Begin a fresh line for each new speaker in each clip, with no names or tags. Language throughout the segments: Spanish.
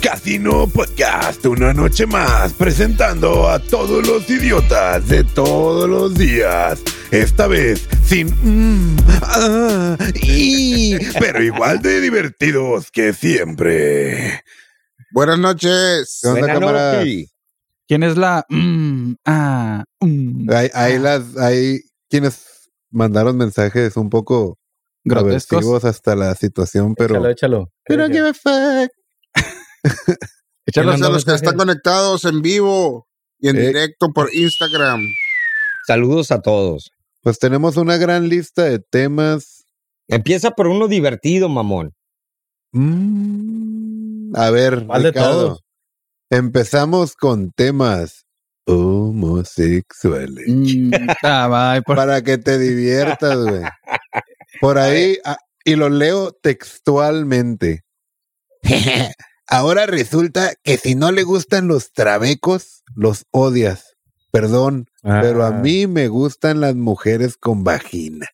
Casino Podcast, una noche más, presentando a todos los idiotas de todos los días. Esta vez sin mm, ah, y, pero igual de divertidos que siempre.
Buenas noches.
¿Qué onda, cámara?
¿Quién es la? mm, ah, mm,
Hay,
Ah.
hay las, hay quienes mandaron mensajes un poco
grotescos.
aversivos hasta la situación, pero
Échalo, échalo. Eh,
pero give a fuck.
Échalo,
Saludos a
no,
los que
mensaje.
están conectados en vivo y en
Eh.
directo por Instagram.
Saludos a todos.
Pues tenemos una gran lista de temas.
Empieza por uno divertido, mamón.
Mm, a ver,
¿Cuál de
Ricardo,
todos?
empezamos con temas homosexuales.
Mm, ah, bye, por-
Para que te diviertas, güey. Por ahí, ah, y lo leo textualmente. Ahora resulta que si no le gustan los trabecos, los odias. Perdón,
Ah.
pero a mí me gustan las mujeres con vagina.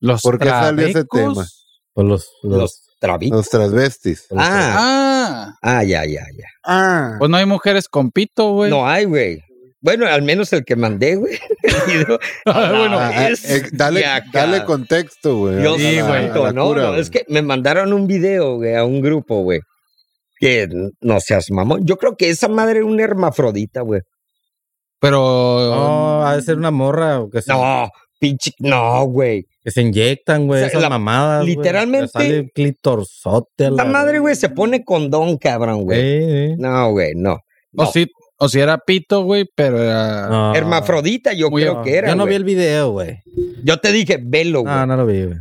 Los
¿por qué salió ese
trabecos?
tema?
Por los, los, trabitos.
Los transvestis.
Ah,
Ah,
ah, ya, ya, ya.
Ah,
pues no hay mujeres con pito, güey.
Pues
No hay, güey. Bueno, al menos el que mandé, güey.
bueno,
Ah, ah,
es
eh, dale,
yaca.
dale contexto, güey. a la-
Dios
Sí,
mío,
güey.
a la
no,
cura,
no,
güey.
es que me mandaron un video, güey, a un grupo, güey. Que no seas mamón. Yo creo que esa madre era una hermafrodita, güey.
pero mm,
No, ha de ser una morra o que se,
No, pinche, no, güey.
que se inyectan, güey,
O sea,
esas
la-
mamadas. güey.
literalmente-
Le Sale clitorzote. a
La madre, güey, se pone condón, cabrón, güey.
Eh, eh.
No, güey, no.
o
no.
si o si era pito, güey, pero era
No.
Ah, Hermafrodita, yo
Muy-
creo que era.
Yo no vi
güey.
el video, güey.
Yo te dije, velo, güey.
No,
No,
no lo vi, güey.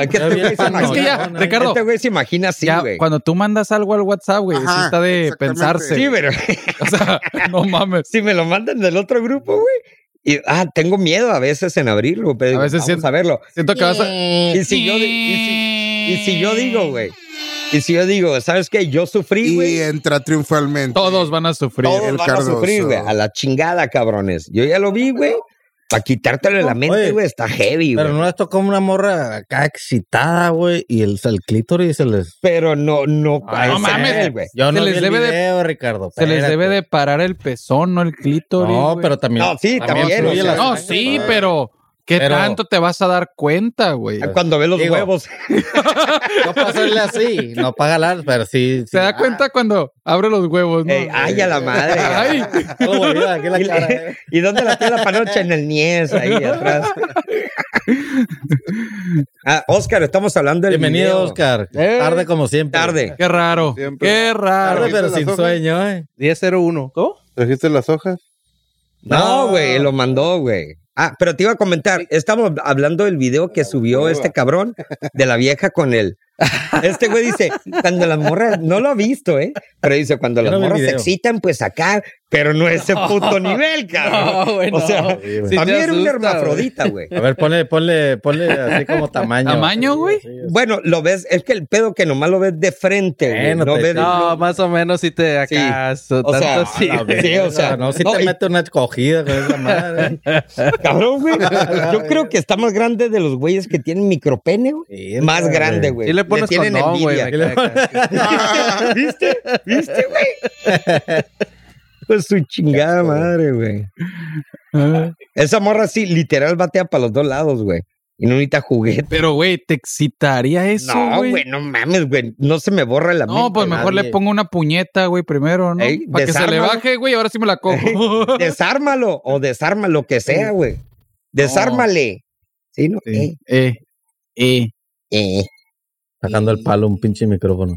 es que
Yo
este güey
vi el
se
pantalón.
Es que ya,
no, no, no.
Ricardo,
Este güey se imagina así,
ya,
güey.
cuando tú mandas algo al WhatsApp, güey, sí
Ajá,
está de
exactamente.
pensarse.
Sí, pero
O sea, no mames.
si me lo mandan del otro grupo, güey. Y, ah, tengo miedo a veces en abrirlo, pero
A
a
veces
veces vamos
siento-
a verlo.
Siento que vas a
Y si yo, di- y si, y si yo digo, güey, y si yo digo, ¿sabes qué? Yo
Pues
sufrí,
Eh. y
güey.
entra triunfalmente.
todos van a sufrir.
Todos
el
van a sufrir,
Cardoso.
güey. A la chingada, cabrones. Yo ya lo vi, güey. Para quitártelo de la mente,
Oye,
güey, está heavy, güey.
Pero no les tocó una morra acá excitada, güey, y el, el clítoris se les...
Pero no, Ah, no, a
Ah, no
ese
mames,
nivel, güey.
Yo
Se
no
les
vi el
debe de-
video, Ricardo.
Se les
espérate.
debe de parar el pezón, no el clítoris.
No,
güey.
pero también...
No, sí, también,
fluye
o sea,
la
No,
sangre,
sí,
güey.
pero ¿qué
Pero-
tanto te vas a dar cuenta, güey?
Cuando ve los
Digo,
huevos.
No para hacerle así, no para galar, pero sí... Ah,
Se da cuenta cuando abre los huevos, ¿no?
Ah. Ey, eh, ay, a la madre.
Ay,
Todo volvido aquí en la cara, eh.
¿Y dónde la tiene la panocha? En el Nies, ahí atrás. Ah, Oscar, estamos hablando del
Bienvenido,
video.
Oscar.
Eh,
tarde como siempre.
Tarde.
qué raro.
Siempre.
Qué raro.
Tarde, pero
¿Viste
sin
las hojas?
sueño, ¿eh?
1001.
¿Trajiste las hojas?
No, güey, lo mandó, güey. Ah, pero te iba a comentar, estamos hablando del video que subió este cabrón de la vieja con él. Este güey dice, cuando las morras, no lo ha visto, ¿eh? Pero dice, cuando
Yo
las
no vi el
morras se
video.
excitan, pues acá, pero no ese puto nivel, cabrón.
No, güey,
O
no.
sea,
Sí, güey.
Sí
a mí
te
era un
asusta, güey.
hermafrodita, güey.
A ver, ponle, ponle, ponle así como tamaño.
¿Tamaño, güey?
Sí, sí, sí.
Bueno, lo ves, es que el pedo que nomás lo ves de frente, güey.
Bueno,
no
te-
ves
No, más o menos si te acá.
O
Tanto
sea,
así.
a la
güey.
vez. Sí, o sea,
no, si
no,
te
y-
mete una escogida con esa madre.
cabrón, güey. Yo creo que está más grande de los güeyes que tienen micropene, güey.
Sí,
Más
güey.
grande, güey.
Y le pones
tienen
condón, güey.
envidia.
me caga.
¿Viste? ¿Viste, güey? Pues su chingada madre, güey.
Eh,
Esa morra sí, literal batea para los dos lados, güey. Y no necesita juguete.
Pero, güey, ¿te excitaría eso,
no,
güey?
güey, no mames, güey. No se me borra la mente.
no, pues mejor
nadie.
le pongo una puñeta, güey, primero, ¿no?
Ey,
Para que se le
desármalo.
baje, güey, ahora sí me la cojo.
Desármalo o desarma lo que sea, güey. Desármale. Sí, no.
Sí. Eh, eh,
Eh, eh.
Sacando el palo un pinche micrófono.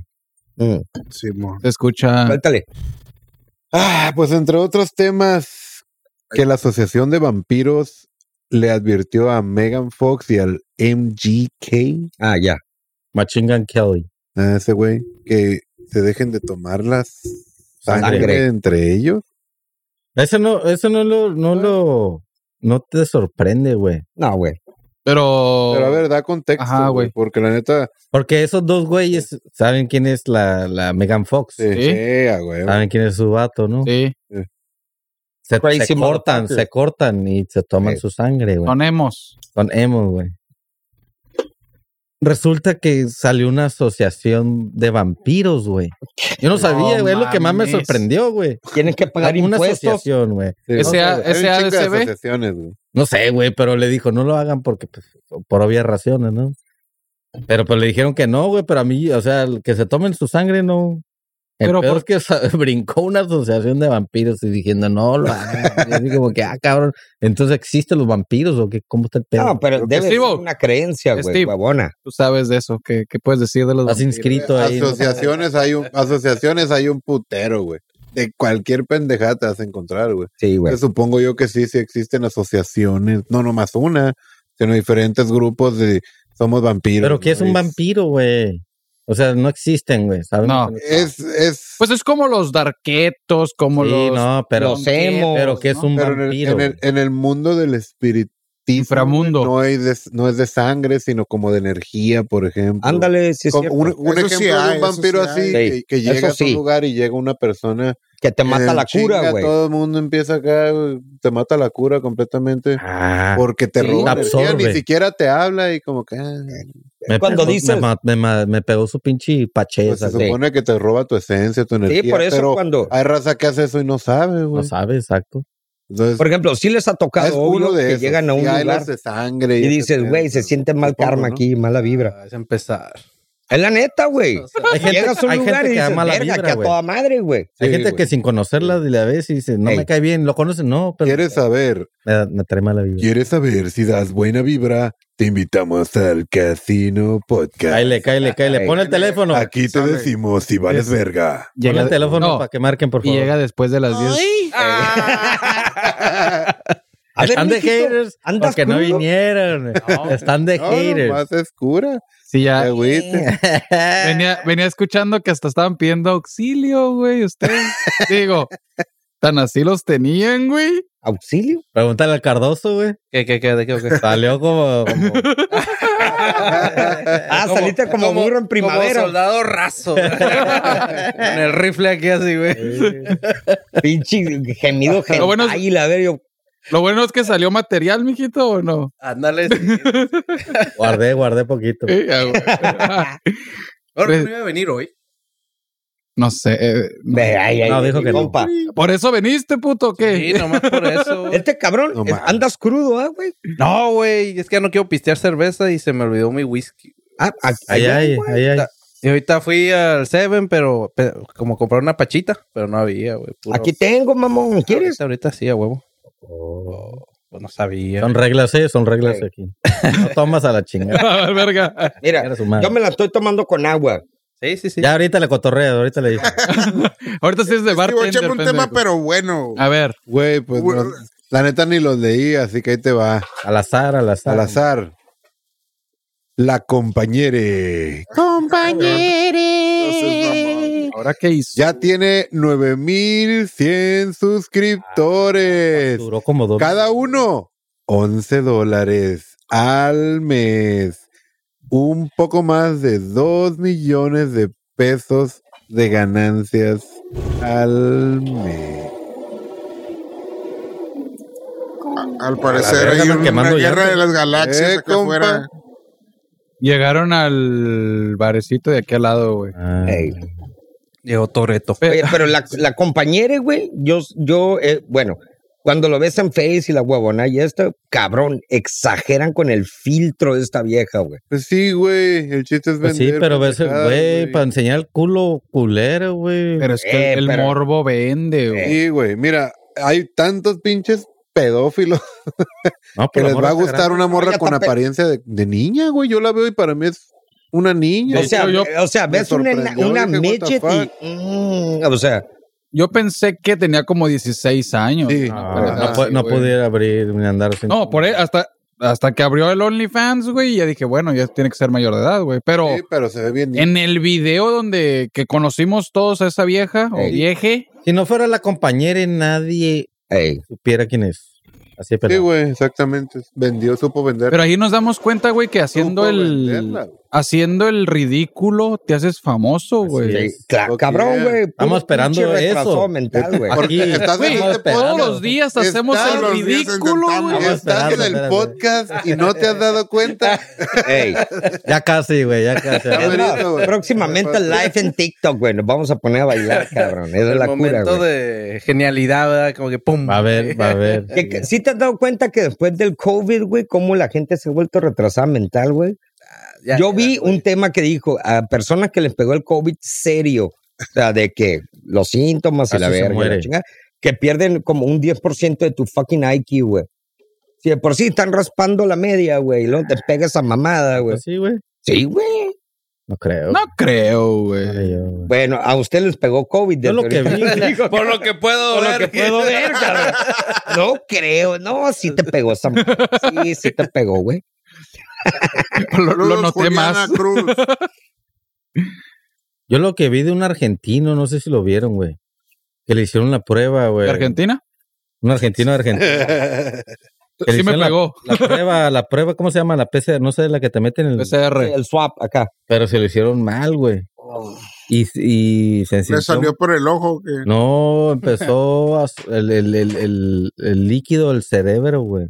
Mm.
Simón.
se escucha.
Suéltale.
Ah, pues entre otros temas que la Asociación de Vampiros le advirtió a Megan Fox y al MGK,
Ah, ya.
Machine Gun Kelly.
a ese güey, que se dejen de tomar las sangre,
Sangre.
entre ellos.
Eso no, eso no lo, no lo, no te sorprende, güey.
No, güey.
Pero.
Oh.
Pero a ver, da contexto,
Ajá,
güey,
güey.
porque la neta,
Porque esos dos güeyes saben quién es la, la Megan Fox.
se
Sí.
fea, güey.
Saben quién es su vato, ¿no?
Sí,
Se,
Crazy
se cortan,
motherfucker.
se cortan y se toman
Sí.
su sangre, güey.
ponemos.
Son emo, güey. resulta que salió una asociación de vampiros, güey. Yo no sabía, güey, es lo que más me
mames.
sorprendió, güey.
Tienen que pagar
Una
impuestos.
asociación, güey.
Sí,
Ese-
no, güey, hay un
ese
chingo de
ADCB.
asociaciones, güey.
No sé, güey, pero le dijo, no lo hagan porque, pues, por obvias razones, ¿no? Pero pues le dijeron que no, güey, pero a mí, o sea, el que se tomen su sangre, no. El
Pero
pero peor es que sa- brincó una asociación de vampiros y diciendo, no, lo hagan. Y así como que, ah, cabrón, entonces existen los vampiros o qué, cómo está el pedo.
No, pero debe ser
Steve-O.
una creencia, güey,
Steve.
huevona.
Tú sabes de eso. ¿Qué, qué puedes decir de los
Has
vampiros?
inscrito ahí. ¿no?
Asociaciones hay un, asociaciones hay un putero, güey. De cualquier pendejada te vas a encontrar, güey.
Sí, güey.
Que Supongo yo que sí, sí existen asociaciones, no nomás una, sino diferentes grupos de somos vampiros.
Pero que es
¿no?
un
Y-
vampiro, güey. O sea, no existen, güey, ¿sabes?
No.
Es, es,
Pues es como los darquetos, como
Sí,
los...
no, pero,
los emos,
pero que es un
pero en el,
vampiro.
en, el, en el mundo del espiritismo
Inframundo.
No, hay de- no es de sangre, sino como de energía, por ejemplo.
Ándale, sí es
Como
cierto.
un, un
Eso
ejemplo
sí
de
hay,
un
eso
vampiro
sí
así
hay.
que, que llega
Eso
a
sí.
un lugar y llega una persona
que te mata
en
la cura,
chinga,
güey.
todo el mundo empieza acá güey, te mata la cura completamente
Ah,
porque te
Sí,
roba
te
energía,
absorbe.
ni siquiera te habla y como que ah,
me
cuando
pegó- me
dices-
ma- me ma- me pegó su pinche
pues,
pacheza,
se
güey.
supone que te roba tu esencia, tu energía,
Sí, por eso
pero
cuando.
hay raza que hace eso y no sabe,
No
güey.
sabe, exacto.
Entonces,
Por ejemplo, sí les ha tocado
es
obvio,
uno de
que
esos.
llegan a un
Y hay
lugar
las de sangre
y
ese
dices,
pedo,
güey, se siente mal
supongo,
karma
¿no?
aquí, mala vibra.
Ah, Es empezar.
Es la neta, güey.
O sea,
Hay gente,
Pues Llegas a un
hay gente
lugar y
que da
dices,
mala
verga,
vibra,
que a
güey.
toda madre, güey.
Hay
Sí,
gente
güey.
que sin conocerla de la vez y dice, no
Ey.
me cae bien, lo conocen, no, pero
¿Quieres saber?
me, da- me trae mala vibra.
¿Quieres saber si das buena vibra? Te invitamos al Casino Podcast.
Cáele, cáele, cáele.
Ey.
Pon el teléfono. Pon
Aquí te
Sabe.
decimos si vales verga.
el teléfono
no,
para que marquen, por
y
favor.
llega después de las 10.
Eh. A ver,
Están de
mijito,
haters
¿andas
porque no
crudo?
vinieron. Están de
No,
haters.
nomás es cura.
Sí,
Ah.
ya.
Te
Eh.
agüite.
Venía, venía escuchando que hasta estaban pidiendo auxilio, güey. Usted. Digo, tan así los tenían, güey.
¿Auxilio?
Pregúntale al Cardoso, güey.
¿Qué, qué, qué? ¿De qué?
Salió como... como-
Ah, saliste como, burro en primavera.
soldado raso. Con el rifle aquí así, güey.
Pinche gemido,
Lo bueno es-
gentai, la ver, yo.
Lo bueno es que salió material, mijito, ¿o no?
Ándale.
guardé, guardé poquito.
Sí, ya, güey.
Pues,
Ahora no iba a venir hoy.
no sé. eh,
Ve, ay, ay,
No, dijo
mi
que no.
compa.
¿Por eso veniste, puto, o qué?
Sí, nomás por eso.
Este cabrón,
No
es-
mames.
andas crudo, ¿ah, güey?
No, güey. Es que ya no quiero pistear cerveza y se me olvidó mi whisky.
Ah, a-
Ay,
ayer,
ay,
güey.
ay, ay.
Y ahorita fui al Seven, pero pe- como comprar una pachita, pero no había, güey. Puro-
Aquí tengo, mamón. ¿Quieres?
Ahorita, ahorita sí, a huevo. Pues no sabía.
Son reglas, eh, son reglas
Ey.
aquí. No tomas a la chingada.
A ver, verga.
Mira,
Era su madre.
yo me la estoy tomando con agua.
Sí, sí, sí.
Ya ahorita le cotorreo, ahorita le digo.
Ahorita sí es de
Sí, voy a
bartender,
echarme un tema,
pendejo.
pero bueno.
Ah.
A ver,
Güey, pues
Güey.
no, la neta ni los leí, así que ahí te va.
Al azar, al azar.
Al azar. La compañere
Entonces, vamos.
¿ahora qué hizo?
ya tiene 9100 suscriptores.
Duró como dos.
Cada uno 11 dólares al mes. Un poco más de 2 millones de pesos de ganancias al mes.
Al parecer
A la verga,
hay
andan
una
quemando
guerra
llantas.
de las galaxias
Eh,
acá
compa.
afuera.
Llegaron al barecito de aquí al lado, güey.
Ah.
Ey.
Llegó Toreto.
Pe-
Oye, pero la, la compañera, güey, yo, yo eh, bueno, cuando lo ves en Face y la huevona y esto, cabrón, exageran con el filtro de esta vieja, güey.
Pues sí, güey. El chiste es
Pues sí,
vender
pero ves,
pendejadas,
güey, para enseñar el culo culero, güey.
Pero es que
Eh,
el
pero-
morbo vende, güey.
Sí, güey. Mira, hay tantos pinches pedófilos
No,
que
pero
les
amor,
va a
está
gustar
grande.
una
Ya
morra con
está pe-
apariencia de, de niña, güey. Yo la veo y para mí es una niña.
O sea,
yo-
o sea,
me
ves una,
sorprendió,
una
dije, what the
midget y, mm, o sea,
Yo pensé que tenía como 16 años.
Sí.
Una
No,
cosa
Ah, no,
así,
pu- no
güey.
pudiera abrir ni andar sin.
No, por e- hasta, hasta que abrió el OnlyFans, güey, ya dije, bueno, ya tiene que ser mayor de edad, güey. Pero
Sí, pero se ve bien niña.
en el video donde que conocimos todos a esa vieja o
Ey.
vieje,
Si no fuera la compañera, nadie
ey,
supiera quién es. Así
Sí,
pero.
güey, exactamente. Vendió, supo vender.
pero ahí nos damos cuenta, güey, que haciendo
Supo
el
venderla.
haciendo el ridículo te haces famoso, güey.
Sí, cla- Cabrón, güey. puro
Estamos esperando
pinche retrasado
eso.
mental, güey.
Porque estás
güey,
en
todos
este podcast.
Todos los días hacemos
Estás-
el ridículo, güey.
Vamos a
Estás
esperarlo,
en el
espérate.
podcast y no te has dado cuenta.
Ey,
Ya casi, güey, ya casi.
Ya
es
verito,
más,
güey.
próximamente live en TikTok, güey. Nos vamos a poner a bailar, cabrón. Esa es
El
la cura,
momento
güey.
de genialidad, ¿verdad? Como que pum.
Va a ver, va a ver.
Que- que- ¿Sí te has dado cuenta que después del COVID, güey, cómo la gente se ha vuelto retrasada mental, güey?
Ya,
Yo
ya,
vi
güey.
un tema que dijo a personas que les pegó el COVID serio, o sea, de que los síntomas y
Así
la
se
verga, y la
muere.
chingada, que pierden como un 10% de tu fucking IQ, güey. Si de por sí están raspando la media, güey, y luego te pega esa mamada, güey.
Pues sí, güey.
Sí, güey.
No creo.
No creo, güey.
Ay, yo, güey.
Bueno, a usted les pegó COVID.
Yo
desde
lo que
ahorita.
vi, güey.
Por lo que puedo
Por lo
ver.
que puedo ver, cabrón. No creo, no, sí te pegó esa madre. Sí, sí te pegó, güey.
Lo, lo
Saludos,
noté
Juliana
más.
Cruz.
Yo lo que vi de un argentino, no sé si lo vieron, güey. Que le hicieron la prueba, güey.
¿De Argentina?
Un argentino de Argentina. Que le
Sí me
hicieron la-
pegó.
La, prueba, la prueba, ¿cómo se llama? La PCR, no sé, la que te meten en el...
Sí,
PCR.
el swap acá.
Pero se lo hicieron mal, güey. Y, y se
Le
sintió-
salió por el ojo. Que...
No, empezó a su- el, el- el- el- el líquido del cerebro, güey.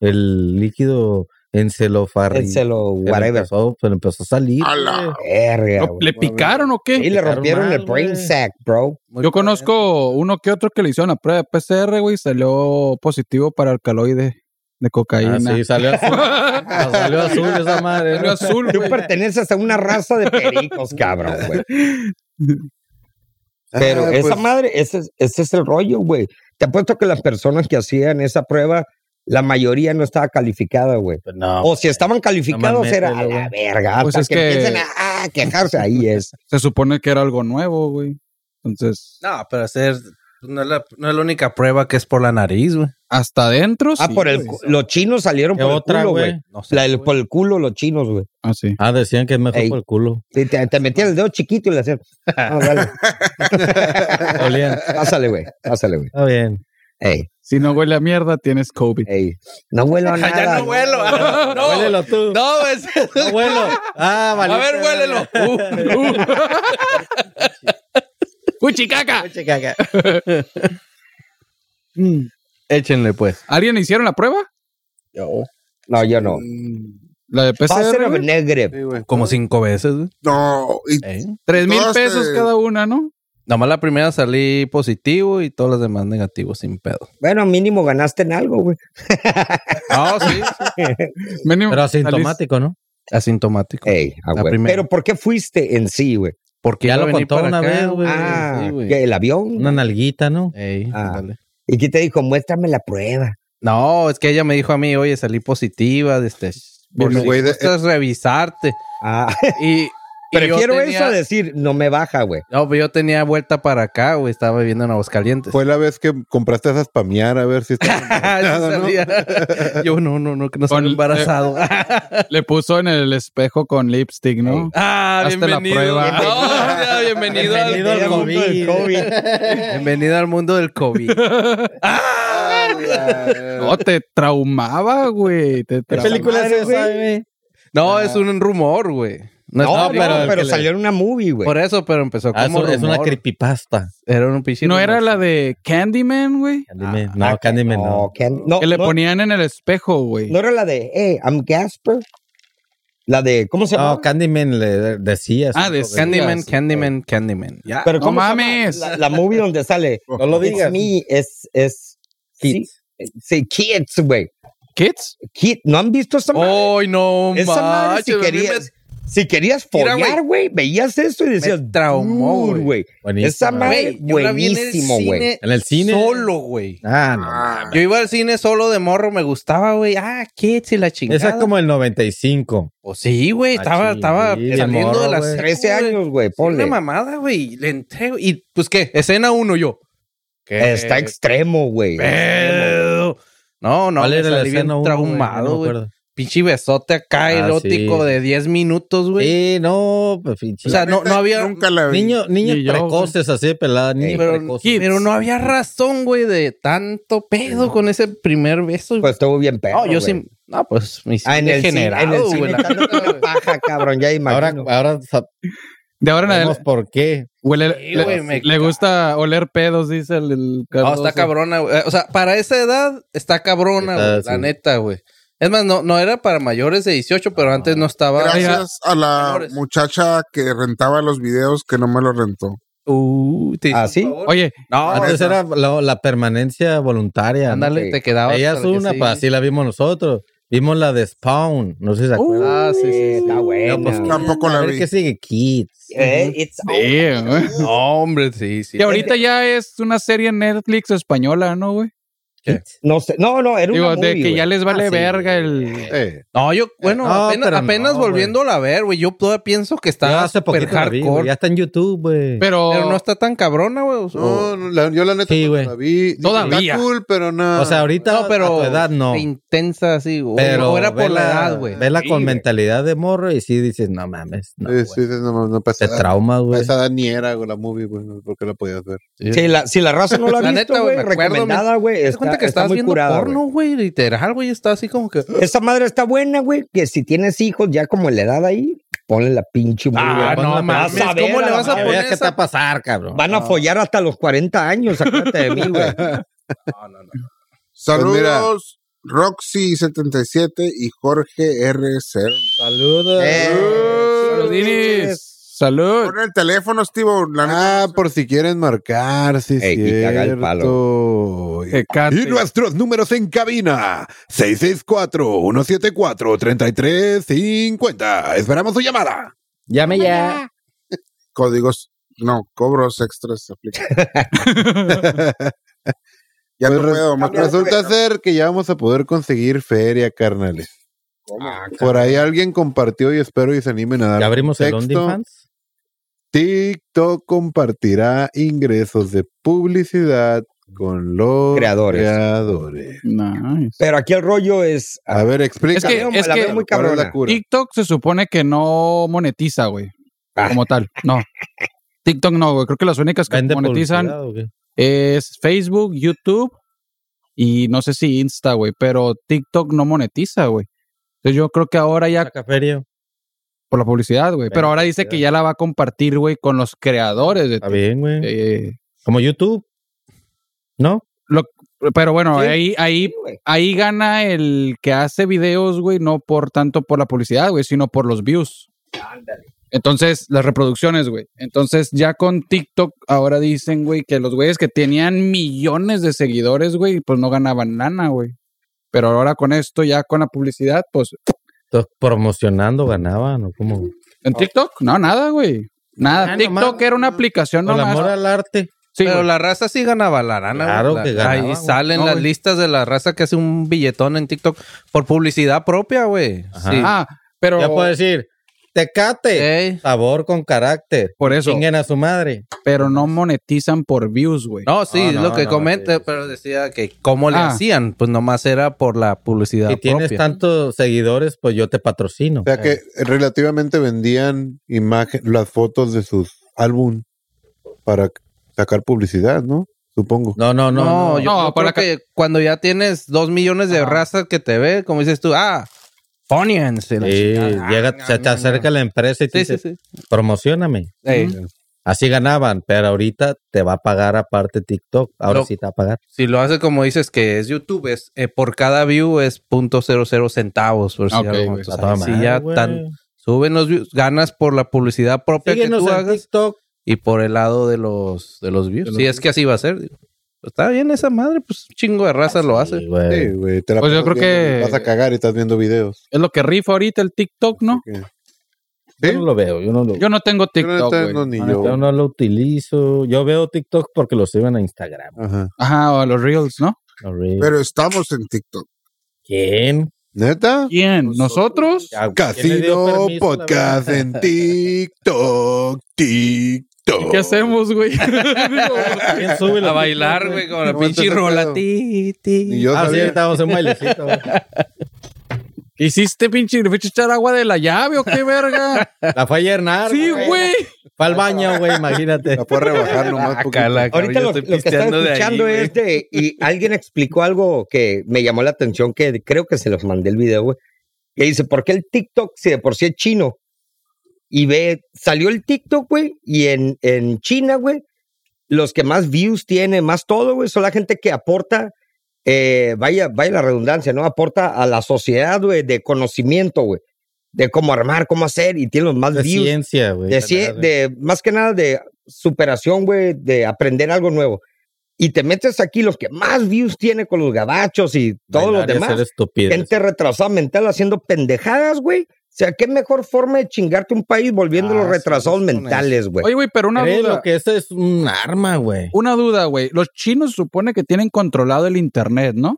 El líquido encelofarri.
Él se lo whatever.
Empezó, pero empezó a salir.
A la-
güey.
Verga,
¿No?
güey.
¿Le picaron o
Y
qué?
le rompieron
mal,
el brain
güey.
sack, bro.
Muy
Yo
bien.
conozco uno que otro que le hicieron la prueba de PCR, güey, y salió positivo para alcaloide de
Ah,
cocaína.
sí, salió azul. Ah, salió azul esa madre.
Salió azul,
Tú
güey.
perteneces a una raza de pericos, cabrón, güey. Pero
Ah,
esa
pues,
madre, ese, es- ese es el rollo, güey. Te apuesto que las personas que hacían esa prueba, la mayoría no estaba calificada, güey.
Pues No.
O si estaban calificados,
mames,
era a
mételo,
la verga.
Pues
hasta
es
que,
que-
empiecen a, ah, quejarse, ahí es.
Se supone que era algo nuevo, güey. Entonces,
No, pero hacer. No es, la, no es la única prueba que es por la nariz, güey.
hasta adentro.
Ah,
sí,
por el
güey.
cu- los chinos salieron
¿Qué
por
otra,
el culo,
güey?
güey.
No sé.
La del- por el culo los chinos, güey.
Ah, sí.
Ah, decían que es mejor
Ey.
por el culo.
Sí, Te, te metían el dedo chiquito y le hacían. Ah, dale.
Olían.
Pásale, güey. Pásale, güey.
Está bien.
Ey,
Si no huele a mierda, tienes COVID.
ey. No huelo a nada.
ya no huelo. ah, No,
Huélelo tú.
no, es.
No huelo. Ah, vale.
A ver, huélelo. Uh.
¡Cuchicaca!
Échenle, pues.
¿Alguien le hicieron la prueba?
No, yo no.
La de
Pásale,
PCR.
güey,
güey?
negre.
sí, güey.
Como cinco veces, güey.
No, y
Eh,
Tres mil
Todas te-
pesos
eh,
cada una, ¿no?
Nomás la primera salí positivo y todas las demás negativos, sin pedo.
Bueno, mínimo ganaste en algo, güey.
No, Ah, oh, sí. sí.
Mínimo,
Pero
salís-
asintomático, ¿no?
Asintomático.
Ey, ah,
La
güey.
primera.
Pero ¿por qué fuiste en sí, güey?
Porque
Ya
iba a
lo
venir
contó
para
una
acá,
vez, güey.
Ah,
sí, güey.
¿qué, ¿el avión?
Una nalguita, ¿no?
Ey,
Ah.
ándale.
¿Y qué te dijo? Muéstrame la prueba.
No, es que ella me dijo a mí, oye, salí positiva de este. Por
Bueno,
si
güey, de- eh,
gustas revisarte.
Ah,
Y, y yo
prefiero
tenía-
eso a decir, no me baja, güey.
No, pero yo tenía vuelta para acá, güey. Estaba viviendo en Aguascalientes.
Fue la vez que compraste esas pamear a ver si
Ah, sí
está
salía. Yo no, no, no, que no
Con-
estoy embarazado.
Le puso en el espejo con lipstick, ¿no?
ah,
Hazte la
bienvenido.
prueba.
No, ya, bienvenido, al-
Bienvenido al
mundo del
COVID.
COVID. bienvenido al mundo del COVID.
eh.
No, te traumaba, güey. Te
¿Qué
traumaba.
película es
madre,
esa,
güey?
güey?
No, es un rumor, güey. No,
No,
está-
no, pero,
el que le-
salió en una movie, güey.
Por eso, pero empezó
Ah,
como
eso-
rumor.
es una creepypasta.
Era un pinche
¿No
rumor.
era la de Candyman, güey?
Candyman.
Ah,
no,
ah,
Candyman
No,
no.
Candy- no,
Que le
no,
ponían en el espejo, güey.
no era la de, hey, I'm Gasper. La de, ¿cómo se llama?
No, Candyman le decías.
Ah, de
Candyman, Candyman, Candyman. Ya.
Pero
No
¿cómo se llama?
mames.
La, la movie donde sale.
No lo digas.
It's me, es, es.
Kids.
Sí, sí, kids, güey.
¿Kids?
Kid, ¿no han visto esa madre?
Ay, no,
esa madre, si
manches, a mí
querías, si querías
Mira, güey.
follar, güey, veías eso y decías,
traumó,
"Dude,
güey".
Buenísimo.
Esa
me-
madre,
Güey, yo la vi en el
buenísimo, güey.
cine
En el cine.
Solo, güey.
Ah, no.
Yo iba al cine solo de morro, me gustaba, güey. Ah, kids y la chingada.
Esa es como el 95.
Pues sí, güey, estaba,
Machín,
estaba
Ah, sí, de
saliendo
morro,
de las
güey.
13 años, güey, ponle.
Una mamada, güey. Le entrego. Y pues qué, escena uno yo. ¿Qué?
Está extremo, güey.
pedo. No, no,
¿Cuál
me
era la
salí bien
escena uno, güey? No
traumado,
me
güey.
acuerdo.
pinche besote acá
Ah,
erótico
sí.
de 10 minutos, güey.
Sí, no, pues pinche.
O sea, no, no había.
Nunca la vi.
niños niños
Ni yo,
precoces así de pelada, niños
pero,
precoces.
pero no había razón, güey, de tanto pedo con ese primer beso.
Pues estuvo bien perro.
no, yo
güey.
sí. No, pues me
Ah, en el cine. En el
degenerado,
cine.
güey, la
dándote una paja, cabrón, ya
Ahora,
imagino.
ahora sa-
De ahora en
sabemos
adelante,
por qué.
huele-
Sí,
le,
güey, me
le gusta oler pedos, dice el, el
No,
Cardoso.
está cabrona, güey. Eh, O sea, para esa edad está cabrona,
Está,
güey. La
sí.
neta, güey. Es más, no, no era para mayores de 18, pero antes no estaba.
Gracias a la
Menores.
muchacha que rentaba los videos que no me los rentó.
Uh, te-
¿Ah, sí?
Oye,
No,
Antes
no.
era la, la permanencia voluntaria. ¿no?
Ándale,
Sí.
te quedabas.
Ella es
para que
una,
sí.
pues así la vimos nosotros. Vimos la de Spawn, no sé si se
uh,
acuerdan.
Ah, sí, sí, sí.
Está
No, pues,
bueno.
Tampoco
a
la
ver
vi.
qué sigue Kids.
Eh, it's
damn, güey.
No, hombre, sí, sí.
que ahorita ya es una serie en Netflix española, ¿no, güey?
No sé. No, no, era una
Digo, de
movie,
que
güey.
ya les vale
Ah, sí.
verga el...
Eh,
No, yo, bueno,
No,
apenas,
pero
apenas
no, güey.
volviéndola a ver, güey. Yo todavía pienso
Yo
que está
hace
super
poquito la vi, güey,
hardcore.
ya está en YouTube, güey.
Pero,
pero no está tan cabrona, güey. o-
no, no, la- yo la neta
Sí,
no
güey.
la vi. Dije,
Todavía.
Está cool, pero no.
o sea, ahorita
No, pero
a tu edad no.
intensa, sí. O,
Pero
o era por la
vela-
edad, güey.
Vela
Sí,
con
güey.
mentalidad de morro y sí dices, no mames, no,
Sí,
güey.
sí, sí, no, no
te
pasa nada.
traumas,
A
güey.
Esa edad ni era güey, la movie, güey, porque la podías ver.
Si la, si la raza no la ha
La
visto,
neta, güey,
güey,
me acuerdo,
recomendada, güey.
Te das
Está,
cuenta que
está
estás
muy
viendo
curada, güey.
porno, güey. Literal, güey. Está así como que.
Esa madre está buena, güey. Que si tienes hijos ya como en la edad ahí, ponle la pinche movie,
Ah,
güey.
no
Ponla-
mames,
vas a
¿cómo
ver
le
la
vas a
madre.
poner
¿Qué te
esa-
va a pasar, cabrón?
Van a follar hasta los 40 años, acuérdate de mí, güey.
pues
Saludos, Roxy77 y Jorge RC.
Saludos.
Eh,
Saludinis, salud.
Pon el teléfono, Steve. La neta.
Ah, por si quieren marcar, sí,
Ey, y te haga el
cierto.
Tecate.
Y nuestros números en cabina, 664-174-3350. Esperamos su llamada.
Llame ya.
Códigos, no, cobros extras. se aplica. ya
Pues
no puedo, más
cambia de
Resulta
Bueno.
ser que ya vamos a poder conseguir feria, carnales. Por ahí alguien compartió y espero y se animen a
¿Ya
dar.
abrimos el
Texto.
OnlyFans?
TikTok compartirá ingresos de publicidad con los
Creadores.
creadores.
Nice.
Pero aquí el rollo es.
A ver,
Ah. Es
explícame.
que-
me
es
la
que-
veo muy
¿Cuál es la
cabrona.
cura?
TikTok se supone que no monetiza, güey.
Ah.
Como tal, no. TikTok no, güey. Creo que las únicas que
¿Vende
monetizan
publicidad o qué?
es Facebook, YouTube y no sé si Insta, güey. Pero TikTok no monetiza, güey. Entonces yo creo que ahora ya
Saca feria.
por la publicidad, güey. Pero
Bueno,
ahora dice que
publicidad. Ah,
ya la va a compartir, güey, con los creadores de eh,
Está bien, güey.
TikTok.
Como YouTube. ¿No?
Eh, pero bueno,
Sí.
ahí, ahí,
Sí, güey.
ahí gana el que hace videos, güey, no por tanto por la publicidad, güey, sino por los views. Entonces, las reproducciones, güey. Entonces, ya con TikTok ahora dicen, güey, que los güeyes que tenían millones de seguidores, güey, pues no ganaban nana, güey. Pero ahora con esto, ya con la publicidad, pues
Entonces, promocionando ganaban o cómo.
en TikTok, no, nada, güey. Nada,
Ah,
TikTok
nomás.
era una aplicación
Con amor
nomás.
al arte.
Sí,
pero
güey.
la raza sí ganaba la lana. güey.
Claro
La-
que ganaba,
Ahí
güey.
salen
No,
las
güey.
listas de la raza que hace un billetón en TikTok por publicidad propia, güey.
Ajá.
Sí.
Ah, pero
Ya puedo decir, tecate.
Ey.
Sabor con carácter.
por eso,
Chinguen a su madre.
pero no monetizan por views, güey.
No, sí,
Ah,
es
no,
lo que
no,
comenta,
sí, sí,
pero decía que cómo le
Ah.
hacían, pues nomás era por la publicidad
Si tienes
propia.
tantos seguidores, pues yo te patrocino.
O sea
Eh.
que relativamente vendían imagen, las fotos de sus álbum para sacar publicidad, ¿no? Supongo.
No, no, no.
No,
no.
yo,
No,
yo
para
creo que cuando ya tienes dos millones de
Ajá.
razas que te ve, como dices tú, ah, Fonians. y la
Sí,
chingada.
llega,
Ah,
se te
no,
acerca
no.
la empresa y te
Sí,
dice,
sí, sí.
promocioname.
Ey,
Así ganaban, pero ahorita te va a pagar aparte TikTok. Ahora
Lo-
sí te va a pagar.
Si lo hace como dices que es YouTube, es eh, por cada view es punto cero cero centavos. Por si
Ok,
algo.
güey.
O
Está
sea,
toda
si
madre,
ya
güey.
tan- suben los views, ganas por la publicidad propia
Síguenos
que tú
en
hagas
TikTok.
y por el lado de los de los views. si es que así va a ser. digo. Pues está bien esa madre, pues un chingo de raza lo hace.
Sí, güey.
Sí, güey, te la
Pues yo
pasas
creo
viendo,
que-
Vas a cagar y estás viendo videos.
Es lo que rifa ahorita el TikTok, ¿no?
Yo no lo veo, yo no lo, yo
Yo no tengo TikTok,
Yo no,
güey.
no, ni yo.
no lo utilizo. Yo veo TikTok porque lo suben a Instagram.
Ajá.
Ajá, o a los Reels, ¿no?
No re-
Pero estamos en TikTok.
¿Quién?
¿Neta?
¿Quién? Pues, ¿Nosotros?
Ya, güey, ¿quién le dio
Casino
permiso, la
Podcast
verdad?
en TikTok, TikTok.
¿Qué hacemos, güey?
¿Quién sube los
A bailar, güey, con la
No,
pinche
entonces,
rola.
claro.
Ti, ti.
Ni yo
Ah, sí,
sabía.
estábamos en bailecito. güey.
¿Hiciste pinche, le fuiste a echar agua de la llave o qué verga?
La fue a llenar.
Sí, güey.
Fue al baño, güey, imagínate.
La puedo rebajar
Ah,
nomás. poquito.
Ahorita lo, lo que están escuchando es de. Y alguien explicó algo que me llamó la atención, que creo que se los mandé el video, güey. Que dice: ¿Por qué el TikTok, si de por sí es chino? Y ve, salió el TikTok, güey, y en, en China, güey, los que más views tiene, más todo, güey, son la gente que aporta, eh, vaya, vaya la redundancia, ¿no? Aporta a la sociedad, güey, de conocimiento, güey, de cómo armar, cómo hacer, y tiene los más
De
views.
ciencia, güey.
De, cien- de- más que nada de superación, güey, de aprender algo nuevo. Y te metes aquí los que más views tiene con los gabachos y todos los
Bailar y
demás.
hacer estupideces.
Gente retrasada mental haciendo pendejadas, güey. O sea, qué mejor forma de chingarte un país volviéndolos
Ah, sí,
retrasados
es una-
mentales, güey.
Oye, güey, pero una
Cree
duda.
lo que eso es un arma, güey.
Una duda, güey. Los chinos supone que tienen controlado el internet, ¿no?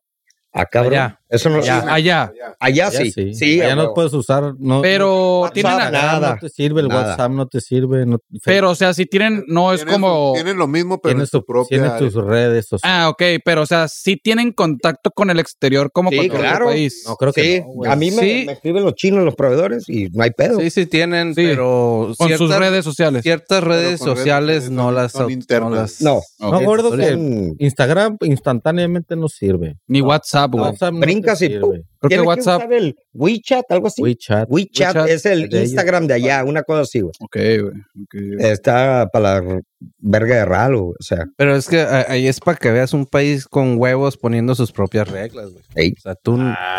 Ah, cabrón.
allá,
Eso no
allá,
allá,
allá.
allá
Ya
sí.
sí.
Sí,
ya
a
no
huevo.
puedes usar. No, Ah,
Pero
No,
tienen,
nada,
nada,
nada.
no te sirve, el
Nada.
WhatsApp no te sirve. No,
pero o sea, si tienen, no es
Tienen-
como.
Tienen lo mismo, pero
tienes,
en su
tu- tienes
propia.
tus redes sociales.
Ah, ok, pero o sea, sí tienen contacto con el exterior como
Sí,
con todo
claro.
el país.
no creo que
Sí,
no, güey.
a mí me,
Sí.
me escriben los chinos, los proveedores, y no hay pedo.
Ah, Sí, sí tienen,
Sí,
pero
Con
ciertas,
sus redes sociales.
ciertas redes
con redes
sociales
sociales
no
son-
las
son
au-
internas.
las-
No.
No, gordo, que
Son-
Instagram instantáneamente no sirve.
Ni WhatsApp, güey.
WhatsApp no
brincas
te
y pum.
sirve.
creo que
tiene
WhatsApp.
usar el WeChat, algo así.
WeChat.
WeChat,
WeChat
es el
de ellos.
Instagram de allá, una cosa así, güey.
Ok, güey. ok.
Está para la verga de raro, güey. o sea,
Pero es que a- ahí es para que veas un país con huevos poniendo sus propias reglas, güey.
Ey.
O sea, tú...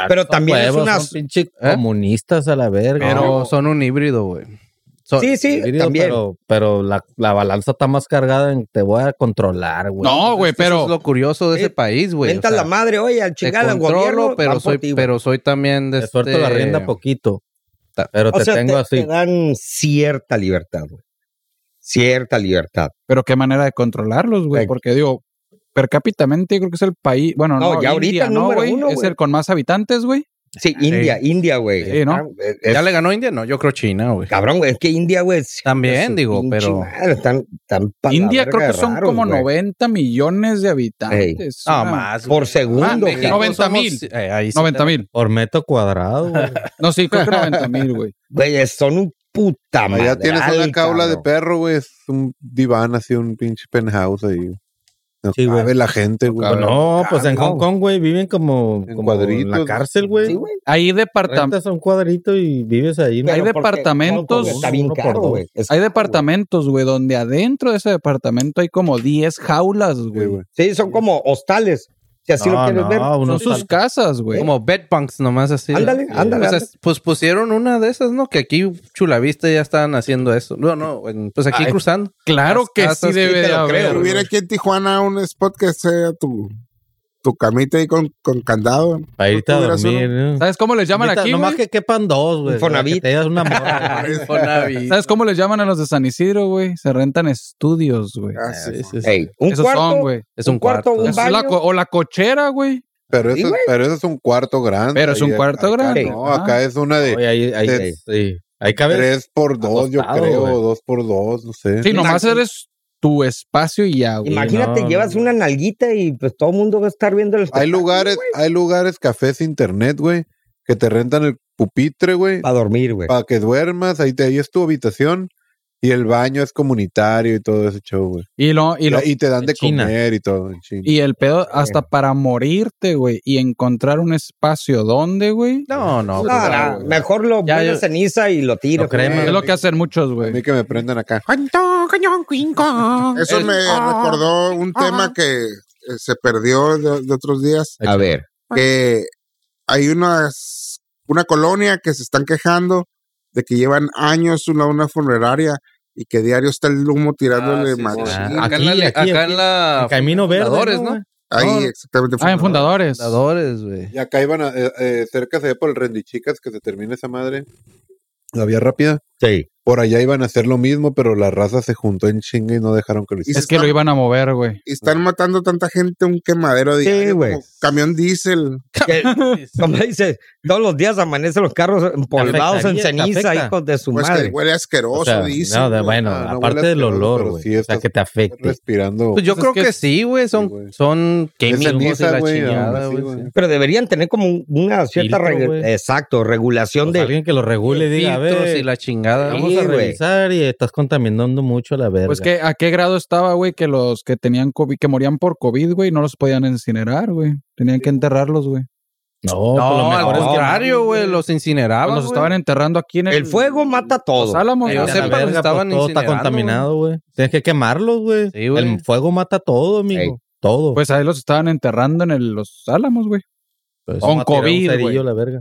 pero también es
Huevos,
una...
Ah, son pinche comunistas a la verga.
pero
No,
son un híbrido, güey. Son-
Sí, sí,
híbrido,
también.
Pero, pero la, la balanza está más cargada en te voy a controlar, güey.
No, güey,
Es que eso
pero.
es lo curioso de
Eh,
ese país, güey. o
Venta
sea,
la madre, oye, al
te
chingar al
controlo,
gobierno.
pero
van por
soy,
ti, güey.
pero soy también de
Te suelto
este-
la rienda poquito.
Ta-
Pero
o
te
sea,
tengo
te,
así.
te dan cierta libertad, güey. Cierta libertad.
Pero qué manera de controlarlos, güey.
Ey.
Porque digo, per cápitamente creo que es el país. Bueno,
No,
no,
ya
India,
ahorita
¿no,
número
güey?
uno,
Es
güey.
el con más habitantes, güey.
Sí, India, India, güey.
Sí, ¿no?
Ah, es-
¿Ya le ganó India? No, yo creo China, güey.
Cabrón, güey, es que India, güey. es-
También,
su
digo,
pinche
pero...
madre, están- están pa' la
India
verga
creo que
de
son
raros,
como
güey.
90 millones de habitantes.
No,
Una-
más.
Por
güey. Ah,
segundo,
México
güey.
90 mil.
somos- eh, ahí sí
90
te-
mil.
Por metro cuadrado, güey.
No, sí, creo que 90 mil, güey.
Güey, es- son un puta Ah, madre.
Allá tienes una caula de perro, güey. Es un diván así, un pinche penthouse ahí. No
Sí, güey.
cabe la gente, güey.
Pues no, pues en
cabrón.
Hong Kong, güey, viven como,
En
como en la
cuadritos.
cárcel, güey.
Sí, güey.
Hay, departam-
Rentas un cuadrito y vives ahí. ¿no?
Hay
Pero porque-
departamentos-
güey, Está bien
Uno por
caro,
dos.
güey. Es
hay
caro,
departamentos, güey, donde adentro de ese departamento hay como 10 jaulas,
Sí,
güey.
güey.
güey. Sí, son como hostales. Si así
No,
lo quieres
no,
ver.
uno
Son sus casas, güey.
Como bedpunks nomás así.
Ándale, ándale,
O sea,
ándale.
pues pusieron una de esas, ¿no? Que aquí Chulavista ya estaban haciendo eso. No, no, en- pues aquí
Ay,
cruzando.
Claro
Las
que sí
casas, sí
debe
te
de
lo creo,
haber.
güey.
Hubiera aquí en Tijuana un spot que sea tu, tu camita ahí con, con candado.
Para irte a
¿No tuvieras
dormir. ¿no?
¿Sabes cómo les llaman
Neta,
aquí,
Nomás
güey?
que quepan dos, güey.
Infonavit.
Que te llevas una
Ah,
morra. güey.
¿Sabes cómo les llaman a los de San Isidro, güey? Se rentan estudios, güey.
Ah, sí.
Sí, sí,
pues,
sí.
Ey, un
Esos
cuarto.
son, güey.
Es un
cuarto,
cuarto.
un
Esa es la
baño.
co- o la cochera, güey.
Pero
Sí,
eso,
güey.
pero eso es un cuarto grande.
Pero es un
Ahí-
cuarto
acá
grande.
No,
Ajá.
acá es una de
Oye, ahí, ahí,
Te-
sí. Ahí cabe.
tres por dos, yo
acostado,
creo,
güey.
dos por dos, no sé.
Sí, nomás
Imagínate.
eres tu espacio y ya, güey.
Imagínate,
no,
llevas
no.
una nalguita y pues todo el mundo va a estar viendo el
hay lugares, hay lugares, cafés internet, güey, que te rentan el pupitre, güey,
para dormir, güey.
para que duermas, ahí te, ahí es tu habitación y el baño es comunitario y todo ese show, güey.
Y, lo,
Y,
y, lo,
te dan
en
de
China.
comer y todo en China.
y el pedo hasta para morirte, güey. Y encontrar un espacio donde, güey.
No,
No,
no. pues,
no,
güey.
mejor lo
Ya,
pones
yo-
ceniza y pues, lo tiro.
Lo crema.
Es lo que hacen muchos,
A mí
güey.
que me prendan acá.
Eso me recordó un tema que eh, se perdió de, de otros días,
A ver.
que hay unas, una colonia que se están quejando de que llevan años una, una funeraria y que diario está el humo tirándole
Ah, sí,
machín.
sí. Aquí,
Acá en la-
aquí,
acá
aquí.
en la...
En Camino Verde,
Fundadores,
¿no?
¿no?
Ahí
No.
exactamente.
Ah, en fundadores.
Fundadores, güey.
Y acá iban a- eh, eh, cerca se ve por el Rendichicas que se termina esa madre. La vía rápida.
Sí.
Por allá iban a hacer lo mismo, pero la raza se juntó en chinga y no dejaron que lo
Y
hicieran.
se
Es que lo
están-
iban a mover, güey.
Y están matando tanta gente un quemadero diario,
güey.
como camión diésel.
Que, como dice, todos los días amanecen los carros empolvados en
afectaría, te
ceniza,
afecta.
hijos de su
Pues
madre.
que huele asqueroso,
O sea,
diésel.
no, de-
güey.
bueno,
Ah, no
aparte
huele
del
asqueroso,
olor,
pero
güey.
sí
o sea,
estás
que te afecte.
respirando.
Pues yo
Pues es
creo
que
que,
es-
sí, güey. Son,
Sí, güey.
son
Es
químicos y
ceniza,
la
güey,
chingada,
aún así,
güey.
güey.
Pero deberían tener como un- una cierta
Filtro,
regu-
güey.
exacto, regulación
Pues
de
alguien que lo regule y diga, a
Filtros
ver,
y la chingada.
Sí,
vamos a
güey.
revisar y estás contaminando mucho la verga.
Pues que a qué grado estaba, güey, que los que tenían COVID, que morían por COVID, güey, no los podían incinerar, güey. Tenían que enterrarlos, güey.
no,
No,
por lo
al
mejor es que-
contrario, güey. Los incineraban.
los
güey.
estaban enterrando aquí en el.
el fuego mata
Los
todo.
álamos,
Yo
güey.
Vete a
sé,
la
pero
verga,
estaban
pues, todo está
incinerando,
contaminado, güey. Tienes que quemarlos, güey.
Sí, güey.
El fuego mata todo, amigo.
Ey.
Todo.
Pues ahí los estaban enterrando en el- los álamos, güey.
Pues,
con
vamos a tirar un
COVID, güey.
cerillo a la verga.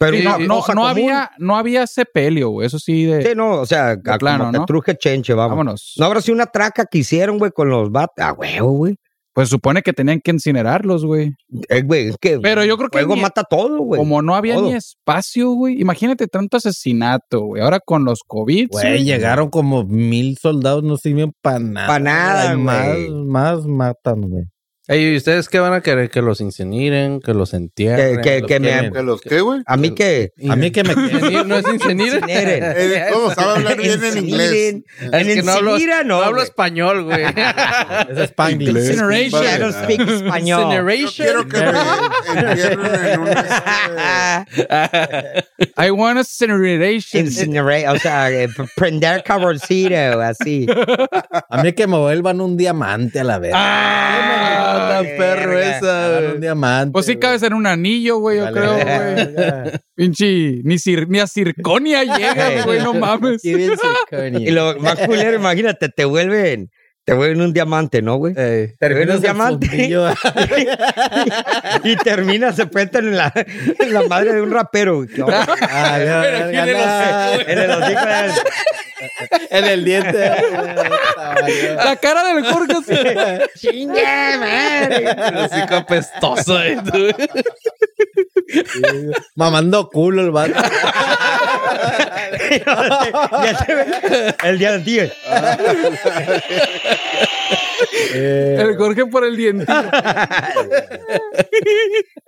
Pero
Sí,
una
no, no,
cosa
no
común.
había, no había sepelio, güey. Eso sí, de.
Sí, no, o sea, a- como
plano,
te
¿no?
truje chenche, vamos.
Vámonos.
No habrá sido una traca que hicieron, güey, con los bat. Ah, huevo, güey.
Pues supone que tenían que incinerarlos, güey.
Eh, güey, es que
Pero yo creo que
fuego
ni-
mata todo, güey.
Como no había
Pues, todo.
ni espacio, güey. Imagínate tanto asesinato, güey. Ahora con los COVID.
Güey, llegaron como mil soldados, no sirven para nada.
Pa' nada,
Hay
güey.
Más, más matan, güey.
Ey, ¿y ustedes qué van a querer? Que los incineren, que los
Que-
entierren.
que-
los
que me-
quemen?
¿Que los qué, güey?
A mí que.
A mí que me
Incinir, no es
Incineren.
incinerar.
Eh, ¿Cómo sabe hablar bien en inglés?
Incineren. En
que no hablo-
Encinira no.
No hablo
güey.
español, güey.
es Spanglish.
Incineration. I don't speak español.
Yo
Incineration.
quiero que me entierren en un...
Ah,
I want incineration.
Incinerate, o sea, eh, p- prender caborcito, así.
A mí que me vuelvan un diamante a la verga.
Ah, tan perro esa,
Hagan
güey.
un diamante.
Pues sí cabes en un anillo, güey, yo
Vale,
creo, güey.
verga.
Pinche, ni, cir- ni a circonia llega, güey, no mames.
Qué bien circonio.
Y lo más culero, imagínate, te vuelven, te vuelven un diamante, ¿no, güey?
Ey,
Terminas
terminas
el
diamante.
fundillo. y termina, se cuentan en la, en la madre de un rapero. güey. Que, oh,
Ah, la verga, no.
en el hocico de-
En el diente.
La cara del Jorge así.
¡Chingue, madre!
Así apestoso, eh, tú.
Mamando culo el vato.
Ya se ve El día del tío.
Eh,
El Jorge por el dientito.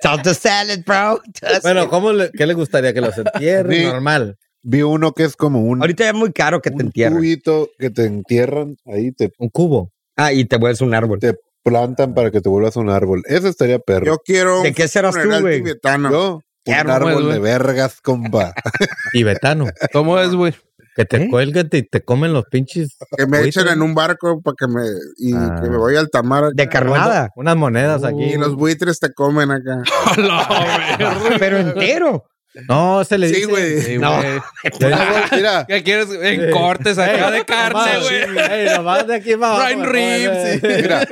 Salt the salad, bro.
bueno, ¿cómo le- ¿qué le gustaría que los entierren?
Sí.
Normal.
Vi uno que es como un,
Ahorita ya es muy caro que te
un
entierren.
tubito que te entierran, ahí te
Un cubo.
Ah, y te vuelves un árbol.
plantan para que te vuelvas un árbol. Eso estaría perro.
Yo quiero
¿De qué serás tú,
funeral
güey?
tibetano.
Yo, un
Claro,
árbol
güey.
de vergas, compa.
Tibetano.
¿Cómo es, güey?
Que te
¿Eh?
cuelguen y te comen los pinches.
Que me
Oye,
echen
sí.
en un barco para que me... Y
Ah.
que me voy al tamar.
De carnada.
Unas monedas aquí.
Y los buitres te comen acá.
Pero entero.
No, se le
Sí,
dice.
güey.
Sí,
No.
güey.
Mira,
¿Qué quieres? En
Sí.
cortes acá de carne,
Nomás,
güey.
ey, nomás de aquí para
Brian
abajo,
Reeves,
güey.
mira.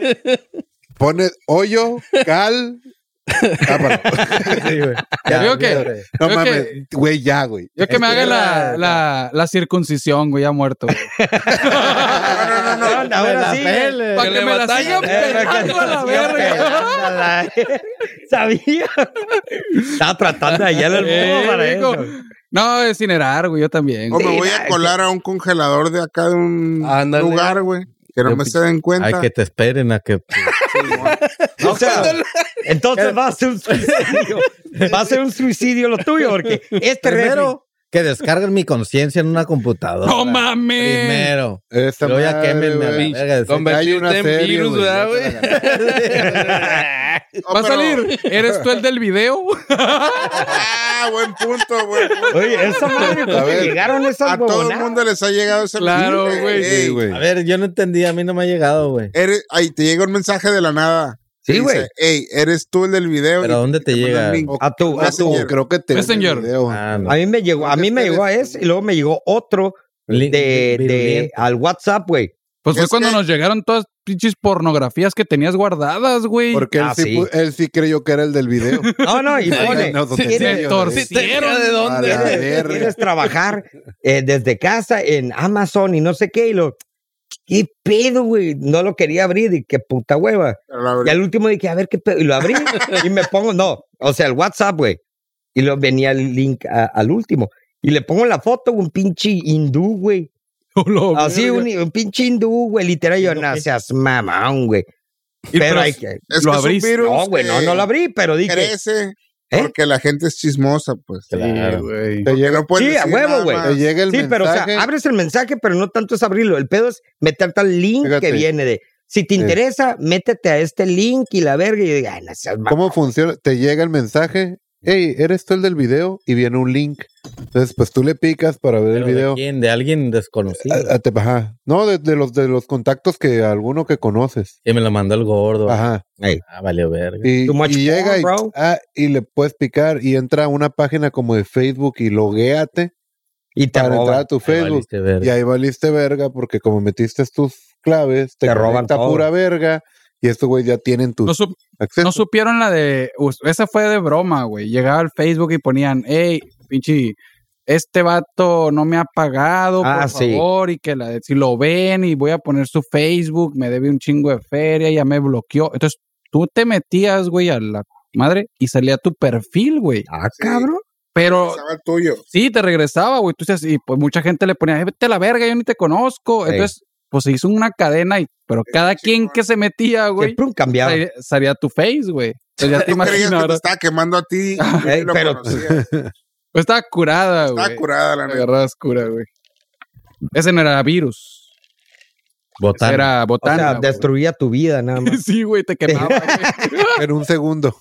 Pones hoyo, cal. tápalo.
Sí, güey.
Te digo que-
olvídate.
No
Creo
mames,
que-
güey, ya, güey.
Yo que me haga la, la, la circuncisión, güey, ya muerto. güey.
No, no, no. Ahora
la
sí.
pele.
Para que me la sigan pelando a la verga.
Ándala. Sabía. Estaba tratando de hallar el
Eh,
mundo para
digo,
eso.
No, incinerar, güey, yo también.
O
güey.
Oh, me voy a colar a un congelador de acá de un
Ándale.
lugar, güey. Que no
Yo
me
pi-
se den
Ay,
cuenta.
que te esperen a que.
O sea, entonces va a ser un suicidio. Va a ser un suicidio lo tuyo, porque este refri-
Primero, que descarguen mi conciencia en una computadora.
No mames.
Primero.
Esta
Luego ya
madre,
quémenme a la
güey.
verga. sí.
Hay una
Convertirte en
serie,
virus,
güey.
¿verdad, güey?
No,
Va a
pero-
salir. ¿Eres tú el del video?
Ah, buen punto, güey.
Oye, esa madre, ¿cómo
A ver,
llegaron esas
A todo el
huevonadas?
mundo les ha llegado ese
Claro,
mensaje,
güey.
ey,
Sí, güey.
A ver, yo no entendí, a mí no me ha llegado, güey.
eres- Ay, te llega un mensaje de la nada.
Sí,
Dice,
güey.
Ey, eres tú el del video.
¿Pero a
y
dónde te
te mandan
llega?
un link.
A tu, a tu.
O creo que te
Messenger.
video.
Ah, no.
A mí me llegó, a mí me llegó a ese y luego me llegó otro de,
Lin-
de
virulento.
al WhatsApp, güey.
Pues fue
Es
cuando
que-
nos llegaron todas pinches pornografías que tenías guardadas, güey.
Porque él,
Ah,
sí,
sí.
pu- él sí creyó que era el del video.
No, no, y pone,
No, no,
¿quieres,
Me
serio,
torcí.
güey.
¿De
A
dónde?
la
quieres-
verga.
quieres trabajar eh, desde casa en Amazon y no sé qué? Y lo, ¿qué pedo, güey? No lo quería abrir y qué puta hueva.
Pero la
Y
verdad-
al último dije, a ver qué pedo. Y lo abrí y me pongo, no, o sea, el WhatsApp, güey. Y luego venía el link a- al último. Y le pongo la foto, un pinche hindú, güey. Así, un, un pinche Oh, hindú, güey. Literal, yo, no seas mamón, güey.
Y
Pero
pero
hay
es-
que...
Es
Lo
que es un
abrís.
virus
No, güey, no,
que
no lo abrí, pero dije...
Crece
¿Eh?
porque la gente es chismosa, pues.
Claro.
güey.
Porque no pueden
Sí, a
decir
huevo,
nada
güey.
más.
Te llega el
sí, pero o
mensaje.
sea, abres el mensaje, pero no tanto es abrirlo. El pedo es meterte al link que
Fíjate.
viene de. Si te
Sí.
interesa, métete a este link y la verga. Y yo digo, ay, no seas mamón.
¿Cómo funciona? Te llega el mensaje, hey, ¿eres tú el del video? Y viene un link. Entonces, pues tú le picas para ver
Pero
el
¿De
video.
quién? ¿De alguien desconocido?
Ah, ah, te- ajá. No, de, de los, de los contactos que alguno que conoces.
Y me lo mandó el gordo.
Ajá.
Ah, vale, verga.
Y,
Too much
y llega
porn,
y,
bro.
ah, y le puedes picar y entra a una página como de Facebook y loguéate
Y te
para entrar
roban.
a tu
Ahí
Facebook.
valiste verga.
Y ahí valiste verga porque como metiste tus claves, te,
Te roban
roban
todo.
pura verga y estos güey ya tienen tus
No, sup- no
accesos.
supieron la de. us- Esa fue de broma, güey. Llegaba al Facebook y ponían, hey, pinche, este vato no me ha pagado,
Ah,
por
sí.
favor, y que la, si lo ven y voy a poner su Facebook, me debe un chingo de feria, ya me bloqueó. Entonces tú te metías, güey, a la madre y salía tu perfil, güey.
Ah, cabrón.
Pero
pues, Estaba el tuyo.
Sí, te regresaba, güey. Tú decías, y pues mucha gente le ponía, "Eh, vete a la verga, yo ni te conozco.
Ey.
Entonces, pues se hizo una cadena, y, pero cada quien que se metía, güey,
Siempre un cambiado.
sal- salía tu face, güey. Entonces ya te
Tú creías que te
imaginas.
estaba quemando a ti.
Ey, pero-
pero estaba
Pues estaba curada, güey.
curada la neta.
Agarrabas cura, güey. Ese no era virus. ese
Botana.
Era
O sea,
botana. güey.
destruía tu vida nada más.
Sí, güey, te quemaba. güey.
En un segundo.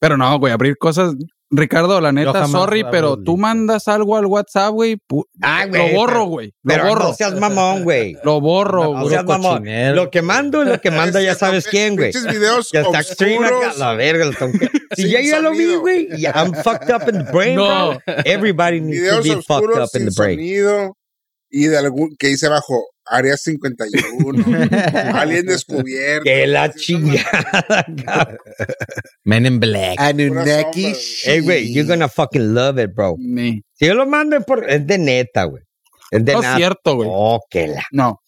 pero no, güey, abrir cosas. Ricardo, la neta,
jamás
sorry,
abro
pero
el
tú
link.
mandas algo al WhatsApp, güey. pu-
Ah, güey,
Lo borro,
pero-
güey. Lo
Pero
borro.
no seas mamón, güey.
Lo borro,
No
güey.
seas mamón.
cochinero.
Lo que mando es lo que manda, ya
Ese-
sabes quién, güey.
Pinches videos
Ya está stream acá,
oscuros.
la verga. el tonque. Si
Sin
ya yo lo vi,
sonido.
güey. y I'm fucked up in the brain,
No.
bro. Everybody needs to
Videos
be fucked
oscuros
up in
sin
the brain.
sonido. Y de algún que dice abajo, área 51, alguien descubierto.
Que la
Sí,
chingada, cabrón.
Men in Black.
Ah,
Anunnaki.
Hey, güey, you're gonna fucking love it, bro.
Ni-
Si yo lo mando es, por, es de neta, güey. Es de
No es
neta.
cierto, güey.
Oh, que la.
No.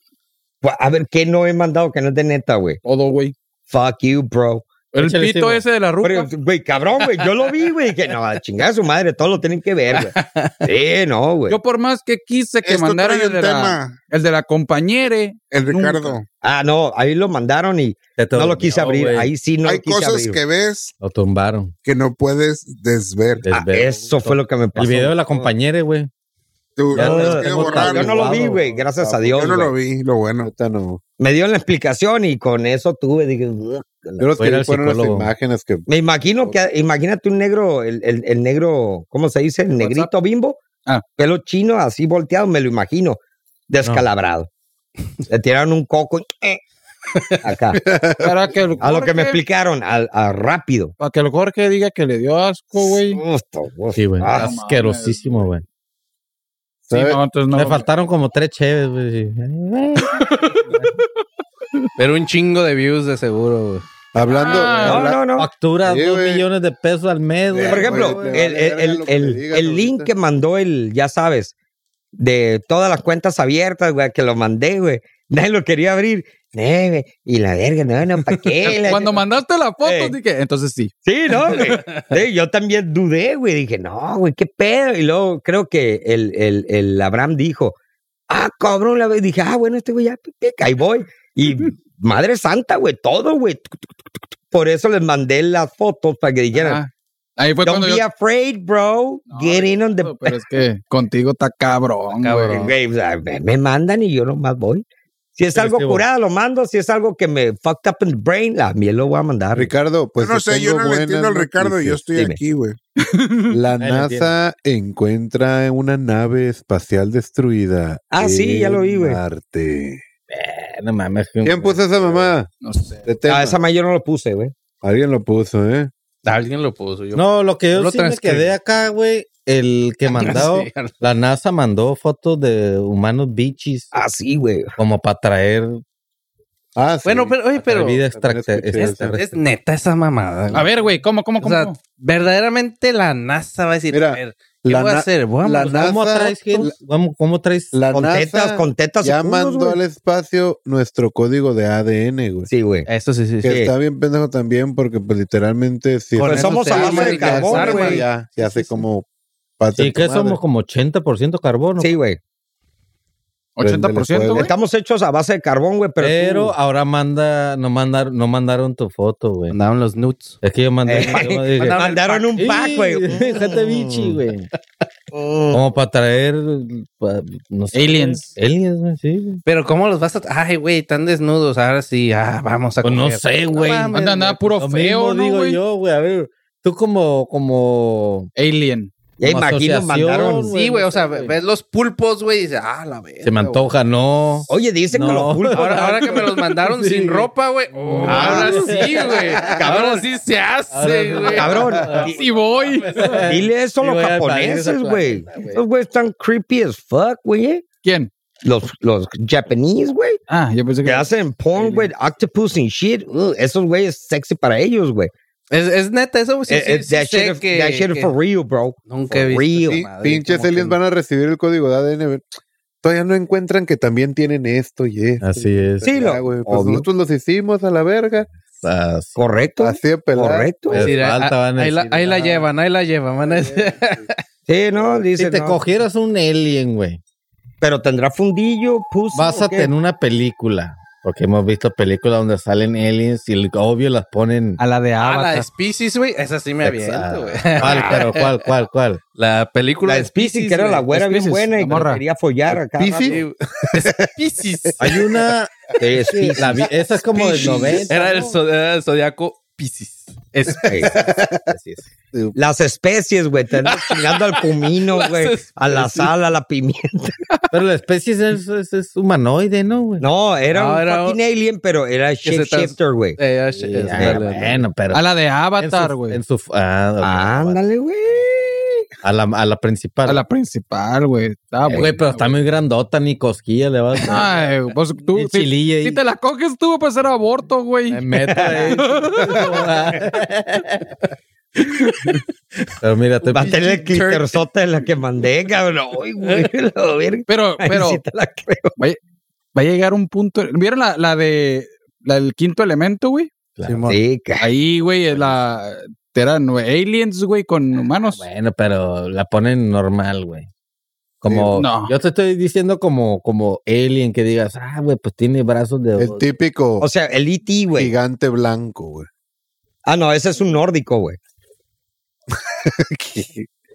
Pues, A ver, ¿qué no he mandado que no es de neta, güey?
Todo, güey.
Fuck you, bro.
El
Échale,
pito
Steve.
ese de la
Pero,
ruca.
Güey, cabrón, güey. Yo lo vi, güey. Que no, a chingar a su madre. Todos lo tienen que ver, güey. Sí, no, güey.
Yo por más que quise que
Esto
mandaran
trae
el
un
de, la,
tema,
el de la compañere,
el Ricardo.
Ah, no, ahí lo mandaron y
Te
no lo
torneó,
quise abrir.
güey.
Ahí sí no
Hay
lo quise
cosas
abrir.
que ves
Lo tumbaron.
que no puedes desver.
Ah,
Desvelo.
eso fue lo que me
El
pasó.
video de la compañera, güey.
Tú,
No,
no, has
no, no,
querido
tengo-
borrarlo.
yo no lo vi, güey. Gracias a Dios.
Yo no
güey.
lo vi, lo bueno.
Ahorita no.
Me dio la explicación y con eso tuve. Dije, "Ugh".
Yo los
Voy a ir
que
al
fueron las
psicólogo.
imágenes que
Me imagino que, imagínate un negro, el, el- el negro, ¿cómo se dice? El negrito bimbo,
Ah.
pelo chino, así volteado, me lo imagino, descalabrado. Le tiraron un coco y, eh, acá.
para que el
A lo que me
Jorge-
explicaron, al a rápido.
Para que el Jorge diga que le dio asco, güey.
Gusto, gusto.
Sí, güey.
Ah,
Asquerosísimo, güey.
Sí, no, entonces no.
Le faltaron como tres cheves, güey.
Pero un chingo de views de seguro, güey.
hablando,
Ah,
no,
habla-
no, no.
Facturas
Sí,
dos
güey.
millones de pesos al mes, güey.
Por ejemplo,
güey,
el,
le vale
el-
verga
el-
lo que
el-
digas
el
ahorita.
link que mandó el, ya sabes, de todas las cuentas abiertas, güey, que lo mandé, güey. Nadie lo quería abrir. Eh, güey, y la verga, no, no, ¿para qué? Eh, La-
Cuando mandaste la foto,
Ey.
dije, entonces sí.
Sí, no, güey. Sí, yo también dudé, güey. Dije, no, güey, qué pedo. Y luego creo que el, el, el Abraham dijo, ah, cabrón, la vez. Dije, ah, bueno, este güey ya, pic, pic, ahí voy. Y madre santa, güey, todo, güey. Tuc, tuc, tuc, tuc. Por eso les mandé las fotos para que dijeran,
Ah, Ahí fue
don't
cuando
be
yo.
afraid, bro.
No,
Get in on the.
No, Pero es que contigo está cabrón,
Cabrón.
Güey,
güey.
o sea, me me mandan y yo nomás voy. Si es
Pero
algo
es que voy.
curado, lo mando. Si es algo que me fucked up in the brain, la miel lo voy a mandar.
Ricardo, pues
yo no
te
sé, yo
tengo
no le entiendo al
buenas
Ricardo y yo
noticias.
estoy
Dime.
aquí, güey.
La
Ahí la
NASA encuentra una nave espacial destruida.
Ah, sí, ya lo vi,
en
güey.
Marte.
Eh, No mames. güey.
¿Quién puso esa mamá?
No sé.
De tema.
Ah, esa mayor no lo puse, güey.
Alguien lo puso, ¿eh?
Alguien lo puso. Yo
No, lo que yo
Lo
sí me
transcribí.
quedé acá, güey, el que mandado,
Sí, al-
la NASA mandó fotos de humanos bichis
Ah, sí, güey.
como para traer
Ah, sí.
Bueno, pero, oye, pero.
vida
también
extracte-
escuché
Es,
esa.
extraterrestre.
es neta esa mamada. güey.
A ver, güey, ¿cómo, cómo,
O
cómo?
sea, verdaderamente la NASA va a decir,
Mira,
a ver, ¿qué
la
eh, voy a
na-
hacer? Voy a
la
mandar-
¿Cómo
NASA-
traes, gente? ¿Cómo, cómo traes?
La
Con tetas,
NASA
con tetas.
ya
o culos,
mandó
güey.
al espacio nuestro código de ADN, güey.
Sí, güey.
Eso sí, sí, sí.
Que está bien pendejo también porque pues literalmente si
Con
Pues
eso
somos
se
a base
arma
de
y ya se
carbón,
arma,
güey.
ya, ya sé cómo Pase
¿Y
tu
qué
madre.
somos? Como 80% carbono.
Sí, güey.
80%, güey.
Estamos hechos a base de carbón, güey, pero.
Pero
tú-
ahora manda, no mandaron, no mandaron tu foto, güey.
Andaban los nuts.
Es que yo mandé.
Eh,
yo dije,
mandaron un pack, güey.
"Ih, Gente bichi, güey. Como para traer pa- no sé,
Aliens.
Aliens, güey, sí. güey.
Pero ¿cómo los vas a...? Ay, güey, están desnudos. Ahora sí, ah, vamos a
Pues no
coger.
sé, güey.
mames,
Anda, anda puro
Lo
feo,
mismo
¿no,
digo
güey?
yo, güey. A ver, tú como, como,
Alien.
Ya
como
imagino,
asociación,
mandaron.
Sí, güey,
no
o sea,
sé, güey.
ves los pulpos, güey, y dices, ah, la verga.
se me
güey.
antoja, no.
Oye, dicen que
No.
los pulpos.
Ahora, ahora que me los mandaron
Sí,
sin
güey.
ropa, güey. oh, ahora sí, güey. Ahora sí se hace, güey.
Cabrón.
Sí voy.
Dile eso a
Sí,
los
voy al
japoneses,
país, a
güey.
planeta, güey.
Los güeyes están creepy as fuck, güey. eh.
¿Quién?
Los, los japoneses, güey.
Ah, yo pensé que...
Que hacen porn, güey, octopus and shit. Uh, esos güeyes sexy para ellos, güey.
Es, es neta eso, güey. Sí,
Eh,
sí,
eh,
sí
that
sé
shit,
que-
that shit
que-
for real, bro.
Nunca he
for real.
visto. Sí,
Pin-
madre,
pinches
como
aliens
que-
van a recibir el código de ADN. güey. Todavía no encuentran que también tienen esto y esto.
Así es.
Ya,
Sí, lo-
güey, pues
obvio.
nosotros los hicimos a la verga.
As-
Correcto.
Así de pelado.
Correcto.
Les
Decir, ah,
falta, van a
ahí, la,
decir,
ahí la
ah,
llevan, ahí la llevan. Van a decir,
Sí, no, dice.
Si te
no.
cogieras un alien, güey,
Pero tendrá fundillo, pussy. ¿o qué?
básate en una película. Porque hemos visto películas donde salen aliens y el- obvio las ponen.
A la de
ah, la
Avatar.
de Species, güey. Esa sí me aviento, güey.
¿Cuál, pero cuál, cuál, cuál?
La película
La Species, que era la güera bien
Species,
buena y
la
que lo
morra.
quería follar acá.
Species.
Pisces.
Hay una. la vi- esa es como del 90.
Era el, zo- era el zodiaco Pisces. Es
Las especies, güey. Te andas chingando al comino,
Las
güey. A la sal, a la pimienta.
Pero la especie es, es- es humanoide, ¿no, güey?
No, era
No,
un
era
fucking alien, pero era
se trans-
shapeshifter, güey.
Eh, es-
Sí,
es-
ah,
dale, dale.
bueno, pero.
A la de
en su-
Avatar, güey.
En su. ah,
Ándale, güey.
a, la, a la principal.
A la principal, güey. Ah,
Eh, güey, pero está muy grandota, ni cosquilla le vas a
Ay, pues tú,
Ni
si,
chililla ahí.
si te la coges tú, pues era aborto, güey.
Me meto ahí. Pero mira, te
Va a tener el clitorzote en la que mandé, cabrón. Ay, güey, la verga.
Pero,
Ahí
pero
sí te la creo.
va a llegar un punto. ¿Vieron la, la de la del quinto elemento, güey?
Sí, ca-
Ahí, güey, es la eran güey, aliens, güey, con humanos.
Bueno, pero la ponen normal, güey. Como
Sí. No.
yo te estoy diciendo como como alien que digas, "Ah, güey, pues tiene brazos de
El típico
O sea, el E.T., güey.
gigante blanco, güey.
Ah, no, ese es un nórdico, güey.
Así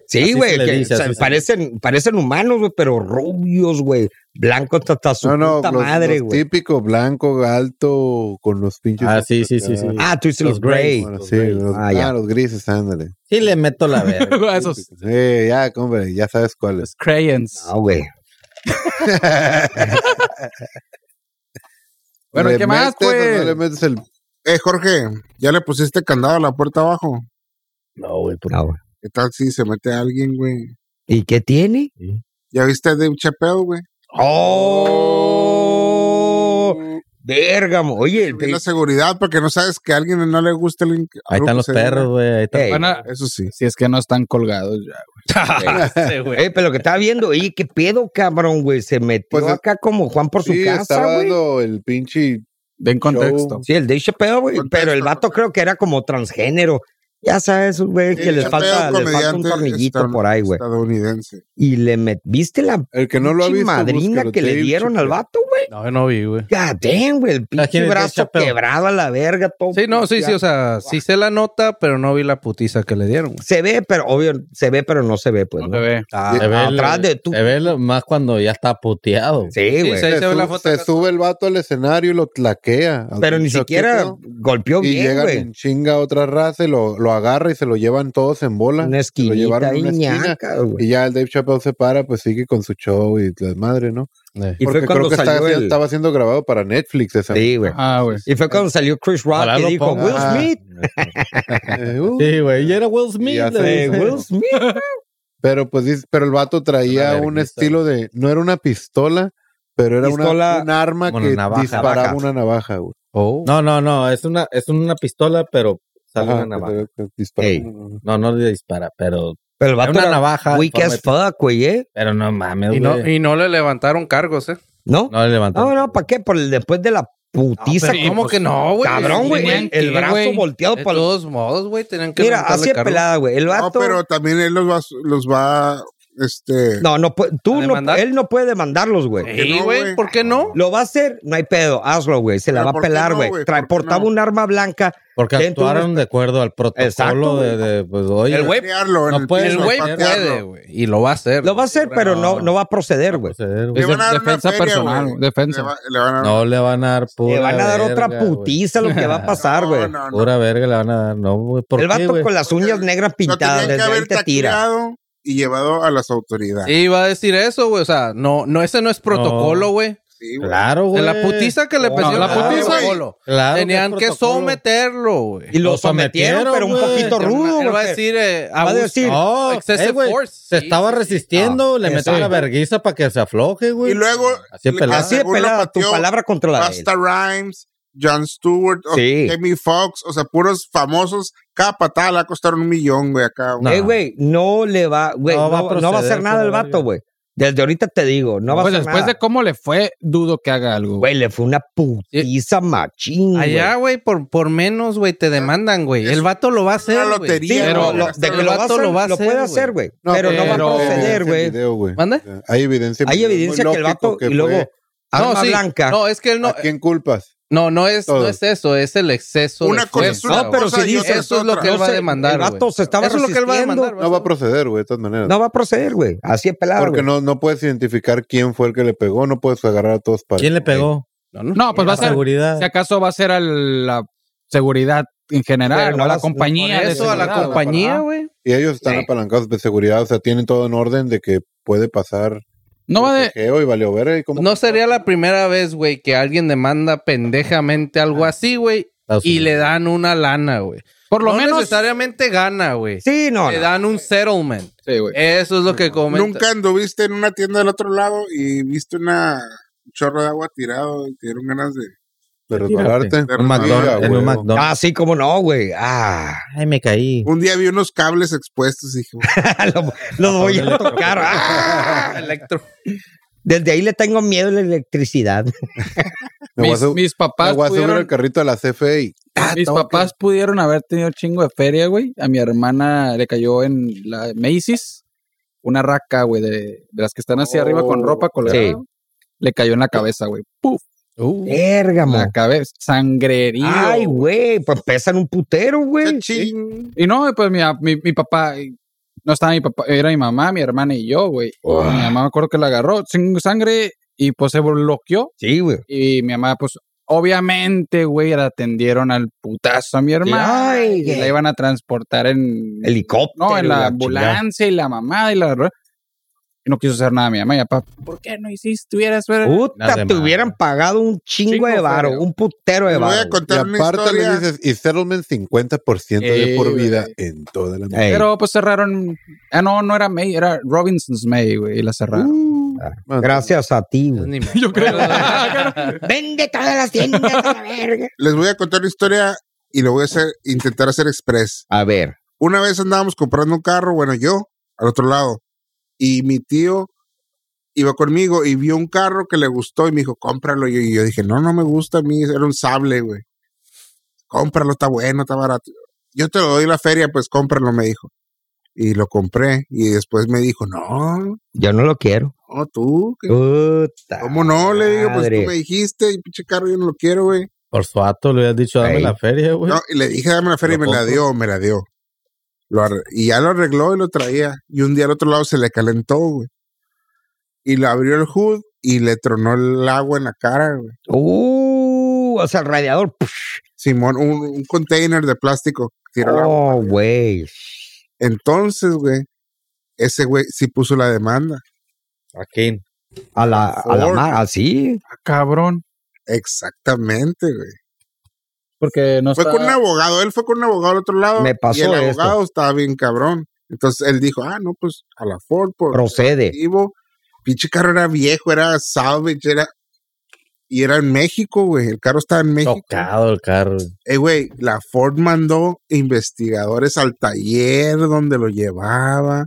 Sí,
se
güey.
le
que,
dice,
o sea,
así se-
parecen, parecen humanos, güey, pero rubios, güey. Blancos hasta su
No, no,
puta
los-
madre,
los
güey.
típico blanco, alto, con los pinches.
Ah, sí, sí, sí, sí.
Ah, tú dices los Grey.
Bueno,
los
sí,
Grey.
los,
Ah,
ah,
ya.
los grises, ándale.
Sí le meto la verga.
A esos
Sí, ya, hombre, ya sabes cuáles.
los crayons.
Ah, güey.
Bueno,
¿Le
¿qué más,
metes o
pues?
No le metes el
Eh, Jorge, ¿ya le pusiste candado a la puerta abajo?
No, güey, por-
Ah, güey.
¿Qué tal si se mete alguien, güey?
¿Y qué tiene?
¿Ya viste a Dave Chappelle, güey?
¡Oh! Bérgamo. Oye,
Ve la seguridad porque no sabes que a alguien no le gusta el...
Ahí están los perros, güey. Ahí están.
¿eh? Ey.
Van a-
Eso sí.
si es que no están colgados ya.
Ese, güey.
Eh, pero lo que estaba viendo, oye, qué pedo, cabrón, güey. Se metió
Pues es-
acá como Juan por
sí,
su
estaba
casa, güey.
dando el pinche.
Den contexto.
Sí, el Dave Chappelle, güey.
Contexto.
Pero el vato creo que era como transgénero. Ya sabes, güey, que
Dave
les
Chappelle,
falta, les falta un
comediante
tornillito
estadoun-
por ahí, güey.
Estadounidense.
Y le met... ¿Viste la
El que no lo ha
pinche
visto.
madrina
búsquelo,
que le
Dave
dieron al
Chappelle.
vato, güey?
No, yo no vi, güey.
God damn, güey. El
quién
pinche
es Dave
brazo
Chappelle?
quebrado a la verga, todo.
Sí, no, sí, sí, o sea, sí sé la nota, pero no vi la putiza que le dieron, güey.
Se ve, pero obvio, se ve, pero no se ve, pues.
No
¿no?
se ve.
Ah,
Se ve el-
atrás de tú.
Se ve lo- más cuando ya está puteado.
Sí,
Sí,
güey.
se-
Se,
Ahí ve
su-
la foto
se
acá.
sube el vato al escenario y lo tlaquea. al
pero ni
pinche
siquiera
Chappelle,
golpeó
Y
bien,
llegan
güey.
en chinga a otra raza y lo, lo agarra y se lo llevan todos en bola.
Una
Se lo llevaron a
esquinita ahí,
una esquina.
ñaca, güey.
Y ya el Dave Chappelle se para, pues sigue con su show y la madre, ¿no?
Y
Porque
fue
creo
cuando
que está-
salió el...
estaba siendo grabado para Netflix esa.
Sí, güey.
Ah, güey.
Y fue cuando salió Chris Rock
Ojalá
que
lo
dijo,
ponga.
Will
Ah.
Smith.
Eh, uh,
Sí, güey. Y era Will Smith.
Ya
le
sé,
Eh,
dicen.
Will Smith.
Pero pues dice- pero el vato traía
Una
un
vergüenza.
estilo de, no era una pistola, pero era una-
Pistola-
un arma
Como una
que
navaja.
disparaba
Navaja.
una navaja, güey.
Oh.
No, no, no. Es una, es una pistola, pero sale
Ajá,
una navaja.
que- que disparaba
Ey.
una navaja.
No, no le dispara, pero.
Pero el
Era
vato
una
era
navaja. en
weak
forma
as
de-
fuck, güey, ¿eh?
Pero no mames,
Y no,
güey.
y no le levantaron cargos, ¿eh?
¿No?
No le levantó.
No, no, ¿para qué? Por el- después de la putiza.
Pero ¿Cómo
pues,
que no, güey?
Ah,
Cabrón, güey.
tenían
El
que,
brazo
güey.
volteado
Eh,
De
para
todos modos, güey, tenían que
Mira,
levantarle
así es
cargo.
pelada, güey. El
No,
vato.
pero también él los va, los va, este,
No, no, pu-
¿A
tú no,
demandar?
él no puede demandarlos, güey.
Que
Sí,
no,
güey,
güey.
¿por qué no?
Lo va a hacer, no hay pedo, hazlo, güey. Se la
Pero
va a
¿por qué
pelar,
no,
güey.
güey?
Tra-
¿Por qué
Portaba
no?
un arma blanca.
Porque
Dentro de
actuaron de acuerdo al
Exacto,
protocolo
güey.
de, de, pues, oye.
El güey,
patearlo en
no
el
puede,
piso,
el
no
güey
patearlo.
puede, güey. Y lo va a hacer.
Lo va a hacer, pero no, no va a proceder, güey.
pues,
proceder, pues, güey.
Le van a dar una
defensa
feria,
personal,
güey.
güey, defensa.
Le, va- le van a dar
No le van a dar pura
Le van a dar otra
verga, güey.
putiza lo que va a pasar,
No,
güey.
no, no.
Pura verga le van a dar, no, güey. ¿Por
El
qué,
vato
güey?
con las uñas negras
Lo
pintadas,
tenían que
desde ahí
haber
te tira.
tacleado y llevado a las autoridades.
Sí, va a decir eso, güey. O sea, no, no, ese no es protocolo, güey.
Sí, güey.
Claro, güey.
En
Pues.
la putiza que le pusieron.
la
no era
putiza,
protocolo.
Claro que
Tenían
es
que
protocolo.
someterlo, güey.
Y lo
Lo
sometieron,
sometieron,
pero un
güey.
poquito rudo,
Él va a
güey.
decir, eh,
a
abuso-
decir,
No,
excessive
eh, güey,
force.
Se
Sí,
estaba
sí, sí.
resistiendo,
Ah,
le metió
exacto.
una verguiza para que se afloje, güey.
Y luego,
Así es pelada.
Así de
según lo
pelada, tu
pateó
palabra contra la de él.
Busta Rhymes, John Stewart, o
Sí.
Jamie Foxx, o sea, puros famosos. Cada patada le va a costar un millón, güey, acá. güey.
No.
Eh, güey, no le va, güey, no,
No va a
no va a
proceder
hacer nada
con
el
la
vato,
verga.
güey. Desde ahorita te digo, no va
Pues
a hacer
después
nada.
de cómo le fue, dudo que haga algo.
Güey,
güey.
le fue una putiza machín, güey.
Allá, güey, por, por menos, güey, te demandan, güey.
Es
El vato lo va a hacer.
una
güey.
lotería,
Sí,
güey.
pero
pero
lo, de que
el
lo va a
vato
hacer,
lo va a
lo
hacer,
puede
güey.
hacer, güey. pero, no va a
pero-
proceder, güey.
güey.
¿Mande?
Hay evidencia. en
Hay
video.
evidencia
Muy
que el
lógico
vato
que
y
fue.
luego arma
No, sí.
blanca.
No, es que él no.
¿A quién culpas?
No, no es, no
Todo.
es eso, es el exceso.
Una
de
cosa
fuerza,
es una
güey.
pero si
cosa y
dice
otra
eso es lo
otra.
que él va a
Entonces,
demandar.
el vato
güey.
se estaba
Eso es lo que él va a
resistiendo.
demandar.
No va a proceder, güey, de todas maneras.
No va a proceder, güey. Así es pelado.
Porque
güey.
no, no puedes identificar quién fue el que le pegó, no puedes agarrar a todos para.
¿Quién le pegó?
No, pues va a ser,
Seguridad.
si acaso va a ser a la seguridad en general,
Pero
no a la
vas-
compañía.
Por
de
eso a la
seguridad,
compañía,
¿verdad?
güey.
Y ellos están apalancados de seguridad, o sea, tienen todo en orden de que puede pasar
No va de...
forcejeo y valió ver y como
No sería la primera vez, güey, que alguien demanda pendejamente algo así, güey,
Ah,
Estados
y
Unidos.
le dan una lana, güey.
Por lo
no
menos...
necesariamente gana, güey.
Sí, no.
le
no.
dan un settlement.
Sí, güey.
Eso es lo que comenta.
Nunca anduviste en una tienda del otro lado y viste una un chorro de agua tirado y te dieron ganas de...
de resbalarte.
de
Un McDonald's,
rodilla,
en
güey.
un
huevo.
McDonald's.
Ah, sí, cómo no, güey. Ah,
Ay, me caí.
Un día vi unos cables expuestos y dije,
lo, lo voy a tocar. Ah.
Electro.
Desde ahí le tengo miedo a la electricidad.
Me voy a
Mis,
sub-
mis
me
papás
voy a subir
pudieron,
el carrito a la CFE y
Ah,
mis papás pudieron haber tenido chingo de feria, güey. A mi hermana le cayó en la Macy's una raca, güey, de, de las que están hacia arriba con
Oh,
ropa colgada.
Sí.
Le cayó en la cabeza, güey. Puf,
Verga,
en
mo.
la cabeza. Sangrerío.
Ay, güey, pues pesan un putero, güey.
ching.
Y no, pues mi, mi, mi papá, no estaba mi papá, era mi mamá, mi hermana y yo, güey. Mi mamá me acuerdo que la agarró sin sangre y pues se bloqueó.
Sí, güey.
Y mi mamá, pues obviamente, güey, la atendieron al putazo a mi hermana.
Ay,
y
güey.
la iban a transportar en,
Helicóptero.
no, en la
chingada.
ambulancia y la mamá y la... Y no quiso hacer nada mi mamá y papá. ¿Por qué no hiciste? Hubieras...
Uh,
Nada
Puta,
de
te
madre.
hubieran pagado un chingo,
Chingo
de varo,
feria.
un putero de
Te voy
varo.
a
Y
contar una
aparte le
historia.
dices, y settlement 50% de
Ey,
por
güey.
vida en toda la
Ey,
Pero pues cerraron... Ah, no, no era May, era Robinson's May, güey, y la cerraron.
Uh, gracias a ti, güey.
Ni me acuerdo.
Vende todas las tiendas a la verga.
Les voy a contar una historia y lo voy a hacer, intentar hacer express.
A ver.
Una vez andábamos comprando un carro, bueno, yo, al otro lado, y mi tío iba conmigo y vio un carro que le gustó y me dijo, cómpralo. Y yo, y yo dije, no, no me gusta a mí, era un sable, güey. Cómpralo, está bueno, está barato. Yo te lo doy la feria, pues cómpralo, me dijo. Y lo compré y después me dijo, no,
Yo no lo quiero.
no, tú, que-
Puta.
¿cómo no? Le digo, pues
madre.
tú me dijiste, y pinche carro, yo no lo quiero, güey.
Por su ato le hubieras dicho, dame
Ey.
la feria, güey.
No, y le dije, dame la feria y
Pues ¿Lo
me la
compro?
dio, me la dio. Lo arre- y ya lo arregló y lo traía. Y un día al otro lado se le calentó, güey. Y le abrió el hood y le tronó el agua en la cara, güey.
Uh, o sea, el radiador. puf,
Simón, un, un container de plástico. Tiró el agua.
Oh, güey.
Entonces, güey, ese güey sí puso la demanda.
¿A quién?
A la, a la
Ford.
mar, así.
Ah, cabrón.
Exactamente, güey.
Porque no
Fue
está-
con un abogado, él fue con un abogado al otro lado.
Me pasó
Y el
esto.
abogado estaba bien cabrón. Entonces él dijo, ah, no, pues a la Ford por,
Procede.
vivo. Pinche carro era viejo, era salvage, era. Y era en México, güey. El carro estaba en México.
Tocado el carro.
Eh, güey, la Ford mandó investigadores al taller donde lo llevaba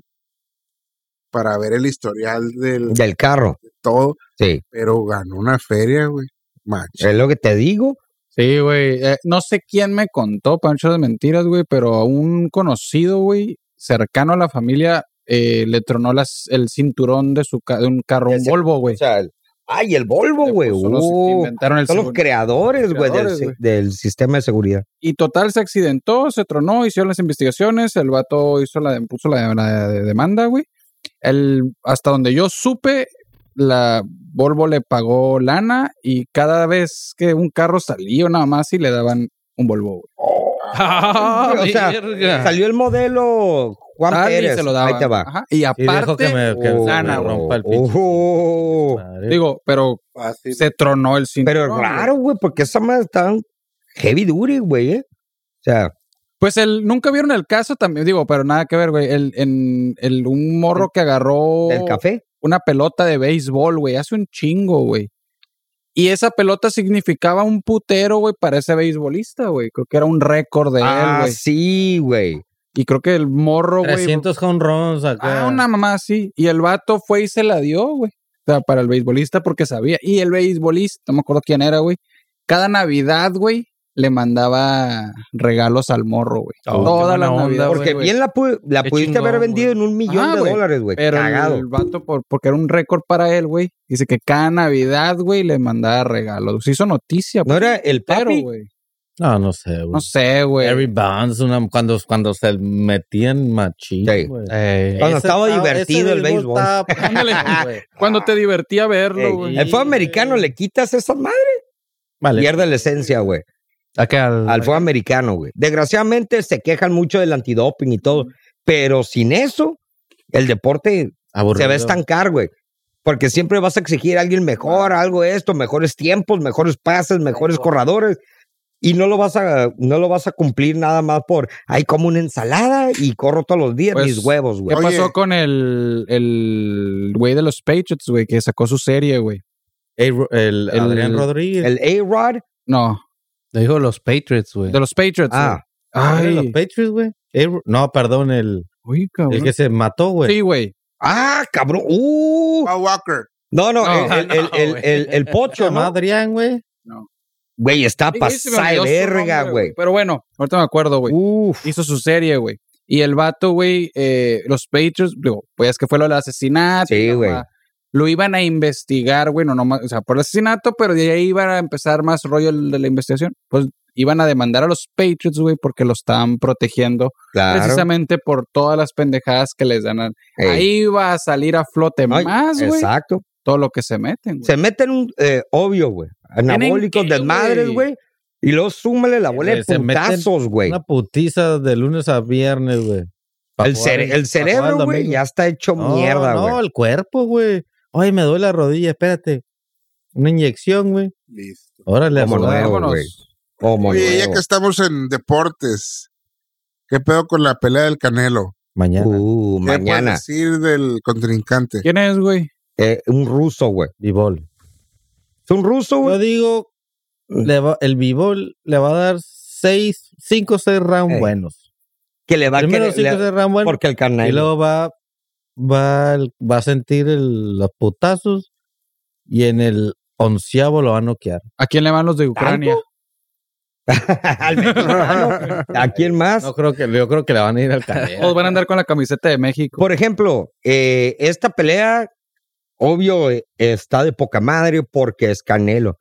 para ver el historial del
Del carro.
todo,
Sí.
pero ganó una feria, güey. Machín.
Es lo que te digo.
Sí, güey. Eh, no sé quién me contó, Pancho de Mentiras, güey, pero a un conocido, güey, cercano a la familia, eh, le tronó las, el cinturón de, su ca- de un carro, un
Ese-
Volvo, güey.
O sea, el- ay, el Volvo,
Le
güey.
puso los-
uh,
inventaron el
son los
segundo.
creadores, güey, del,
creadores,
si-
güey.
del sistema de seguridad.
Y total, se accidentó, se tronó, hicieron las investigaciones, el vato hizo la, puso la, la de- demanda, güey. El, hasta donde yo supe, la Volvo le pagó lana y cada vez que un carro salía nada más y le daban un Volvo, güey.
Ah,
o sea,
verga.
salió el modelo Juan
Tal y
Pérez.
Ah. se lo Ah, daban.
Ahí te va.
Ajá. Y
Y dejo
aparte,
que me, que
Oh,
me
lana, güey.
rompa el pinche.
Oh,
Madre.
digo, pero
Fácil.
se tronó
pero
el cinturón.
es
güey.
raro, güey, porque esa madre está heavy duty, güey. eh. O sea,
Pues el, nunca vieron el caso también, digo, pero nada que ver, güey. El, en, el, un morro que agarró
el café.
una pelota de béisbol, güey, hace un chingo, güey. Y esa pelota significaba un putero, güey, para ese beisbolista, güey. Creo que era un récord de él,
Ah,
güey. Ah,
sí, güey.
Y creo que el morro, güey.
300 home runs acá.
Ah, una mamá, sí. Y el vato fue y se la dio, güey. O sea, para el beisbolista porque sabía. Y el beisbolista, no me acuerdo quién era, güey. Cada Navidad, güey, le mandaba regalos al morro, güey.
Oh,
Todas
qué
las
buena onda,
Navidades.
Porque
güey.
bien la, pu- la
Qué
pudiste haber
chingón,
vendido en un millón
Ajá,
de
güey.
dólares, güey.
Pero
Cagado.
el vato, por, porque era un récord para él, güey. Dice que cada Navidad, güey, le mandaba regalos. Se hizo noticia,
¿No
pues,
era el
pero,
papi?
güey.
No, no sé, güey.
No sé,
Barry
güey.
Bonds, una, cuando, cuando se metían machín,
Sí.
güey.
Eh,
Cuando
Ese
estaba
ta-
divertido
ese
el béisbol.
estaba- Ándale, güey.
Cuando te divertía verlo,
Ey,
güey.
el fútbol americano le quitas esas madres.
Vale.
Pierde la esencia, güey.
acá al-
Al fútbol americano, güey. Desgraciadamente se quejan mucho del antidoping y todo. Pero sin eso, el deporte
Aburrido.
se va a estancar, güey. Porque siempre vas a exigir a alguien mejor, algo esto, mejores tiempos, mejores pases, mejores corredores. Y no lo vas a, no lo vas a cumplir nada más por ay, como una ensalada y corro todos los días
Pues,
mis huevos,
¿Qué
güey.
Oye.
pasó con el el güey de los Patriots, güey, que sacó su serie, güey?
Ey, Ro- El,
El-
Adrián Rodríguez.
El A-Rod,
No,
Le dijo los Patriots, güey.
de los Patriots.
ah,
güey.
¿Era los
Ay,
Patriots, güey. Ey, Ro- No, perdón, el,
uy,
el
cabrón.
que se mató, güey.
Sí, güey.
ah, cabrón. Uh,
Paul Walker.
no, no,
No,
el, el, el, el, el- el
Se
pocho,
llamaba
¿no?
Adrián, güey.
Güey, está
Ey, se me
pasada de
olvidó su
verga,
nombre,
güey.
Pero bueno, ahorita me acuerdo, güey.
Uf,
hizo su serie, güey. Y el vato, güey, eh, los Patriots, digo, pues es que fue lo del asesinato.
Sí,
y la
güey.
mamá. Lo iban a investigar, güey, no nomás, o sea, por el asesinato, pero de ahí iban a empezar más rollo el de la investigación. Pues iban a demandar a los Patriots, güey, porque lo estaban protegiendo
claro.
precisamente por todas las pendejadas que les dan. a-
Ey.
Ahí va a salir a flote
Ay,
más, güey,
Exacto.
todo lo que se meten, güey.
Se meten un, eh, obvio, güey. Anabólicos,
qué,
desmadres,
güey?
güey. Y luego súmale la bola de
Se meten
putazos, güey.
Una putiza de lunes a viernes, güey. Pa'
El,
jugar
cere- el
pa' jugar
cerebro,
el
güey,
domingo.
ya está hecho
No,
mierda,
No,
güey.
el cuerpo, güey. Ay, me duele la rodilla, espérate. Una inyección, güey.
Listo.
Órale,
Como
a sudar.
nuevo,
vámonos.
Oh, güey. Como
Oye, ya
nuevo.
que estamos en deportes, ¿qué pedo con la pelea del Canelo?
Mañana.
Uh,
¿Qué
mañana.
puedes decir del contrincante?
¿Quién es, güey?
Eh, un ruso, güey.
Bibol.
Es un ruso,
Yo
güey.
digo,
Mm.
le va- el Bibol le va a dar seis, cinco o seis rounds
Ey.
buenos.
Que le va a
Primero
querer.
cinco o
le-
seis rounds buenos.
Porque el
Y
carnal.
luego va, va, el- va a sentir el- los putazos y en el onceavo lo va a noquear.
¿A quién le van los de Ucrania?
Al mexicano. ¿A quién más?
No creo que, yo creo que le van a ir al
Todos
canelo.
van a andar con la camiseta de México.
Por ejemplo, eh, esta pelea, obvio, eh, está de poca madre porque es Canelo.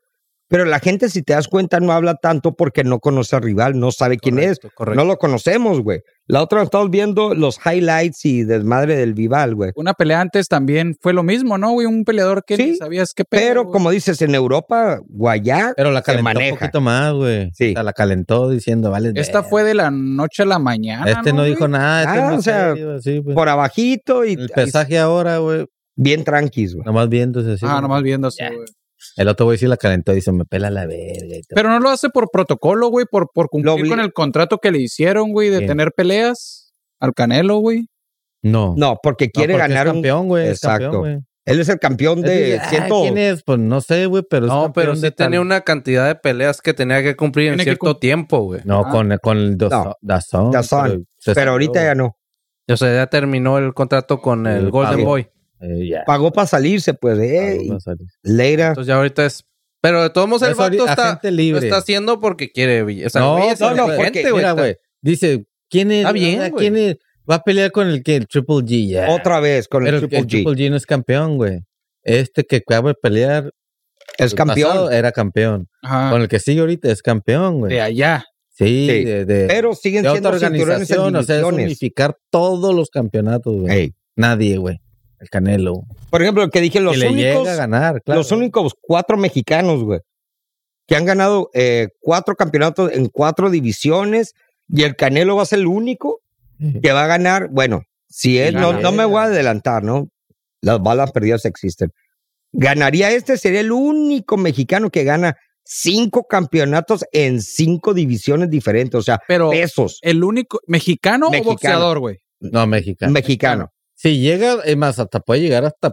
Pero la gente, si te das cuenta, no habla tanto porque no conoce al rival, no sabe quién
Correcto,
es.
correcto.
No lo conocemos, güey. La otra estamos viendo los highlights y desmadre del rival, güey.
una pelea antes también fue lo mismo, ¿no, güey? Un peleador que
Sí,
ni sabías qué pedo,
Pero
güey.
como dices, en Europa, Guayá,
Pero la
se
calentó un
maneja.
poquito más, güey.
Sí.
O sea, la calentó diciendo, vale.
Esta
verga.
fue de la noche a la mañana.
Este no,
güey?
dijo nada. Este
Nada,
es muy
Ah, o sea,
serio, así, pues.
por abajito y,
El pesaje ahora, güey.
y bien tranquis, güey.
Nomás viéndose así.
Ah,
güey.
nomás viéndose, güey.
El otro güey sí la calentó y dice, me pela la verga. y todo.
Pero no lo hace por protocolo, güey, por, por
Lo
cumplir
obli-
con el contrato que le hicieron, güey, de
Bien.
tener peleas al Canelo, güey.
no.
No, porque quiere
porque
ganar
es
un...
campeón, güey. es
Exacto.
campeón, güey.
Él es el campeón
Es
de
decir, ah,
100...
¿Quién es? Pues no sé, güey, pero. es
No, pero
campeón
sí
de
tenía
tal-
una cantidad de peleas que tenía que cumplir en
Tiene que
cierto
cum-
tiempo, güey.
No,
Ah.
con, con el
No.
Dazón. Dazón.
Dazón.
se
Pero
salió,
ahorita ya no.
O sea, ya terminó el contrato con el
Sí,
Golden
pagó.
Boy.
güey. Eh, ya.
Pagó para salirse, pues. Eh,
Pagó para salir.
Leira.
Entonces ya ahorita es Pero de todos modos el
Eso ahorita-
vato está,
agente
lo
libre.
está haciendo porque quiere billete. O sea,
no,
güey,
no,
es inteligente,
porque,
güey.
mira,
Está-
güey. Dice, ¿quién es?
Está bien,
ah,
güey.
¿Quién es- va a pelear con el que el Triple G ya?
Otra vez con
Eh, Pero
el Triple G.
no es campeón, güey. Este que acaba de pelear
Es
el
campeón. Ah.
pasado eh, era campeón.
Ajá.
Con el que sigue ahorita es campeón, güey.
De allá.
Sí,
Sí.
de, de-
Pero siguen
de otra
siendo cinturones en
organización. O sea, es
divisiones.
unificar todos los campeonatos, güey.
Ey.
Nadie, güey. El Canelo. güey.
Por ejemplo, el que dije, los
que le
únicos,
llega a ganar, claro.
los únicos cuatro mexicanos, güey, que han ganado eh, cuatro campeonatos en cuatro divisiones y el Canelo va a ser el único que va a ganar. Bueno, si él, no, no me voy a adelantar, ¿no? Las balas perdidas existen. Ganaría este, sería el único mexicano que gana cinco campeonatos en cinco divisiones diferentes, o sea,
Pero
pesos
el único mexicano,
Mexicano.
o boxeador, güey.
No, mexicano.
mexicano.
Si llega, es más, hasta puede llegar hasta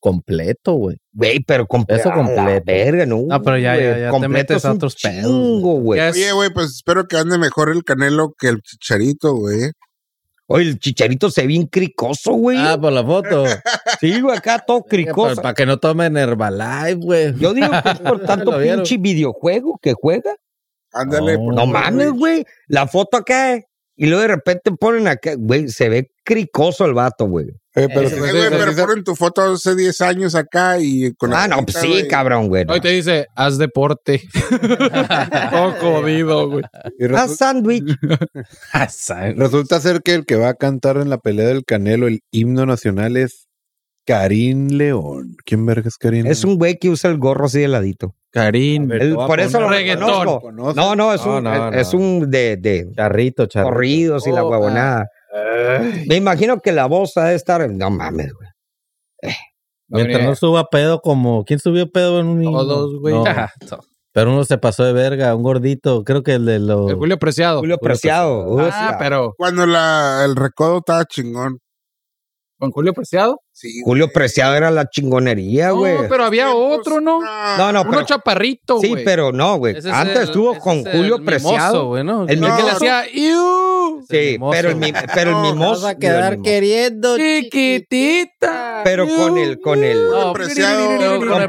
completo, güey.
Güey, pero completo.
Eso completo.
Verga, no.
No, pero ya- ya-
güey,
ya te
completo
metes
es
a
un
otros pedos,
chingo, güey.
Ya es-
Oye, güey, pues espero que ande mejor el Canelo que el Chicharito, güey.
Oye, el chicharito se ve bien cricoso, güey.
Ah, por la foto.
sí, güey, acá todo
Para
cricoso.
que no tomen Herbalife, güey.
Yo digo que es por tanto
Lo vieron.
pinche videojuego que juega.
Ándale.
No,
por
No
favor,
mames, güey. La foto acá. eh, Y luego de repente ponen acá, güey, se ve cricoso el vato, güey.
Eh, pero,
Eh, güey, pero ponen tu foto hace 10 años acá y con
Ah, no,
ahorita,
pues sí,
güey.
cabrón, güey. no.
Hoy te dice, haz deporte. Todo jodido, güey.
y
Ah,
resu-
sándwich.
Ah, sabe.
resulta ser que el que va a cantar en la pelea del Canelo el himno nacional es Karim León. ¿Quién verga es Karim?
Es un güey que usa el gorro así de ladito.
Karim.
El- por eso lo
reggaetón.
reconozco. No, no, es
No,
un,
no,
es
no.
un de, de
Charrito, charrito.
corridos y la
Oh,
huevonada. Me imagino que la voz ha de estar. No mames, güey.
Mientras no suba pedo como... ¿Quién subió pedo en un niño?
Todos, güey.
No,
Ah, to-
pero uno se pasó de verga, un gordito. Creo que el de los...
El Julio Preciado.
Julio Preciado. o
Ah,
sea,
pero
Cuando la, el recodo estaba chingón.
con Julio Preciado.
Sí, güey.
Julio Preciado era la chingonería,
No,
güey.
pero había
Tiempos,
otro, ¿no?
ah,
No, no,
Uno
pero,
chaparrito,
sí,
güey.
pero no, güey.
ese es
Antes
el-
estuvo
ese
con
es el
Julio
mimoso,
Preciado.
güey, ¿no?
El
El que le
no.
hacía, ¡Iu!
Sí,
mimoso,
pero el, mi-
güey.
pero el
No, te
mimoso. el mimoso.
queriendo.
Chiquitita.
Pero con el, con el.
No, preciado.
Pero con el
Con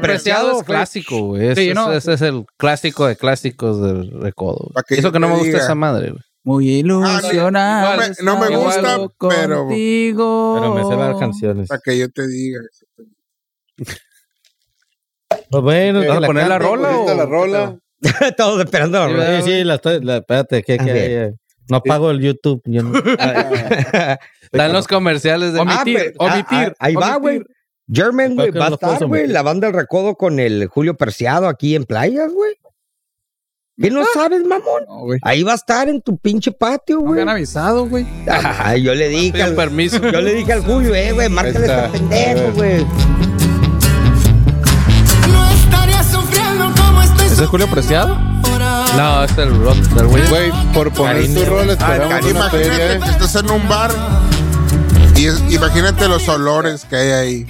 preciado es
Preciado,
clásico, güey. Ese,
Sí, ¿no?
es- ese es el clásico de clásicos del recodo.
Pa'
güey.
que
Eso
yo
que no
te
me gusta
diga.
esa madre, güey.
Muy ilusionado.
No me- no me gusta,
estaba
pero-
contigo.
Pero me sé las canciones.
Para que yo te diga.
Pues bueno,
¿Vas
que
a poner la
cante,
rola
Ahorita
o-
la rola.
Todos esperando la
Sí,
rueda.
sí, la estoy, la- espérate, que, que-
A ver.
eh, no pago el YouTube. yo no- eh,
Están los comerciales de...
Ah,
Omitir,
pero- ah,
omitir.
ah, ahí va,
omitir.
güey. German, güey,
Espero que
va a
no los puedas
estar, güey,
omitir.
la banda del recodo con el Julio Preciado aquí en playas, güey. ¿Qué no sabes, mamón?
No, güey.
Ahí va a estar en tu pinche patio,
No me
güey.
han avisado, güey.
Ay, yo le dije
Pidan
al-
permiso.
Yo le dije al Julio, eh, güey, márcale
Ahí
este
está.
pendejo, güey.
No estaría sufriendo como estoy
¿Ese es Julio Preciado?
No, es el rock, el güey.
Güey, por poner tu rola esperamos una
Imagínate
feria.
que estás en un bar y es- imagínate los olores que hay ahí.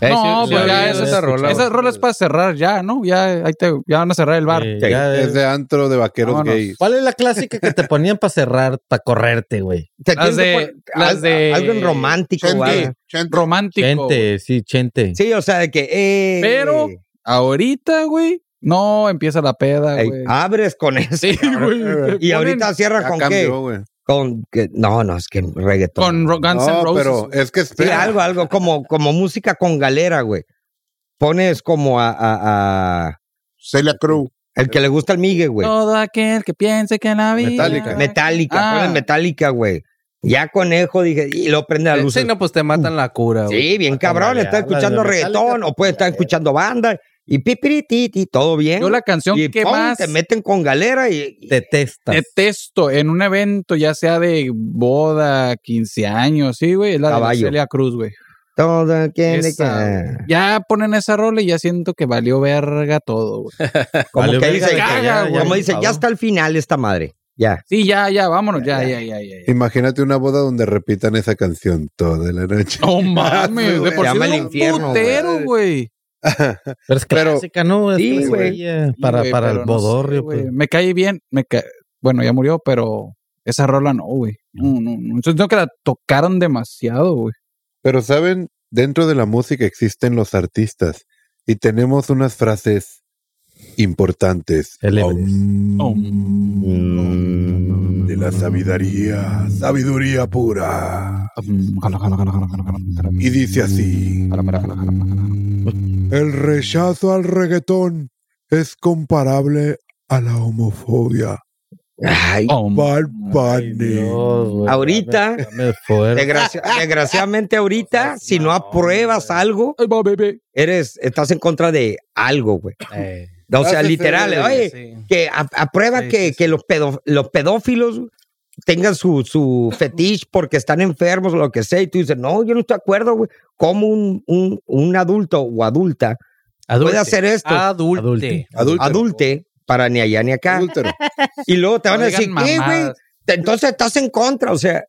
No, pues ya
es
esa
esa rola.
Esa rola es para cerrar ya, ¿no? Ya, ahí te, ya van a cerrar el bar.
Eh,
Sí.
ya, eh,
Es de antro de vaqueros
Vámonos.
gays.
¿Cuál es la clásica que te ponían para cerrar, para correrte, güey?
Te
Las
tienes que
de-
poner-
las
al-
de-
Algo en romántico, güey.
Chente, chente.
Romántico.
Chente, sí, chente.
Sí, o sea, de que, eh.
Pero- Ahorita, güey, no empieza la peda,
Ey, ah,
güey.
abres con eso.
Sí, güey.
Y
Ponen
ahorita cierras
Ya
con
cambió,
qué?
güey.
Con que- no, no, es que reggaetón.
Con Ro- Guns N'
No,
Roses.
pero es que
Sí,
espera.
algo, algo como, como música con galera, güey. Pones como a, a- a-
Celia Cruz.
el que le gusta el migue, güey.
Todo aquel que piense que la vida.
Metallica.
Metálica,
Ah.
pones metálica, güey. Ya conejo, dije, y lo prende la luz.
Sí, no, pues te matan la cura, güey.
Sí, bien
Hasta
cabrón,
marear,
está
la de
escuchando
Metallica,
reggaetón o puede estar escuchando banda y pipirititi, todo bien.
Yo la canción
y
que
pum,
más
te meten con galera y, y-
Detestas.
detesto en un evento, ya sea de boda, 15 años, sí, güey, es la
Caballo.
de Celia Cruz, güey.
todo tiene
Esa,
que-
güey. Ya ponen esa rola y ya siento que valió verga todo, güey.
como
Valió
que dice,
verga de que
caga,
ya-
güey.
ya
como
me
dice, ya
enfadó.
está el final esta madre. Ya.
Sí, ya, ya, vámonos, ya, ya, ya, ya. ya.
Imagínate una boda donde repitan esa canción toda la noche.
No mames, de por
Llama
sí
al
era un
infierno,
putero, güey.
Pero es
Pero-
clásica, ¿no? Es
Sí,
clásica,
güey.
ya, Para,
Sí, güey,
para el
pero no sé,
bodorrio,
güey.
pues.
Me cae bien, me ca- bueno, ya murió, pero esa rola no, güey. No, no, no. Siento que la tocaron demasiado, güey.
Pero saben, dentro de la música existen los artistas y tenemos unas frases
importantes
Célebres.
Om. de la sabiduría, sabiduría pura.
Ah,
Y dice así. El rechazo al reggaetón es comparable a la homofobia.
Ay,
Oh,
Bad
Ay,
Bunny.
Dios, güey,
Ahorita-
dame- dame fuerza.
desgracia- desgraciadamente ahorita, si no apruebas algo, eres, estás en contra de algo, güey.
Eh,
O sea,
hace
literal,
feo,
oye,
sí.
que a- aprueba
Sí,
que,
sí, sí.
que Los, pedo- los pedófilos tengan su, su fetiche porque están enfermos o lo que sea, y tú dices, no, yo no estoy de acuerdo, güey. ¿Cómo un, un, un adulto o adulta puede
Adulte.
hacer esto?
Adulte.
Adulte.
Adulte. para ni allá ni acá. Y luego te van
No
a decir,
digan
¿qué, güey?
mamadas.
Te- Entonces estás en contra. O sea,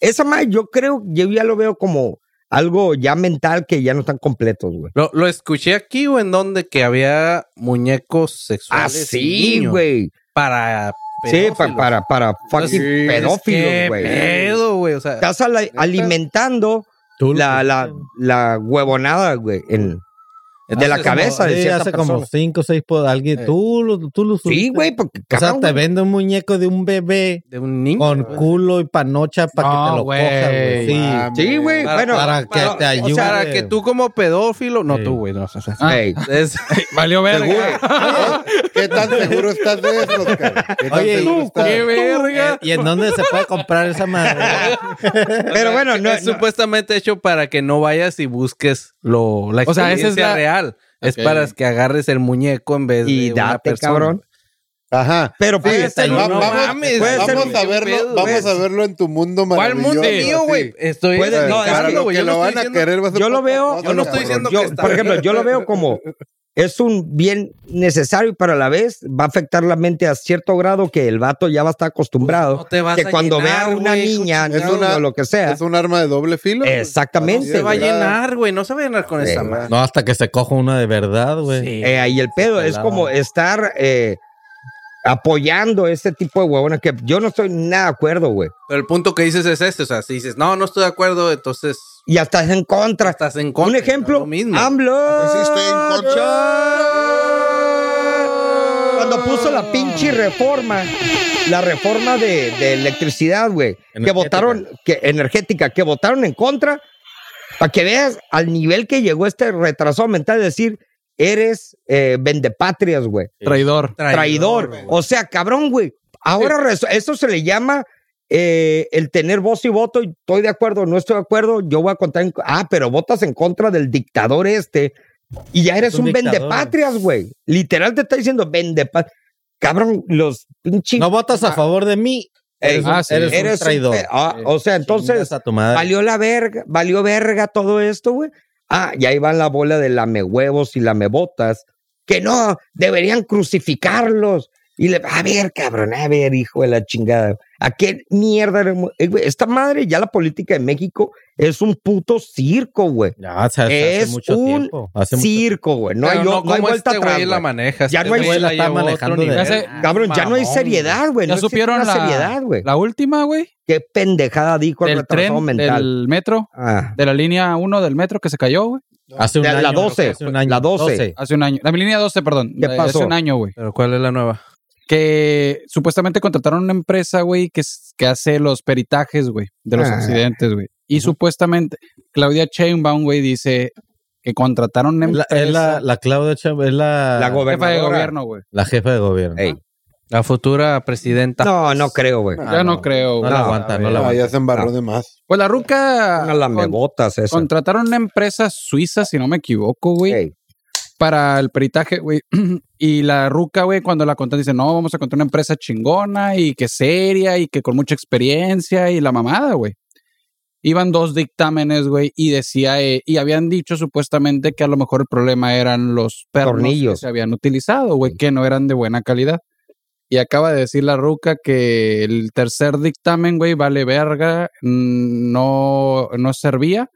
esa más yo creo, yo ya lo veo como algo ya mental que ya no están completos, güey.
Lo, lo escuché aquí o en donde que había muñecos sexuales. y
Así, Ah,
niños
güey.
Para.
Sí,
pedófilos.
pa- para, para fucking
Entonces, ¿qué
pedófilos, güey.
pedo, güey. O sea,
Estás ala- alimentando
Tú lo-
la, la, la huevonada, güey, en- de
Entonces,
la
como-
cabeza de
Sí,
cierta
hace
persona.
como cinco o seis por alguien.
Eh.
Tú, lo- tú lo
Sí,
subiste.
güey, porque
O sea,
cabrón,
te
güey.
vende un muñeco de un bebé
de un niño.
con
güey.
culo y panocha para que
No,
te lo
güey.
cojas, güey. Sí.
Sí, güey,
Para-
bueno.
para que te
o sea,
ayude.
para que tú como pedófilo. No,
Sí.
tú, güey. No, o sea,
Ey,
es-
Valió verga.
¿Qué tan seguro estás de eso, Oscar? ¿Qué tan
Oye,
seguro
tú, eh.
estás?
¡Qué verga!
¿Y en dónde se puede comprar esa madre?
Pero bueno, no,
es
no-
supuestamente hecho para que no vayas y busques lo, la
O sea, esa
experiencia
es la-
real. Es
Ok.
para que agarres el muñeco en vez
Y
de una
date,
persona.
cabrón.
Ajá.
pero puede
está
ser
ahí,
Va-
un-
no
vamos
mames,
puede ser
vamos
un-
a verlo,
pedo,
vamos
pues.
a verlo en tu mundo
¿Cuál
maravilloso.
mundo mío, güey? Estoy
Puede-
Puedes,
no, es
para
que
lo
güey,
que
yo no
lo
estoy
van a
diciendo-
querer va a ser
Yo lo
otra
veo-
cosa,
yo no estoy
cabrón.
diciendo-
yo,
que está
por
bien.
ejemplo, yo lo veo como es un bien necesario, pero a la vez va a afectar la mente a cierto grado que el vato ya va a estar acostumbrado.
No te vas
que
a
cuando
llenar,
vea a una
güey,
niña
es
no,
una-
o lo que sea,
Es un arma de doble filo. güey.
exactamente.
Se va a
güey.
llenar, güey. No se va a llenar con
Sí,
esa
güey.
madre.
No, hasta que se coja una de verdad, güey.
Sí.
Eh, ahí el pedo es
pelada.
como estar eh, apoyando ese tipo de huevones que yo no estoy nada de acuerdo, güey.
Pero el punto que dices es este. O sea, si dices, no, no estoy de acuerdo, entonces
Y hasta es en contra.
estás en contra.
Un ejemplo,
Lo mismo.
AMLO.
Pues sí, estoy en
contra. Cuando puso la pinche reforma, la reforma de, de electricidad, güey, que
Energética.
votaron, que, energética, que votaron en contra, para que veas al nivel que llegó este retraso mental, es decir, eres eh, vendepatrias, güey,
Traidor.
traidor. O sea, cabrón, güey. Ahora
Eh,
resu- eso se le llama eh, el tener voz y voto. y Estoy de acuerdo, no estoy de acuerdo. Yo voy a contar. en co- ah, pero votas en contra del dictador este y ya eres
Es un
un,
dictador.
vendepatrias, güey. Literal te está diciendo vendepatrias. Cabrón, los pinches.
No votas a favor de mí.
Ey,
Eres, un-
ah, sí.
eres un
eres un
traidor.
pe- ah, o sea, entonces
Chingas a tu madre.
valió la verga, valió verga todo esto, güey. Ah, y ahí va la bola de lamehuevos y lamebotas, que no, deberían crucificarlos. Y le, a ver, cabrón, a ver, hijo de la chingada. ¿A qué mierda? eres? Eh, güey, Esta madre, ya la política de México es un puto circo, güey.
Ya, o sea, hace
Es
mucho
un
tiempo. Hace mucho
Circo, güey. No, hay,
Pero
no hay
como
vuelta
este
atrás.
güey la
güey.
maneja.
Ya
este
no hay-
güey
la está
llevó a otro
manejando de-
nivel.
Ya sé-
Cabrón, ya no hay
Mamón,
seriedad, güey.
¿Ya
No existe
supieron
una
la,
seriedad, güey.
la última, güey?
Qué pendejada dijo el
Del
retrasado
tren,
mental.
del metro,
Ah.
de la línea 1 del metro que se cayó, güey.
Hace un
La-
año.
la 12,
hace un año,
la 12.
Hace un año. La línea 12, perdón.
¿Qué
Eh,
pasó?
Hace un año, güey.
Pero ¿cuál es la nueva?
Que eh, supuestamente contrataron una empresa, güey, que, s- que hace los peritajes, güey, de los
Ah.
accidentes, güey. Y supuestamente Claudia Chainbaum, güey, dice que contrataron una
La,
empresa.
es la, la Claudia Chávez, es la, Eh,
La
la,
gober-
jefa de
gobernadora.
gobierno, güey.
jefa de gobierno.
Ey.
La futura presidenta.
No, no creo, güey.
Yo no creo,
Ah, No,
güey.
la aguanta, no la
Ah,
aguanta.
ya se embarró de más.
Pues la ruca
Una
con-
lamebotas esa.
contrataron una empresa suiza, si no me equivoco, güey.
Ey.
para el peritaje, güey. y la ruca, güey, cuando la contan, dice, no, vamos a contar una empresa chingona y que seria y que con mucha experiencia y la mamada, güey. Iban dos dictámenes, güey, y decía, eh, y habían dicho supuestamente que a lo mejor el problema eran los pernos
Tornillos.
que se habían utilizado, güey, que no eran de buena calidad. Y acaba de decir la ruca que el tercer dictamen, güey, vale verga, mm, no, no servía.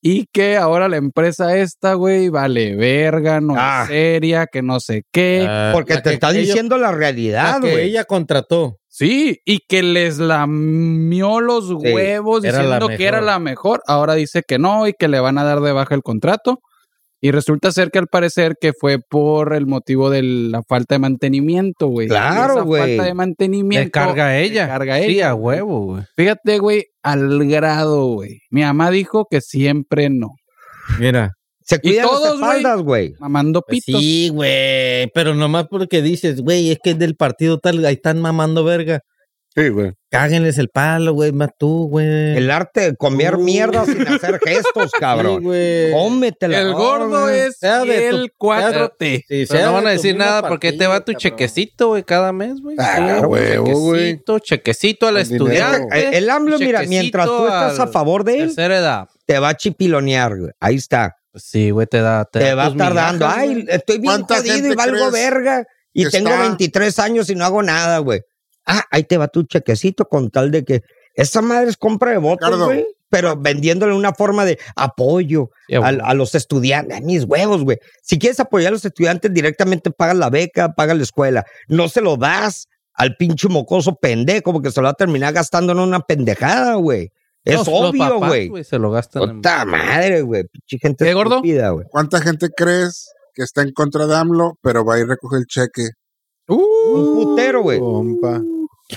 Y que ahora la empresa esta, güey, vale verga, no
Ah.
es seria, que no sé qué.
Ah,
Porque
la
te
que
está
ella-
diciendo la
la
realidad,
que
güey.
ella contrató.
Sí, y que les lamió los huevos
era la
diciendo que era
mejor.
la mejor. Ahora dice que no y que le van a dar de baja el contrato. Y resulta ser que al parecer que fue por el motivo de la falta de mantenimiento, güey.
Claro,
Y esa
güey.
Falta de mantenimiento.
Descarga ella.
Descarga
Sí,
ella.
a huevo, güey.
Fíjate, güey, al grado, güey. Mi mamá dijo que siempre no.
Mira.
Se cuidan
todos,
las espaldas, güey.
Mamando pitos.
Sí, güey, pero nomás porque dices, güey, es que es del partido tal, ahí están mamando verga.
Sí, güey.
Cáguenles el palo, güey, más tú, güey.
El arte de comer
Uh.
mierda sin hacer gestos, cabrón.
güey.
Cómetela.
El gordo es
Sea de tu-
el 4T.
Sí,
Pero
sea
no van a
de tu
decir
mismo
nada porque te va tu
partido, cabrón.
chequecito, güey, cada mes, güey.
Ah,
Sí,
huevo, güey.
Chequecito, chequecito al
El dinero.
estudiante.
eh, El, el AMLO, mira,
Chequecito
mientras tú estás a
al-
favor de él,
Tercera edad.
te va a chipilonear, güey. Ahí está.
Sí, güey, te da.
Te,
da
va
tus
tardando.
migajas,
Ay,
güey.
estoy bien
¿Cuánta
jodido y
gente
valgo
crees
verga. Y
que
tengo
está-
23 años y no hago nada, güey. Ah, ahí te va tu chequecito con tal de que esa madre es compra de votos,
Ricardo.
güey. Pero vendiéndole una forma de apoyo
Sí, a
al-
huevo.
a, los estudiantes. Ay, Mis huevos, güey. Si quieres apoyar a los estudiantes directamente, paga la beca, paga la escuela. No se lo das al pinche mocoso pendejo porque se lo va a terminar gastando en una pendejada, güey. Es
Los- los
obvio,
papás,
güey.
Se lo gastan. en-
Puta madre, güey. Pinche gente
¿Eh, gordo?
estúpida, güey.
¿Cuánta gente crees que está en contra de AMLO, pero va a ir a recoger el cheque?
Uh.
Un putero, güey.
Compa.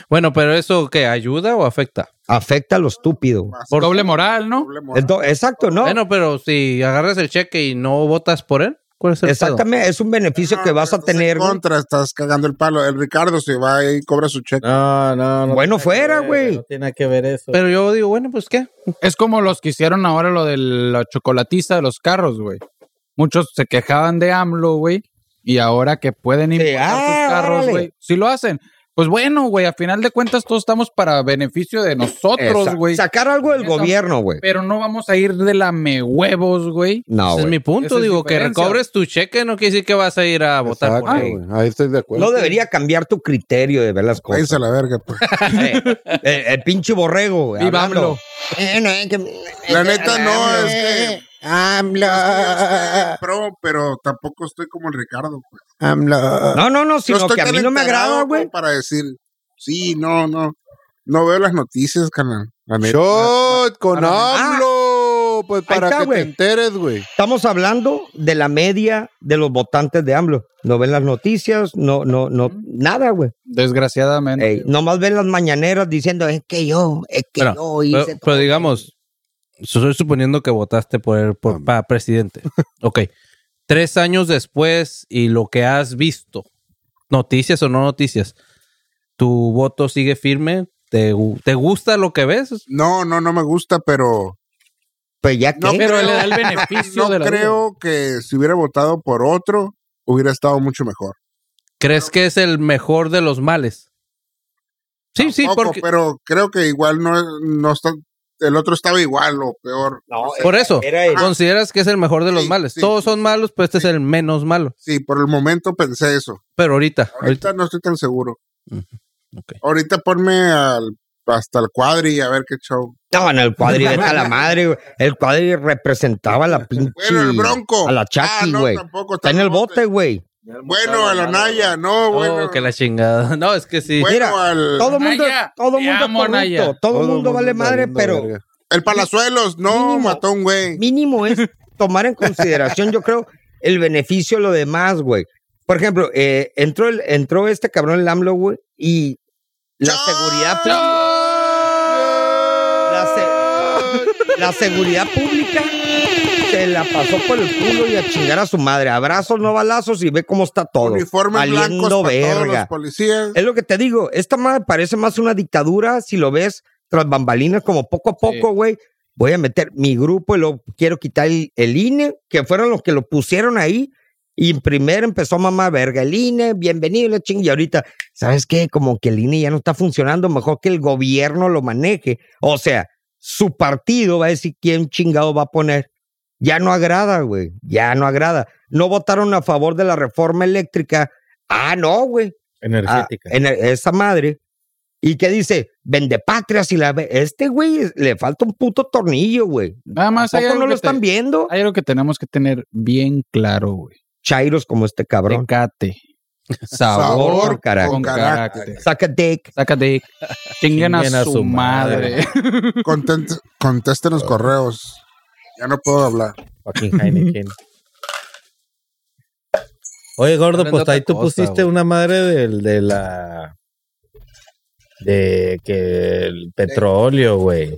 Bueno, pero eso, ¿qué? ¿Ayuda o afecta?
Afecta a lo estúpido.
Por doble moral, ¿no?
Doble moral.
Ento- exacto, ¿no?
Bueno, pero si agarras el cheque y no votas por él, ¿cuál es el pedo?
Exactamente, es un beneficio
No,
que vas a
pero estás en
tener. güey.
contra, estás cagando el palo. El Ricardo se va y cobra su cheque.
No, no, no.
Bueno,
tiene que
fuera,
ver,
güey.
No tiene que ver eso.
Pero yo digo, bueno, pues qué.
Es como los que hicieron ahora lo de la chocolatiza de los carros, güey. Muchos se quejaban de AMLO, güey. Y ahora que pueden importar
ah,
sus carros,
órale.
güey. Si lo hacen. Pues bueno, güey, a final de cuentas todos estamos para beneficio de nosotros,
Esa-
güey.
Sacar algo del
Esa-
gobierno, güey.
Pero no vamos a ir de lame huevos, güey.
No,
Ese es
güey.
mi
Esa
punto.
es
digo, que
diferencia.
recobres tu cheque no quiere decir que vas a ir a votar
Exacto,
por él.
güey. Ahí estoy de acuerdo.
No debería cambiar tu criterio de ver las cosas.
Váyanse a la verga, pues.
Eh, el, el pinche borrego, güey.
Viva
hablando.
AMLO.
Eh, no, eh, que-
La neta, no, es que-
AMLO.
Pro, pero tampoco estoy como el Ricardo. Pues.
AMLO.
No, no, no, sino
estoy
que a
tan
mí no me
enterado
agrada,
como
güey.
Para decir, sí, no, no. No veo las noticias, canal. La neta.
Shot con
Ah.
AMLO. Pues
Ahí
para
está,
que
güey.
te enteres, güey.
Estamos hablando de la media de los votantes de AMLO. No ven las noticias, no, no, no, nada, güey.
Desgraciadamente.
Ey, nomás ven las mañaneras diciendo, es que yo, es que
Pero-
yo hice
Pero,
todo".
pero digamos, estoy suponiendo que votaste por él por, para presidente. ok. Tres años después y lo que has visto, noticias o no noticias, tu voto sigue firme. ¿Te, gu- te gusta lo que ves?
No, no, no me gusta, pero
Pues ya que.
No,
Pero le da el beneficio
no
de la duda.
creo que si hubiera votado por otro, hubiera estado mucho mejor.
¿Crees que es el mejor de los males? Sí, sí,
Poco,
porque,
pero creo que igual no, no está, el otro estaba igual o peor.
por eso,
Era el-
consideras que es el mejor de los
Sí,
males.
sí,
Todos
sí,
son malos, pero este es el menos malo.
Sí, por el momento pensé eso.
Pero ahorita, ahorita
Ahorita no estoy tan seguro.
Ujú, ok.
Ahorita ponme al, hasta el cuadri a ver qué show.
No, en el cuadri, vete a la madre, güey. El cuadri representaba a la pinche.
Bueno, el bronco.
A la
Ah,
Chucky,
no,
güey.
tampoco
Está en el bote, güey.
Bueno, a la Naya, no,
Oh,
bueno.
que la chingada. No, es que sí.
bueno,
Mira,
al-
Todo mundo,
Naya,
todo
te
mundo
amo,
corrupto,
Naya.
todo,
el
mundo vale
está
madre,
valiendo
pero
verga.
el Palazuelos, no,
Mínimo.
mató a un güey.
mínimo es tomar en consideración, yo creo, el beneficio de lo demás, güey. Por ejemplo, eh, entró, el, entró este cabrón el AMLO, güey, y la
¡Chon!
seguridad pública. La, se- la seguridad pública se la pasó por el culo y a chingar a su madre. Abrazos, no balazos y ve cómo está todo.
Uniformes blancos
Valiendo
para todos los
verga.
policías.
Es lo que te digo, esta madre parece más una dictadura si lo ves tras bambalinas, como poco a poco, güey. Voy a meter mi grupo y lo quiero quitar el, el INE, que fueron los que lo pusieron ahí. Y primero empezó mamá verga el INE, bienvenido, la ching. Y ahorita, ¿sabes qué? Como que el INE ya no está funcionando, mejor que el gobierno lo maneje. O sea, su partido va a decir quién chingado va a poner. Ya no agrada, güey. Ya no agrada. No votaron a favor de la reforma eléctrica. Ah, no, güey a-
ah,
Ah,
Energética.
eh,
en el- esa madre. Y que dice, vende patrias y la ve- Este güey es- le falta un puto tornillo, güey.
Nada más hay
¿Poco
algo,
no lo
que
están
te-
viendo?
hay algo que tenemos que tener bien claro, güey.
Chairos como este cabrón.
Tecate.
Sabor,
Sabor
con carácter.
Con
Con carácter.
carácter.
Saca dick.
Sácate. Chinguen a su madre.
Content- contesten los correos. Ya no puedo hablar.
Fucking Heineken. Oye, gordo,
Hablando
pues
otra
ahí tú
cosa,
pusiste
güey.
una madre del, de la. de que el petróleo, güey.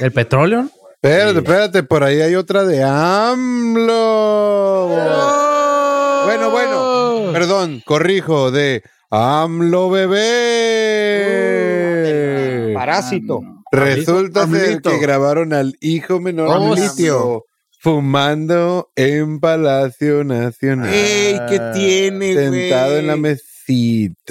¿El petróleo?
Espérate, espérate, por ahí hay otra de AMLO. güey.
¡Oh!
Bueno, bueno, perdón, corrijo, de AMLO bebé.
Parásito.
Resulta ser
Uh, AMLito.
que grabaron al hijo menor
Oh,
de
litio.
fumando en Palacio Nacional.
Ey, ¿qué tiene, güey?
Sentado en la mesita.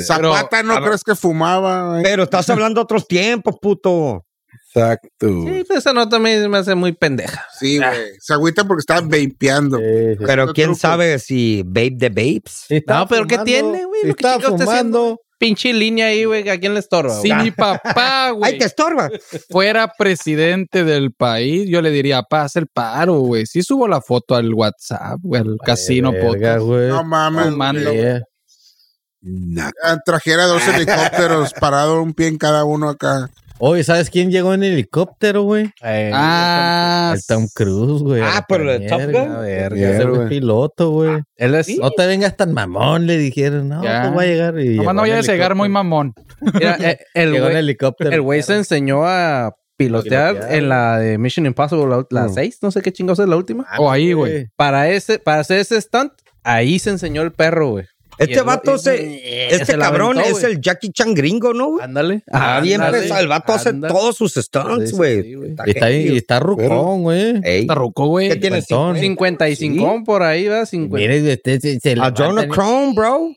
Zapata no crees que fumaba. güey?
Pero estás hablando de otros tiempos, puto.
Exacto.
Sí, pues esa nota me, me hace muy pendeja.
Sí, güey. Se agüita porque estaba vapeando.
Pero
Otro
quién
truco.
sabe si Babe the Babes.
No, pero ¿qué tiene, güey?
Si
Lo que
está
chingados está
fumando.
Pinche línea ahí, güey, Ah, que ¿a quién le estorba?
Si mi papá,
¡Ay,
güey,
te estorba!
fuera presidente del país, yo le diría, pa, haz el paro, güey. Sí subo la foto al WhatsApp, güey, al casino
Verga,
podcast.
güey.
No mames.
Fumando.
güey.
Yeah.
Ah, Trajera dos helicópteros parado un pie en cada uno acá.
Oye, ¿sabes quién llegó en helicóptero, güey?
eh,
Ah,
El Tom Cruise, güey.
Ah,
a la
pero el
verga,
Top Gun.
a verga,
Bien,
ese güey
güey.
es piloto, güey.
Él es...
No te vengas tan mamón, le dijeron. No,
Ya.
no va a llegar. Y
nomás no
llegó en
vayas a llegar muy
helicóptero.
mamón.
Mira, eh, el
Llegó en
güey
helicóptero.
el güey se enseñó a pilotear
Pilotear.
en la de Mission Impossible, la 6, no sé qué chingados es la última.
O ahí, güey.
Ah, Para ese, para hacer ese stunt, ahí se enseñó el perro, güey. Y
Este
el-
vato
y-
se.
se
Este
la
cabrón
aventó,
es
güey.
el Jackie Chan gringo, ¿no, güey?
Ándale.
Ah, bien
Ándale.
pesado. El vato hace
Ándale.
todos sus stunts,
Sí,
güey.
sí, güey.
Y está, y está rucón, güey.
Ey,
Está ruco,
¿Qué
güey.
tiene?
Cuentón.
55 por ahí, ¿verdad? 50.
Mire, este se, se
A Jonah
levantan-
Chrome, bro.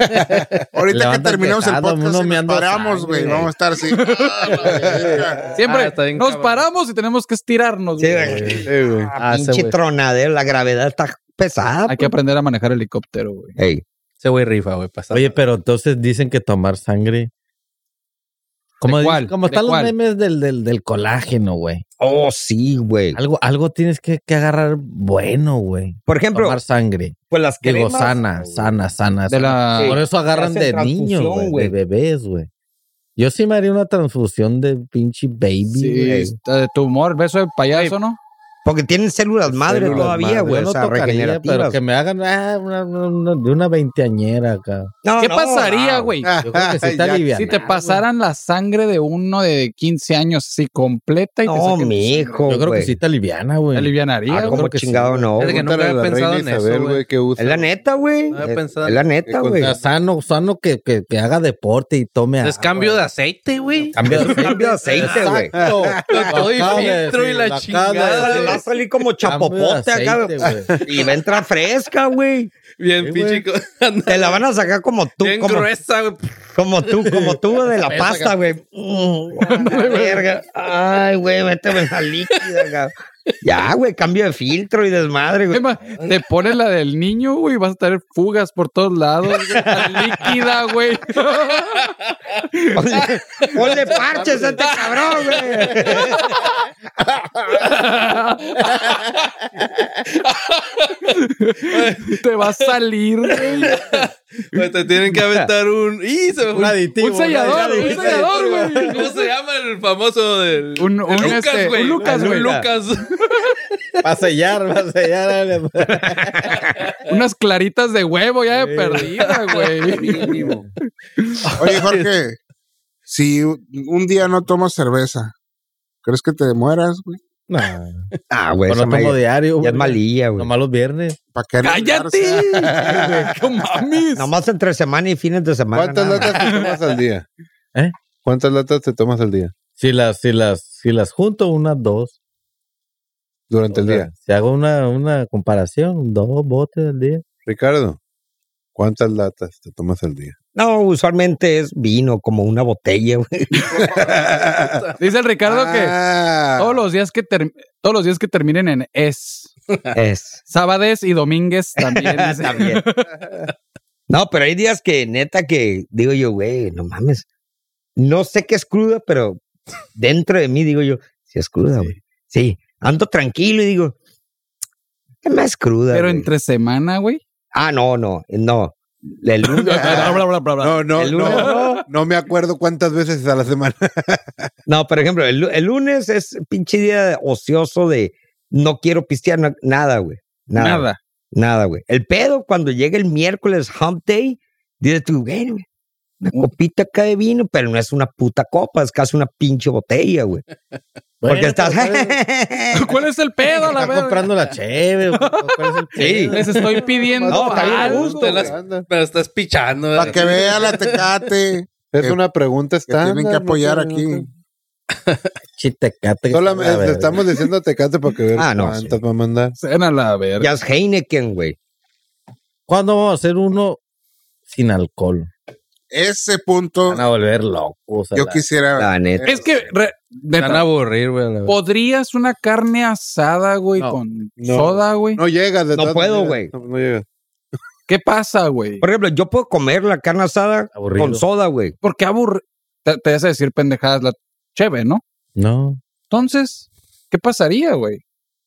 Ahorita que
Levantan
terminamos el
pesado,
podcast,
uno
y nos
meando
paramos,
sangre,
güey.
güey.
Vamos a estar así.
Siempre
Ah, está bien,
nos
cabrón.
paramos y tenemos que estirarnos,
Sí,
güey.
güey.
Eh, güey.
Ah,
Ah, ese
pinche
güey.
tronadera. La gravedad está pesada.
Hay que aprender a manejar helicóptero, güey.
Ey,
Ese güey rifa, güey. pasa.
Oye, pero entonces dicen que tomar sangre. Como,
¿De
dicen-
cuál?
como
¿De
están los
cuál?
memes del, del, del colágeno, güey.
Oh, sí, güey.
Algo, algo tienes que, que agarrar bueno, güey.
Por ejemplo,
Tomar sangre.
pues las
Digo,
cremas.
sana, sana, sana,
De
sana.
la...
Por eso agarran
hacen
de niños,
transfusión,
güey,
güey.
de bebés, güey. Yo sí me haría una transfusión de pinche baby.
Sí,
güey.
está de tumor, beso de payaso, ¿no?
Porque tienen células madre
Células
todavía,
madre.
güey.
Yo
o sea,
tocaría, pero
regenerativas.
que me hagan ah, una- una- de una veinteañera acá.
No,
¿Qué
no,
pasaría,
ah,
no.
güey?
Yo creo que sí te alivian.
Si te pasaran la sangre de uno de 15 años así completa y te
No,
saquen-
mi hijo.
Yo creo que sí te aliviana,
te
güey.
alivianaría.
Ah,
güey.
como
que sí,
chingado
güey.
no.
Es que
güey.
nunca
Pregúntale
había
a la
pensado
reina
en eso,
Isabel,
güey.
güey, que usa.
Es la neta, güey.
No había
Es
pensado
es la neta,
O
güey.
sea, sano, sano que, que, que haga deporte y tome
Es cambio de aceite, güey.
Cambio de cambio de aceite, güey.
Exacto. Lo
Todo y
acaba de
filtro y
decir,
la
lo acaba de
chingada,
decir.
Va a salir como
Cambio de
chapopote acá.
aceite, güey.
Y va a entrar fresca, güey.
Bien, pinche.
Te la van a sacar como tú,
Bien
como,
gruesa, güey.
como tú, como tú de la pasta, güey. Mm, la verga. Ay, güey, méteme en la líquida, acá. Ya, güey, cambio de filtro y desmadre, güey.
Emma, Te pones la del niño, güey, vas a tener fugas por todos lados, güey, está líquida, güey.
Ponle, ponle parches a este cabrón, güey.
Te va a salir, güey.
Güey, Te tienen que aventar un. ¡Y se me fue!
Un sellador, un sellador, güey.
¿Cómo se llama el famoso del.
Un, un,
Lucas,
este,
güey.
un Lucas,
Un
güey.
Lucas.
Va a sellar, va a sellar. dale. pues.
Unas claritas de huevo ya de perdida, güey.
Oye, Jorge, si un un día no tomas cerveza, ¿crees que te mueras, güey?
No, pues,
Ah, güey,
no
esa
tomo
madre
diario.
ya es
güey.
malilla, güey.
Nomás los viernes.
¿Para qué
¡Cállate!
arriesgarse?
¡No mames!
Nomás entre semana y fines de semana.
¿Cuántas
nada
latas te tomas al día?
¿Eh?
¿Cuántas latas te tomas al día?
Si las, si las, si las junto, unas dos.
Durante el
O sea,
día.
Si hago una, una comparación, dos botes al día.
Ricardo, ¿cuántas latas te tomas al día?
No, usualmente es vino, como una botella, güey.
Dice el Ricardo que
Ah.
todos los días que term- todos los días que terminen en es.
Es.
Sábades y domínguez Ah, también. dice.
También. No, pero hay días que neta que digo yo, güey, no mames. No sé qué es cruda, pero dentro de mí digo yo, sí es cruda, güey. Sí, ando tranquilo y digo, ¿qué más cruda?
Pero
güey?
entre semana, güey.
Ah, no, no, no. El lunes.
No, no,
El lunes,
no.
no.
No me acuerdo cuántas veces a la semana.
No, por ejemplo, el, lu- el lunes es pinche día ocioso de no quiero pistear na- nada, güey. Nada.
Nada.
Nada. Nada, güey. El pedo, cuando llega el miércoles hump day, dices tú, güey, güey, una copita acá de vino, pero no es una puta copa, es casi una pinche botella, güey. Porque
Bueno,
estás...
pero ¿cuál
¿Cuál es el pedo, la
Está
verga?
comprando la cheve. o ¿Cuál es el
Sí.
pedo?
Les estoy pidiendo
No, pues, está bien
algo,
gusto,
Te
güey.
las- Pero estás pichando.
eh.
Para que vea la tecate.
Es
Que-
una pregunta
Que
estándar.
tienen que
no
apoyar
sé, no
aquí.
sé.
Chitecate.
Solamente
A ver,
estamos diciendo Tecate para que vean
Ah, no,
cuántas va a mandar.
Cena la verga.
ya es Heineken, güey.
¿Cuándo vamos a hacer uno sin alcohol?
Ese punto
Van a volver locos. a
yo
la-
quisiera.
La neta.
Es que, re- neta,
Van a aburrir, güey. a la verga.
¿podrías una carne asada, güey,
No,
con
no.
soda, güey?
No llegas. de
No
todas
puedo,
maneras.
güey.
No, no llegas.
¿Qué pasa, güey?
Por ejemplo, yo puedo comer la carne asada
Aburrido.
con soda, güey.
Porque aburre. Te, te vas a decir pendejadas la cheve, ¿no?
No.
Entonces, ¿qué pasaría, güey?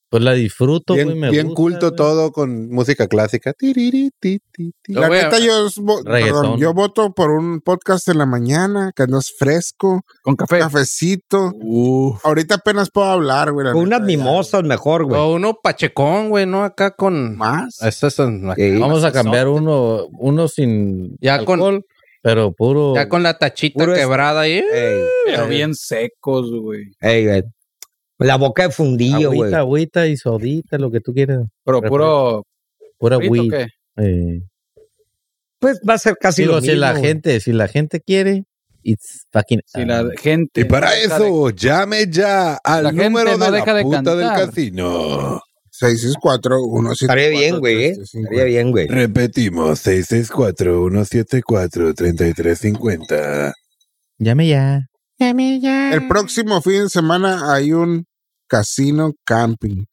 Pues la disfruto, güey.
Bien,
me
bien
gusta,
culto
güey.
todo con música clásica. Tiriri, ti, ti, ti.
La
güey,
neta, yo, es vo-
reggaetón.
perdón, yo voto por un podcast en la mañana que no es fresco,
Con café.
Ah, cafecito. Ahorita apenas puedo hablar, güey. la
Con unas
neta, ya.
mimosas mejor, güey.
O uno pachecón, güey, ¿no? Acá con...
Más.
Eso es una-
Sí.
Vamos a cambiar uno, uno sin
Ya con-
alcohol, pero puro.
Ya con la tachita
Puro es-
quebrada ahí.
Ey,
Pero bien secos, güey.
ey, güey. La boca de fundillo, güey.
agüita, agüita y sodita, lo que tú quieras.
Pero
Pero
puro.
Pura
frito,
agüita.
¿qué?
Eh.
Pues va a ser casi
Digo,
lo mismo.
si la
güey.
gente, si la gente quiere, it's fucking.
Si la gente.
Y para
no deja
eso, llame ya al
La gente
número de
no
la
deja de
puta del
cantar.
casino.
664-174.
Estaría bien, güey, eh. Estaría bien, güey.
Repetimos, 664-174-3350.
Llame ya.
El próximo fin de semana hay un casino camping.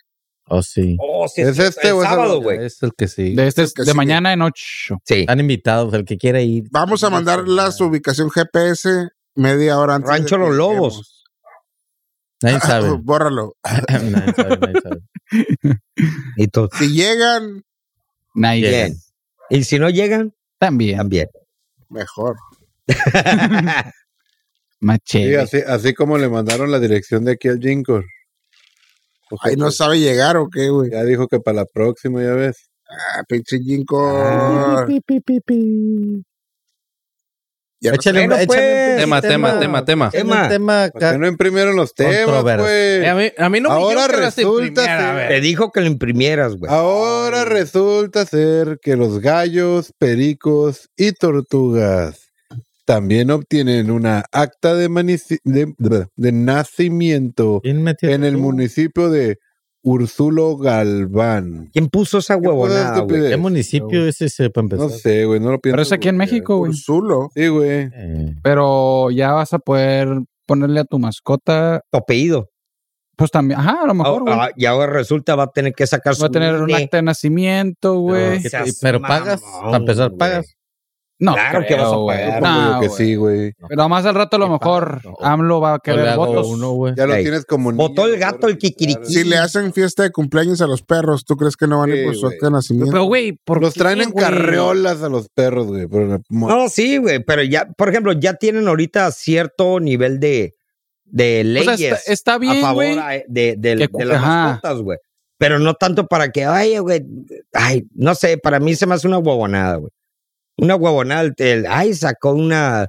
Oh, sí.
Oh, sí,
¿Es
sí,
este
el
o es el
sábado,
otro?
güey.
Eh, Es el que sí.
De, este,
que
de
sí.
mañana en ocho.
Sí.
Han invitado, el que quiera ir.
Vamos a mandar la su ubicación GPS media hora antes.
Rancho
de que
Los Lobos.
lleguemos.
Nadie sabe.
Bórralo.
nadie sabe, nadie sabe.
Y todo.
Si llegan,
Nice.
Bien. Y si no llegan,
También.
también.
mejor.
Sí,
Maché.
así, así como le mandaron la dirección de aquí al Jincor.
Ahí no sabe llegar o qué, güey.
Ya dijo que para la próxima, ya ves.
Ah, pinche Jinko.
Ah.
Ya no
Échale,
Bueno,
échale
pues.
Tema, tema, tema, tema.
Échale un
Tema.
tema
¿Por qué
acá.
no imprimieron los temas, pues?
Controversia.
Eh,
güey?
a, mí, a mí no
Ahora
me dijeron que las
resulta
imprimieran,
ser-
a ver.
Te dijo que lo imprimieras,
Pues,
güey.
Ah,
Ahora resulta ser que los gallos, pericos y tortugas también obtienen una acta de, manici- de- de nacimiento
¿Quién metió
en el
tú?
municipio de Ursulo Galván.
¿Quién puso esa
¿Qué puta
huevonada, güey?
estupidez?
¿Qué municipio es ese para empezar?
No sé, güey, no lo pienso.
pues, Pero es aquí en
googlear.
México, güey.
Ursulo.
Sí, güey.
Eh,
Pero ya vas a poder ponerle a tu mascota.
Tu apellido.
Pues también. Ajá, a lo mejor, güey.
Ah, ah, y ahora resulta va a tener que sacar su
Va a tener un
INE.
acta de nacimiento,
pero,
güey.
¿qué te-
Seas
pero pagas,
mamón,
para empezar,
güey.
pagas.
No,
Claro que vas a
güey.
pagar,
No,
Supongo yo que
Ah, güey.
sí, güey.
Pero más al rato a lo
Qué
mejor
padre.
AMLO va a
O le
querer
hago
votos.
uno, güey.
Ya lo
Ey.
tienes como niño,
Votó el
lo
gato el
puedes registrar.
kikiriki.
Si le hacen fiesta de cumpleaños a los perros, ¿tú crees que no van a ir
Sí,
por su
güey.
acta de nacimiento?
Pero, güey, ¿por
Los
qué,
traen en
güey?
carriolas a los perros, güey. pero la-
No, sí, güey, pero ya, por ejemplo, ya tienen ahorita cierto nivel de, de
O sea,
leyes
está, está
a
bien,
favor
güey.
a- eh, de, de-
Que-
de las
ajá.
mascotas, güey. Pero no tanto para que, ay, güey, ay, no sé, para mí se me hace una huevonada, güey. Una huevonada, el- el- ay, sacó una,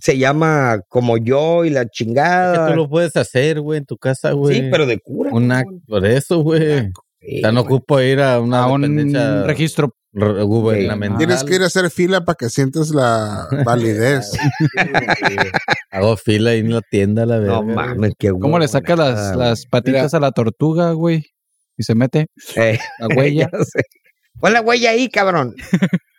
se llama como yo y la
Es que
chingada.
tú lo puedes hacer, güey, en tu casa, güey.
sí, pero de cura.
Una,
güey.
por eso, güey.
Sí,
O sea, no
güey.
ocupo ir a una
A un
dependencia
registro.
r- gubernamental.
Tienes que ir a hacer fila para que sientas la validez.
Hago fila ahí en la tienda, la verdad.
No mames, qué
¿Cómo le sacas las,
huevonada, güey.
las patitas a la tortuga, güey? Y se mete
Eh.
la huella.
Ya sé. Pon la huella ahí, cabrón.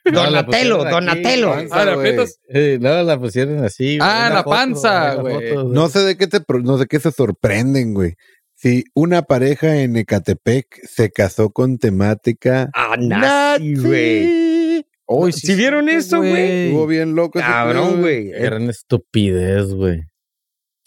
Donatello, Donatello.
Ah, la aprietas. Eh, no, la pusieron así. güey,
Ah,
una
la
foto,
panza,
una
güey.
foto,
No sé de qué te, pro- no sé qué se sorprenden, güey. Si una pareja en Ecatepec se casó con temática.
Ah, nazi, güey.
Uy,
¿Sí vieron eso, güey?
Estuvo bien loco. ese pedo,
Cabrón, güey.
Qué Gran estupidez, güey.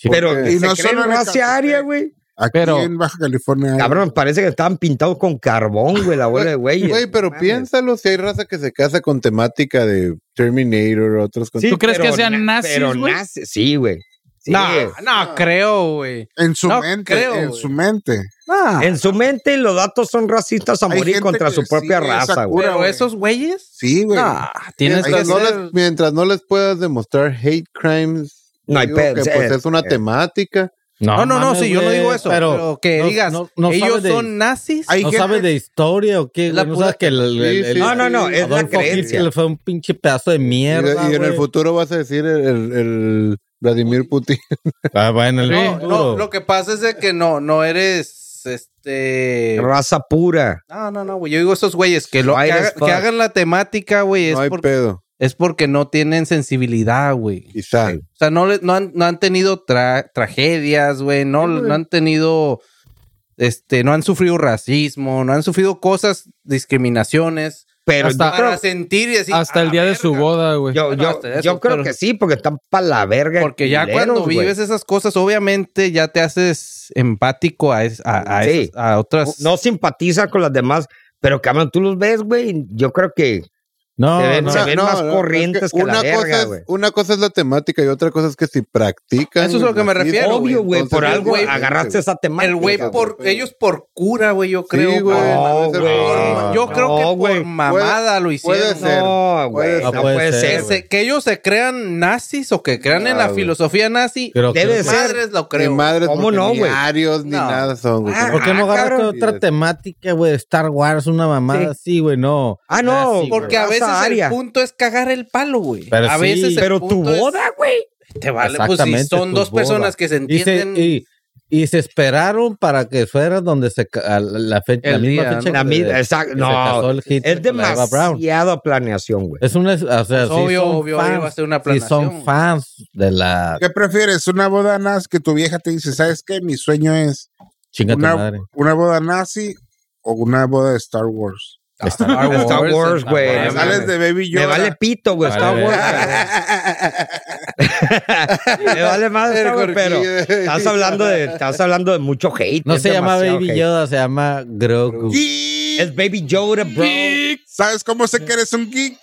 Pero
Y
se
no
creen
solo en
raza
Ecatepec.
aria, güey.
Aquí
Pero-
en Baja California. hay-
Cabrón, parece que estaban pintados con carbón, güey, la bola de güeyes.
Güey, pero
Mames.
piénsalo, si hay raza que se casa con temática de Terminator, otros con...
Sí,
¿Tú crees
pero
que sean
na-
nazis,
Pero
güey?
nazis, sí, güey. Sí.
No, no creo, güey.
En su
No
mente,
creo,
en
güey.
su mente.
No.
En su mente los datos son racistas a
Hay
morir
gente
contra
que
su
le
propia
sigue esa
raza, güey.
cura,
Pero
güey.
esos güeyes.
Sí, güey.
No,
Tienes que
Mientras no,
hacer-
les, mientras no les puedas demostrar hate crimes,
No hay
digo que,
pedo.
pues,
eh,
es una
eh.
temática.
No, no, no,
mames,
sí, yo no
güey,
digo eso. Pero,
Pero,
que
no-
digas,
no- no
ellos
sabe de-
son nazis.
Hay
¿No
gente-
sabes de historia o qué?
Es la
güey? ¿No
pura-
sabes que el, el- el-
Sí, sí,
el-
No, no, no, es la
Adolfo
creencia.
Hitler fue un pinche pedazo de
Y, de-
mierda,
y en el
güey?
futuro vas a decir el, el- el Vladimir Putin.
Ah, bueno, el
No,
futuro.
no, lo que pasa es de que no, no eres este.
Raza pura.
No, no, no, güey. Yo digo esos güeyes que, lo, que,
White as
haga-
fuck.
que hagan la temática, güey,
no
es,
hay
por-
pedo.
es porque no tienen sensibilidad, güey.
Quizá.
O sea, no, le- no, han, no han tenido tra- tragedias, güey. No, no han tenido. Este, no han sufrido racismo, no han sufrido cosas, discriminaciones.
Pero
Hasta,
yo creo-
para sentir y decir.
Hasta
"A
el
la
día de su
verga".
boda, güey.
yo,
Bueno,
yo,
hasta eso,
yo creo
pero-
que sí, porque están para la verga.
Porque ya
culeros,
cuando
güey.
vives esas cosas, obviamente ya te haces empático a, es- a, a
Sí.
esas- a otras.
No simpatizas con las demás, pero cabrón, tú los ves, güey. Yo creo que
No,
se ven-
no.
se ven más
es
corrientes que la
una
verga,
cosa es-
güey.
Una cosa es la temática y otra cosa es que si practican.
Eso es a lo que me
racismo,
refiero,
obvio, güey.
entonces
Por
es
algo
diferente,
agarraste
güey.
esa temática.
El güey
cabrón.
por ellos por cura, güey, yo creo.
Sí, güey.
por-
No,
no es el
güey.
problema.
yo
no,
creo que
güey.
por mamada lo hicieron.
puede ser.
No, güey.
Puede
No
ser.
puede
Puede
ser.
Que,
ser,
güey.
se- que ellos se crean nazis o que crean en
Ah,
la
güey.
filosofía nazi.
Creo que-
Debe
de
ser.
madres lo
Ni
creo.
madres,
¿Cómo
porque
no,
ni
güey?
arios, ni
No.
nada son, güey.
Ah,
¿Por qué no agarraste
cabrón.
otra temática, güey? de Star Wars, una mamada
Sí.
así, güey, no.
Ah, no.
Nazi,
Porque a
Raza
veces
aria.
el punto es cagar el palo, güey.
Pero
a
sí.
veces el
Pero tu
punto es-
boda, güey.
te vale, pues si
Exactamente,
son
tu
dos
boda.
personas que se
Y se,
entienden. pues,
y, y se esperaron para que fuera donde se ca- a la- la fecha, la
El
misma
día,
fecha
La
que-
mid-
que
exacto,
se casó
no.
el Hitler
Es
con la Eva Braun.
demasiado planeación, güey.
Es una, o sea, sí
obvio,
son
obvio,
fans,
ahí va a ser una
sí
planación.
son fans de la
¿Qué prefieres? ¿Una boda nazi que tu vieja te dice, ¿sabes qué? Mi sueño es
chinga tu
una,
madre.
una boda nazi o una boda de Star Wars.
Star Wars, güey.
Wars,
no mames.
Sales de Baby
Me
Yoda.
vale pito, güey.
Vale,
Star
ah, vale.
Wars. güey. Me vale más, pero estás hablando de, estás hablando de mucho hate.
No
es
se llama
demasiado
Baby
hate.
Yoda, se llama Grogu.
Geek.
Es Baby Yoda, bro.
¿Sabes cómo sé que eres un geek?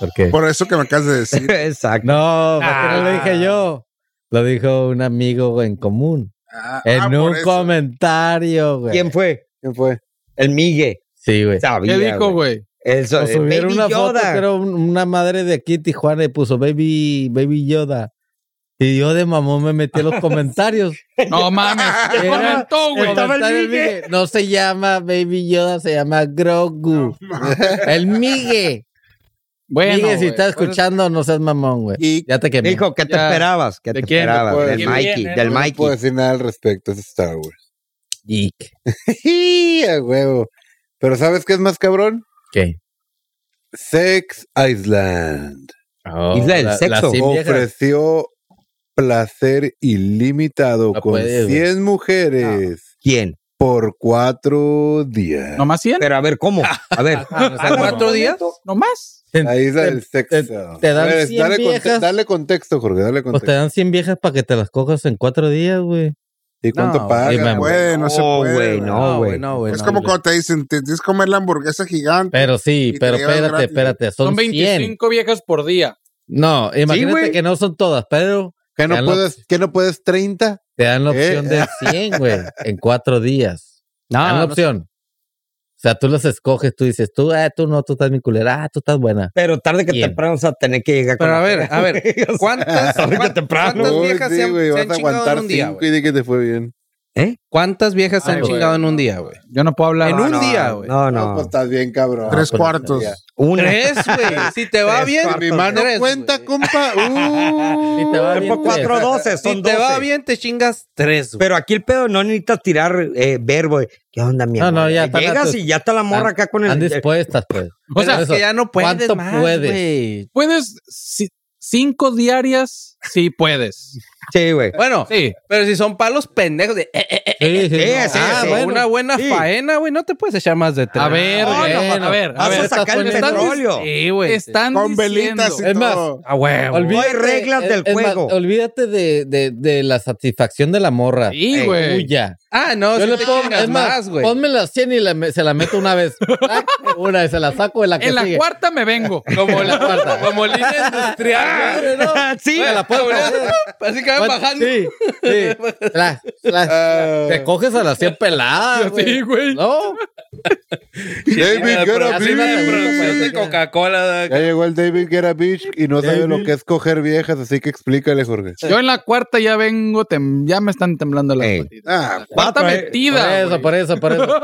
¿Por qué?
Por eso que me acabas de decir.
Exacto.
No, ¿por qué no lo
Ah.
dije yo? Lo dijo un amigo en común.
Ah,
En
ah, por
un
eso.
comentario, güey.
¿Quién fue?
¿Quién fue?
El Migue.
Sí, güey.
Sabía,
¿Qué dijo, güey?
Eso,
O
eh,
subieron
Baby
Pues, una foto
Yoda.
que era un- una madre de aquí en Tijuana y puso Baby, Baby Yoda. Y yo de mamón me metí en los comentarios.
No mames. ¿Qué
Era-
comentó, güey?
Estaba el Migue. No se llama Baby Yoda, se llama Grogu. el Migue.
Bueno,
Migue, si
güey.
estás escuchando, no seas mamón, güey.
Y-
Ya te quemé.
Dijo, ¿qué te
Ya.
esperabas? ¿Qué
¿De
te
quién?
esperabas?
Pues,
Del
¿quién
Mikey, del
No puedo
Mikey.
decir nada al respecto, es Star Wars.
Geek.
¡A huevo! Pero ¿sabes qué es más cabrón?
¿Qué?
Sex Island
Isla del
la-
sexo.
la cien viejas.
ofreció placer ilimitado
No
con
puede, güey.
100 mujeres
¿Quién?
por cuatro días.
¿Nomás 100?
Pero a ver, ¿cómo? A ver.
Ah,
¿A cuatro días?
¿Nomás?
La isla del
te-
sexo.
te dan
A ver,
100
dale, conte-
viejas.
dale contexto, Jorge, dale
Pues te
contexto.
dan 100 viejas para que te las cojas en cuatro días, güey.
¿Y cuánto
No,
pagas?
sí,
No
me-
puede, no, se
No,
puede.
Oh, güey,
güey.
no, güey.
no, güey.
es
no,
como
güey.
cuando te dicen, te tienes que comer la hamburguesa gigante.
Pero sí,
Y te
pero
llevan
espérate,
gratis.
espérate. Son,
Son
100.
25 viejas por día.
No, imagínate
güey.
que no son todas, pero
¿Qué no,
Ya no-
puedes, ¿Qué no puedes 30?
te dan la
Eh.
opción de 100, güey, en cuatro días.
No,
Te
Ah,
dan la
no
opción. O sea, tú las escoges, tú dices, tú, ah, tú no, tú estás mi culera, ah, tú estás buena.
Pero tarde que
¿Quién?
temprano vas a tener que llegar
Pero
con
a
la-
ver, a ver, ¿cuántas,
Tarde que
cuán-
temprano.
¿Cuántas
Uy,
viejas
sí,
se han-
güey,
se
vas
han
a
chingado en
aguantar
un día,
5
güey?
y di que te fue bien.
¿Cuántas viejas se han
Ay, güey.
chingado en un día, güey?
Yo no puedo hablar.
En un
no,
día, güey.
No,
No, pues
no.
estás bien, cabrón.
Tres
Ah, pues,
cuartos.
ya.
Una.
Tres, güey. Si te va
Tres
bien,
cuartos.
Mi mano
tres,
cuenta,
güey.
compa. Uh,
Y te va bien,
Eh, Por
güey.
cuatro doce, son
Si te va
doce.
bien, te chingas tres, güey.
Pero aquí el pedo no necesitas tirar eh, verbo. de, ¿Qué onda, mi
No,
amor? Eh,
no, ya están
Llegas
las-
y ya está la morra acá con
Están
el.
dispuestas, pues.
O
Pero
sea,
es que ya no puedes
¿cuánto
más,
puedes?
güey.
¿puedes ci- cinco diarias? Sí, puedes.
Sí, güey.
Bueno,
Sí.
pero si son palos pendejos de... eh, eh, eh,
Sí, sí,
eh,
no.
sí,
Ah,
sí.
bueno.
una buena
sí.
faena, güey, no te puedes echar más de tres.
A ver,
Ah,
güey,
bueno.
a ver, a
Vas
ver.
a sacar el
estás poniendo-
petróleo.
Sí, güey.
Están
Con
diciendo-
velitas y
Es más, eh,
todo.
A huevo.
Olvídate, hay reglas del
es más,
juego.
olvídate de, de, de la satisfacción de la morra.
Sí,
Ey,
güey.
Tuya.
Ah, no,
Yo
si
le
te
pongo,
chingas
es
más,
más,
güey.
ponme la 100 y la me- se la meto una vez. Ah, una vez se la saco de la que
En la
sigue.
cuarta me vengo.
Como la cuarta. Como línea industrial,
Ah,
sí,
la puedo Así que van bajando.
Sí, sí. La-
Ah.
Ah.
la- te coges a las 100 peladas.
Sí, güey.
Ah, No,
David Guerra
Así no te preocupes,
Beach.
de Coca-Cola.
Ya llegó el David Guerra Beach y no sabe lo que es coger viejas, así que explícale, Jorge.
Yo en la cuarta ya vengo, tem- ya me están temblando las
Ey.
patitas.
Ah,
Cuarta
Cuatro, eh.
metida. güey.
Por eso, por eso, por eso.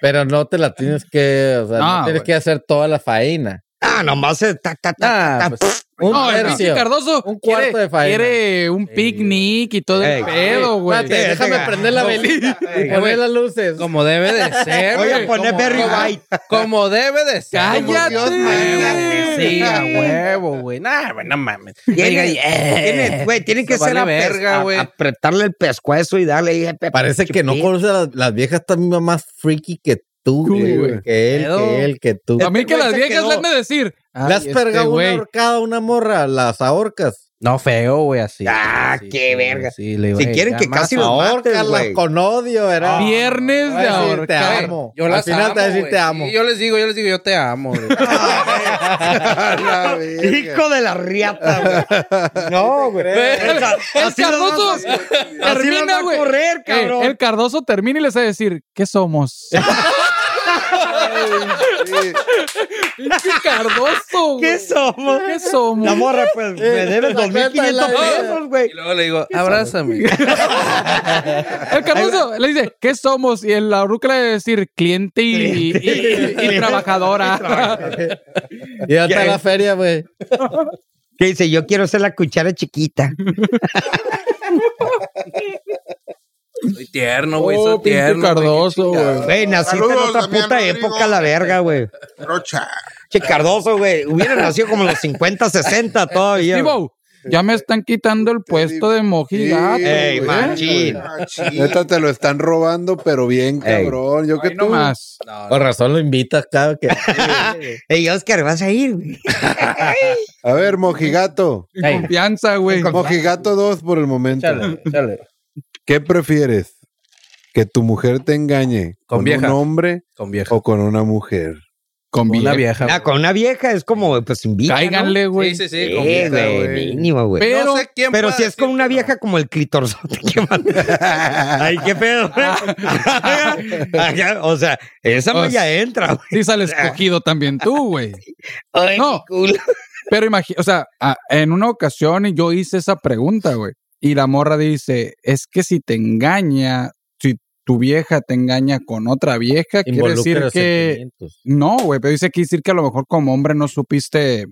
Pero no te la tienes que, o sea, no,
No,
tienes
güey.
que hacer toda la faena.
Ah, nomás es ta, ta, ta,
Ah,
ta,
pues, un
No, el pinche
tercio.
Cardoso
Un cuarto
quiere,
de faena.
quiere un picnic y todo
Ey,
el pedo, güey.
Espérate, déjame
eh, venga. eh,
prender la velita y poner las luces.
Como debe de ser.
Voy a
güey,
poner
como-
Berry White.
Como debe de ser.
¡Cállate!
Como Dios manda, güey. Sí, a huevo, güey. Nah, güey, no mames. Llega y,
Tiene,
eh.
güey, tiene que
Eso
ser
vale
a pes-
verga,
a-
güey.
apretarle el pescuezo y darle ahí, pe-
Parece que no
chiquito.
conoce a las, las viejas también más freaky que tú, güey. Que él, que él, que tú.
Pues A mí
Este
que
güey
las
se
viejas
quedó.
le han de decir.
Le has
"Ay,
pergado
este
una
güey".
ahorcada a una morra, las ahorcas.
No, feo, güey, así.
Ah,
Sí,
qué
sí,
verga.
sí, le digo,
Si
"Ey,
quieren
ya
que
más
casi los mates,
Ahorcarlas
güey.
con odio,
Ah.
¿verdad?
Viernes
Va a
de
decir, te
ahorcar.
amo.
Yo
Al
las
final
amo,
te va a decir,
güey.
te amo.
Sí, yo les digo, yo les digo, yo te amo. güey.
Hijo de la riata, güey. No, güey. El,
El Cardoso termina, güey.
correr,
Eh,
cabrón.
el Cardoso termina y les va a decir, ¿qué somos? Pinche Cardoso, güey.
¿Qué somos?
¿Qué somos?
La morra, pues, me debes 2.500 pesos, güey.
Y luego le digo, abrázame.
El Cardoso le dice, ¿qué somos? Y el Ruca le va a decir, cliente y, y- y- y trabajadora.
Y hasta la feria, güey.
Que dice, yo quiero ser la cuchara chiquita.
Soy tierno, güey,
Oh,
soy
pinche
tierno. güey,
Cardoso,
qué chingada.
güey.
Güey, naciste en
Saludos,
otra
Damián
puta
Rodrigo.
época, la verga, güey.
Rocha.
Che, Cardoso, güey. Hubiera nacido como en los 50, 60 todavía.
Steve-O, ya me están quitando
Este,
el puesto de
ah, pues,
mojigato.
Ey,
güey.
machín.
eh, Neta, te lo están robando, pero bien,
Ey.
cabrón. Yo que
Ay, Ah, no
tú.
más.
Por razón lo invitas cada que.
Ey, Oscar, vas a ir, güey.
A ver, Mojigato.
En confianza, güey.
Mojigato 2 por el momento.
Chale, chale.
¿Qué prefieres? ¿Que tu mujer te engañe
Con
con,
vieja.
un hombre
Con vieja.
o con una mujer?
Con
Una
bien.
vieja.
Ah, con una vieja es como, pues invita. ¿no?
Cáiganle, güey.
Sí, sí, sí, con
Eh,
vieja,
güey,
güey.
mínimo, güey.
Pero-
No sé quién
Pero
pueda
si es con
decir
una
que no.
vieja como el clitorzote que manda. Ay, qué pedo. Ajá, o sea, esa
O
malla entra, güey.
Sí sale escogido también tú, güey.
Ay,
No.
mi culo.
Pero imagínate, o sea, a- en una ocasión yo hice esa pregunta, güey. Y la morra dice, es que si te engaña, si tu vieja te engaña con otra vieja, quiere decir
Involucra
que...
sentimientos.
No, güey, pero dice que decir que a lo mejor como hombre no supiste,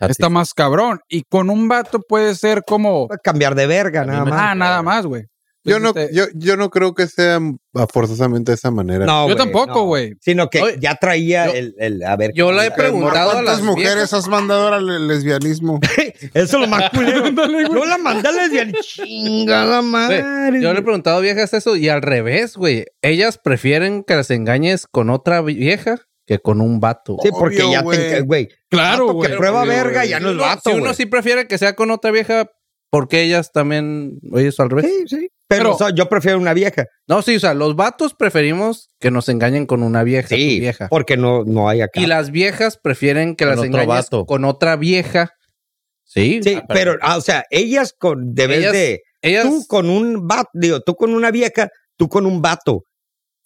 está más cabrón. Y con un vato puede ser como...
Puede Cambiar de verga, nada más.
Ah, nada más, güey.
Pues
Yo no,
este
Entonces,
yo, yo no creo que sea ah, forzosamente de esa manera.
No,
Yo
güey,
tampoco,
no.
güey.
Sino que
Oye,
ya traía
yo-
el, el- A ver.
Yo la he preguntado a
¿Cuántas
las
mujeres
mujeres.
has mandado ahora al lesbianismo?
Eso es lo más culero. Yo la mandé a lesbian. Chingada madre.
Yo le he preguntado a viejas eso y al revés, güey. Ellas prefieren que las engañes con otra vieja que con un vato.
Sí, porque
Obvio,
ya
güey.
te. Güey.
Claro,
vato
güey.
Que prueba verga, ya no es
Uno-
vato.
Si uno
güey.
sí prefiere que sea con otra vieja, porque ellas también, oye, eso al revés.
Sí, sí. Pero,
Pero-
o sea, yo prefiero una vieja.
No, sí, o sea, los vatos preferimos que nos engañen con una vieja. tu
Sí,
vieja.
porque no, no hay acá.
Y las viejas prefieren que
Con
las
otro
engañes
vato.
con otra vieja. Sí.
Sí, pero, ah, o sea, ellas con, debes
Ellas-
de,
Ellas,
tú con un vato, digo, tú con una vieja, tú con un vato.
Ah,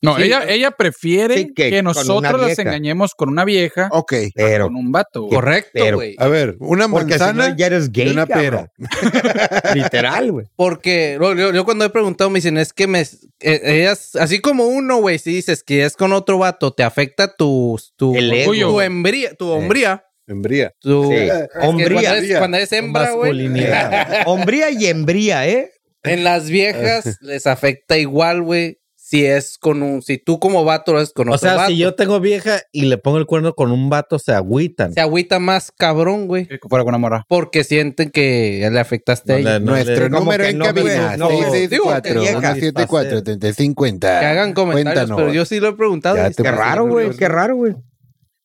No,
Sí, eh,
ella, ella prefiere
sí, que
que,
con
nosotros
una
las
vieja. Oh,
engañemos con una vieja
Ok.
Pero,
con un vato. güey.
correcto,
pero-
güey.
A ver, una
porque si
manzana
no, ya eres gay,
y una pera.
cabrón. Literal, güey.
Porque lo- yo, yo cuando he preguntado me dicen, es que me... eh, ellas, así como uno, güey, si dices que es con otro vato, te afecta tu... Tu,
El ego.
tu hembría, tu hombría.
Embría.
Tu,
Sí.
es que Cuando
Hombría, eh,
eres, cuando eres hembra, güey.
Masculinidad.
hombría y hembría, ¿eh?
En las viejas les afecta igual, güey. Si es con un... Si tú como vato lo haces con
O
otro
sea,
vato.
si yo tengo vieja y le pongo el cuerno con un vato, se agüitan.
Se agüita más cabrón, güey.
Que fuera con una morra.
Porque sienten que le afectaste a ella.
le-
Nuestro
le-
como
número
que
en
no
cabina,
me- no,
digo,
664
que vieja.
174 3050.
Que hagan comentarios,
Ah, Cuéntanos.
pero yo Pues sí lo he preguntado.
Ya
y-
te
Qué
puse
raro, güey,
nervioso.
qué raro, güey.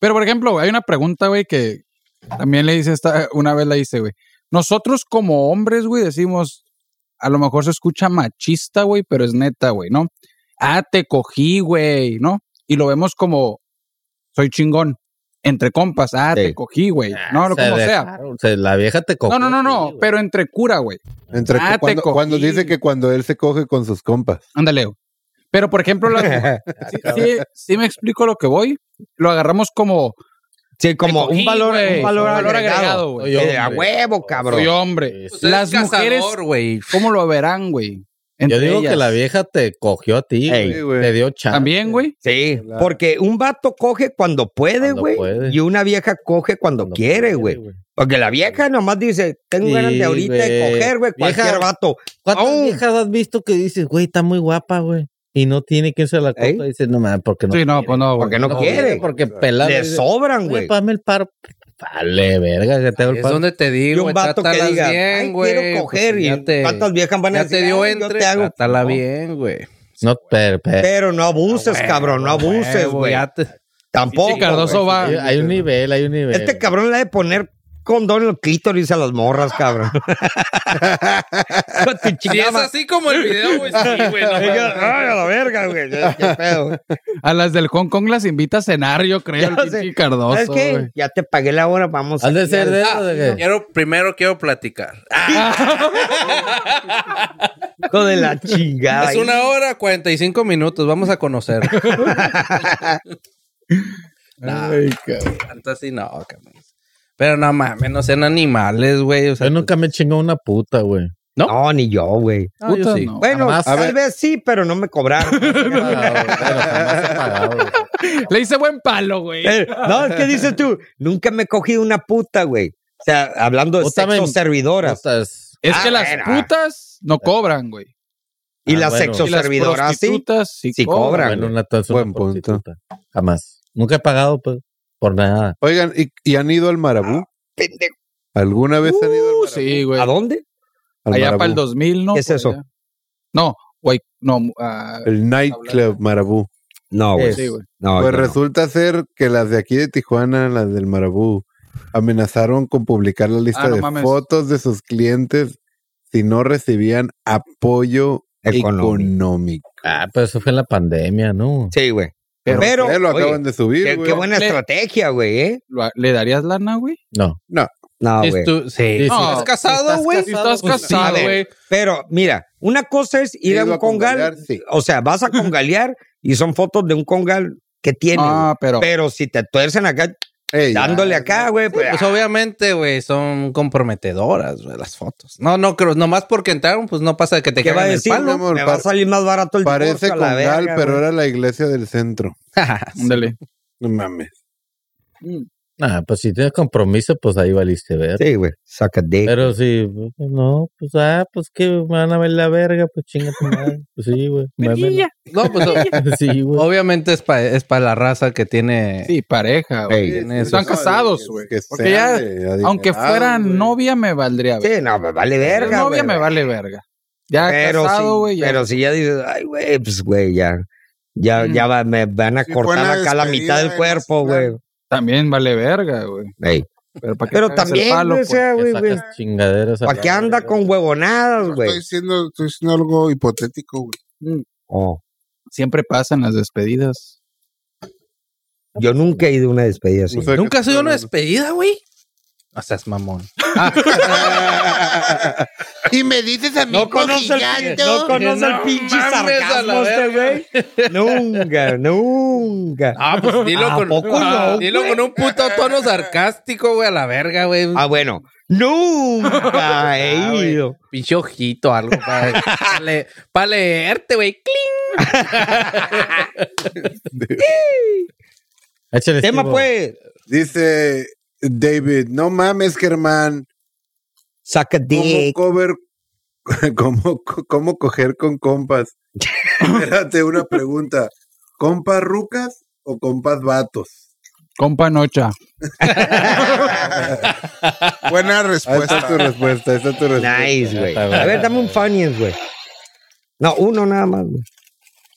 Pero, por ejemplo, hay una pregunta, güey, que también le hice esta, una vez la hice, güey. Nosotros como hombres, güey, decimos, a lo mejor se escucha machista, güey, pero es neta, güey, ¿no? Ah, te cogí, güey, ¿no? Y lo vemos como, soy chingón. entre compas. Ah,
Sí.
te cogí, güey. No, no,
Ah, Se
como sea.
dejaron, se- la vieja te cogió.
No, no, no, no,
güey.
pero entre cura, güey.
Entre
Ah, te
cuando,
cogí.
cuando dice que cuando él se coge con sus compas.
Ándale. güey. Pero, por ejemplo, la- sí, sí- sí me explico lo que voy. Lo agarramos como
Sí, como
Te cogí,
un valor,
güey.
un valor,
Un valor agregado,
agregado.
güey.
Eh,
Soy
a
hombre.
huevo, cabrón.
soy hombre.
Pues
Las mujeres,
güey.
¿cómo lo verán, güey?
Yo
Entre
digo que
ellas.
la vieja te cogió a ti,
Ey.
güey.
Sí, güey.
Te dio chance.
También, güey.
Sí, porque un vato coge cuando puede,
Cuando puede.
güey. Y una vieja coge cuando,
Cuando
quiere, güey. Porque la vieja nomás dice, tengo ganas
Sí,
de ahorita
güey.
de coger, güey,
Vieja-
cualquier vato.
¿Cuántas
¡Aún!
viejas has visto que dices, güey, está muy guapa, güey? Y no tiene quien se la coja.
¿Eh?
Y dices, no mames, porque no.
Sí, no, pues no, güey.
Porque no, quiere.
Porque pelada.
Le
dice,
sobran,
"Oye,
güey.
Pame el paro. Vale, verga, que te doy el
Es
paro.
donde te
Y
digo,
un
güey,
vato que
trátalas
diga, "Ay,
bien, güey.
quiero coger.
pues,
y
ya te,
¿Cuántas viejas van a
ya
decir?
te dio
"Ay, yo
entre,
te hago".
trátala
No.
bien, güey.
No, pero, pero-
Pero no abuses, cabrón, no abuses,
Huevo,
güey.
ya te-
Tampoco.
Sí, Cardoso
güey.
va.
hay, hay un nivel, hay un nivel.
Este cabrón le ha de poner condón en el clítoris a las morras, cabrón. Con tu
Si es
chingada
así como el video, güey, sí, güey. no
Ay,
mames.
a la verga, güey. Qué pedo.
A las del Hong Kong las invita a cenar, yo creo, el
Ya
pinche
sé.
Cardoso,
¿Sabes qué?
güey.
Ya te pagué la hora, vamos.
Has de
aquí
ser
al-
de
Ah,
esos de que-
Quiero, primero quiero platicar.
hijo de la chingada.
es una hora 45 minutos, vamos a conocer.
Ay, cabrón.
Fantasy no, cabrón. Pero no mames, no sean animales, güey. O sea,
Yo nunca me chingó una puta, güey.
No, ni yo, güey.
Ah, yo
Puta,
sí.
no.
Bueno,
jamás.
tal vez sí, pero no me cobraron.
Le hice buen palo, güey.
Eh, no, es que dices tú, nunca me he cogido una puta, güey. O sea, hablando de
Puta,
sexo
men.
servidoras.
Putas.
Es
Ah,
que las
bueno.
putas no cobran, güey.
Y
Ah,
las
bueno.
sexo
Y las
servidoras sí.
prostitutas sí,
sí
cobran.
cobran.
Bueno, una taz- una
Buen punto.
prostituta. Jamás. Nunca he pagado pues, por nada.
Oigan, ¿y, y han ido al Marabú?
Pendejo.
¿Alguna vez han ido al
Uh,
Marabú?
sí, güey.
¿A dónde?
Al
Allá
Marabú.
para el 2000, ¿no?
¿Qué es
Por
eso?
allá. No, güey, no. ah,
El nightclub Marabú.
No, güey.
sí, güey.
No,
Pues
yo no.
resulta ser que las de aquí de Tijuana, las del Marabú, amenazaron con publicar la lista
Ah, no
de
mames.
fotos de sus clientes si no recibían apoyo
Económico.
económico.
Ah, pero eso fue en la pandemia, ¿no?
Sí, güey.
Pero,
Pero,
ustedes lo
oye,
acaban de
Qué,
subir,
qué
güey.
buena
Le-
estrategia, güey, ¿eh?
Lo- ¿Le darías lana, güey?
No.
No,
si
Ah, güey.
tú- sí.
Sí, sí.
No, ¿Estás casado, güey?
Si estás
Pues sí,
casado,
a ver.
güey.
Pero mira, una cosa es ir
He
a
ido
un
a congalear,
congal,
sí.
o sea, vas a congalear y son fotos de un congal que tiene.
Ah, pero.
güey. pero si te tuercen acá,
Ey, ya.
dándole acá, güey, pues,
Pues obviamente, güey, son comprometedoras, güey, las fotos. No, no creo, nomás porque entraron, pues no pasa que te
¿qué va a
caigan en
decir?
el palo.
mi amor?
Me va a
Par-
salir más barato el
Parece
divorcio a la
congal,
verga,
pero
güey.
era la iglesia del centro.
ándale.
Eh.
No mames.
Ah, pues si tienes compromiso, pues ahí valiste ver.
Sí, güey, saca de.
Pero sí, no, pues ah, pues que me van a ver la verga, pues chinga tu madre. Pues sí, güey. vámonos.
No, pues o-
Sí, güey.
obviamente es para es pa la raza que tiene.
Sí, pareja, güey.
Ey,
tiene
Están
esos-
casados, güey. Porque ya,
"Ah,
aunque fuera novia, me valdría, güey.
Sí, no, me vale verga,
novia
güey.
me vale verga. Ya
Pero
casado, güey.
si,
ya.
pero si ya dices, ay, güey, pues, güey, ya. Ya,
Mm.
ya va- me van a
Sí,
cortar
buena
acá la mitad
despedida
del
de
cuerpo, güey.
Mazatlán.
También vale verga, güey.
Ey.
Pero, ¿para qué
Pero
cagas el
también,
palo,
güey, o
pues?
sea,
Que
güey, güey.
sacas chingaderas. a
¿Para
la
qué anda
verga.
con huevonadas,
Estoy
güey?
diciendo, estoy diciendo algo hipotético, güey.
Oh,
Siempre pasan las despedidas.
Yo nunca he ido a una despedida así.
Nunca ha sido una despedida, güey. O sea, es mamón.
Y me dices a mí,
No conoce el, no conoce el pinche
mames, a la
sarcasmo este, güey. Nunca, nunca.
Ah, pues dilo
¿A
con,
poco
ah,
no,
dilo con un puto tono sarcástico, güey, a la verga, güey.
Ah, bueno. Nunca
Ah,
he
güey.
ido.
Pinche ojito, algo para leerte, güey.
Échale,
Tema,
Steve-o.
pues.
Dice David, no mames, Germán.
Saca
¿Cómo
dick.
cover? ¿Cómo, co- cómo coger con compas? Espérate, una pregunta. ¿Compas rucas o compas vatos?
Compa Nocha.
Ah,
Buena
Ahí está
respuesta.
Ah, tu respuesta, ahí está tu respuesta.
Nice, güey.
Está
A
bueno.
ver, dame un funnies, güey. No, uno nada más, güey.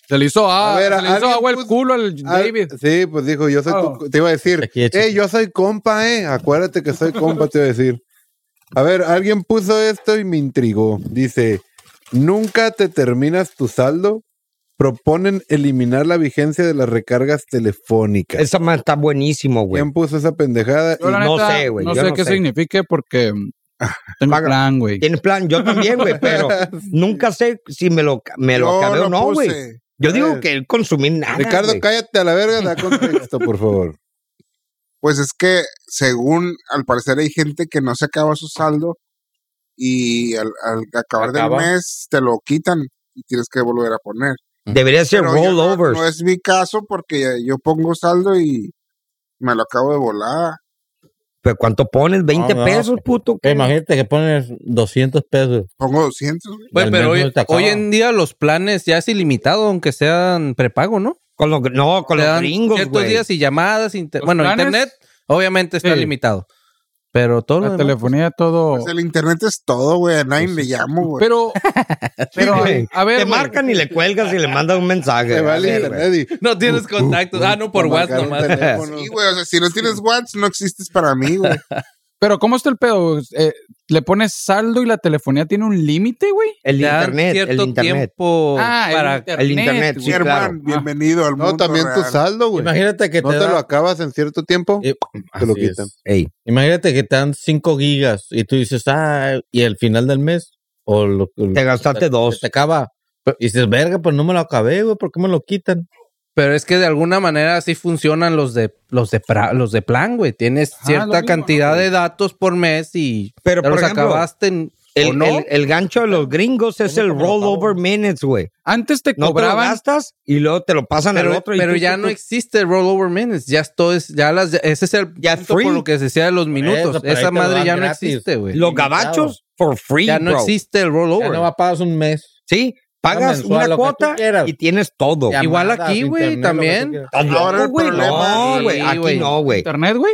Se le hizo, a,
A ver,
se le hizo
alguien
agua el
puso-
culo al
Ah,
David.
sí, pues dijo, yo soy tu- te iba a decir,
Aquí, échale.
eh, yo soy compa, eh, acuérdate que soy compa, te iba a decir. A ver, alguien puso esto y me intrigó. Dice, ¿nunca te terminas tu saldo? Proponen eliminar la vigencia de las recargas telefónicas.
Esa madre está buenísimo, güey.
¿Quién puso esa pendejada?
Yo, la
No
neta,
sé, güey,
No
yo
sé
no
qué
sé.
signifique porque mm, tengo
Paga.
plan, güey.
Tiene plan, yo también, güey, pero nunca sé si me lo, me lo
Yo
acabé o
lo
no, güey.
puse. Pues,
Yo digo que el consumir nada.
Ricardo,
güey.
cállate a la verga, da contexto, por favor.
Pues es que, según, al parecer hay gente que no se acaba su saldo y al, al acabar
Acaba.
del mes te lo quitan y tienes que volver a poner.
Debería ser
Pero yo no-
rollovers.
No es mi caso porque yo pongo saldo y me lo acabo de volar.
Pero ¿cuánto pones? ¿20
No, no.
pesos, puto?
Eh, Imagínate que pones 200 pesos.
Pongo 200. güey.
Al
Güey, pero
menos
hoy,
te acaba.
hoy en día los planes ya es ilimitado, aunque sean prepago, ¿no?
Con los, gr- no, con
Te
los
dan
gringos,
ciertos
güey.
días y llamadas, inter-
¿Los
bueno,
planes?
internet obviamente está
Sí.
limitado. Pero todo
La
lo demás,
telefonía, todo.
Pues el internet es todo, güey. A
Pues
nadie le llamo, güey.
Pero, pero
güey.
a ver,
Te
güey.
marcan y le cuelgas y le mandas un mensaje.
Te
A
vale
ver, güey.
internet y-
No tienes contactos. Ah, no, por
Por
WhatsApp
marcar un
nomás. ¿eh?
teléfono.
Sí, güey, o sea, si no tienes WhatsApp, no existes para mí, güey.
pero ¿cómo está el pedo? Eh, ¿Le pones saldo y la telefonía tiene un límite, güey?
El
Te dan
internet, el
cierto
internet.
tiempo
Ah,
para
el internet,
güey.
sí,
Germán,
claro.
bienvenido al mundo.
No, también tu
real.
saldo, güey.
Imagínate que
pues. No
te,
te
dan-
lo acabas en cierto tiempo,
Eh,
te lo
así es.
quitan.
Ey,
Imagínate que te dan 5 gigas y tú dices, ah, y al final del mes, o lo,
te gastaste dos.
se te acaba. Y dices, verga, pues no me lo acabé, güey, ¿por qué me lo quitan?
Pero es que de alguna manera así funcionan los de los de pra- los de plan, güey. Tienes
Ajá,
cierta
lo mismo,
cantidad
¿no, güey?
de datos por mes y
Pero,
ya
por
los
ejemplo,
acabaste en- o
El,
no.
el- el gancho de los gringos es el rollover minutes, güey.
Antes te
No te lo
cobraban.
gastas y luego te lo pasan al
pero
otro. y
pero
tú-
ya
tú-
no
tú-
existe el rollover minutes. Ya todo es, ya las, ese es el
Ya
punto
free.
por lo que se decía de los minutos.
eso, pero ahí
Esa
te lo
madre
dan
ya no
gratis.
existe, güey.
Los gabachos, for free,
Ya no
bro.
existe el
Oh,
Ya
rollover.
no va, pagas un mes.
Sí, pagas
mensual, lo
una
que tú
cuota
quieras.
y tienes todo.
Ya, Igual aquí, güey,
internet, lo que
también.
tú quieras.
¿Estás loco,
Ahora el
güey?
problema-
No,
Sí,
güey, aquí
güey.
no, güey.
¿Internet, güey?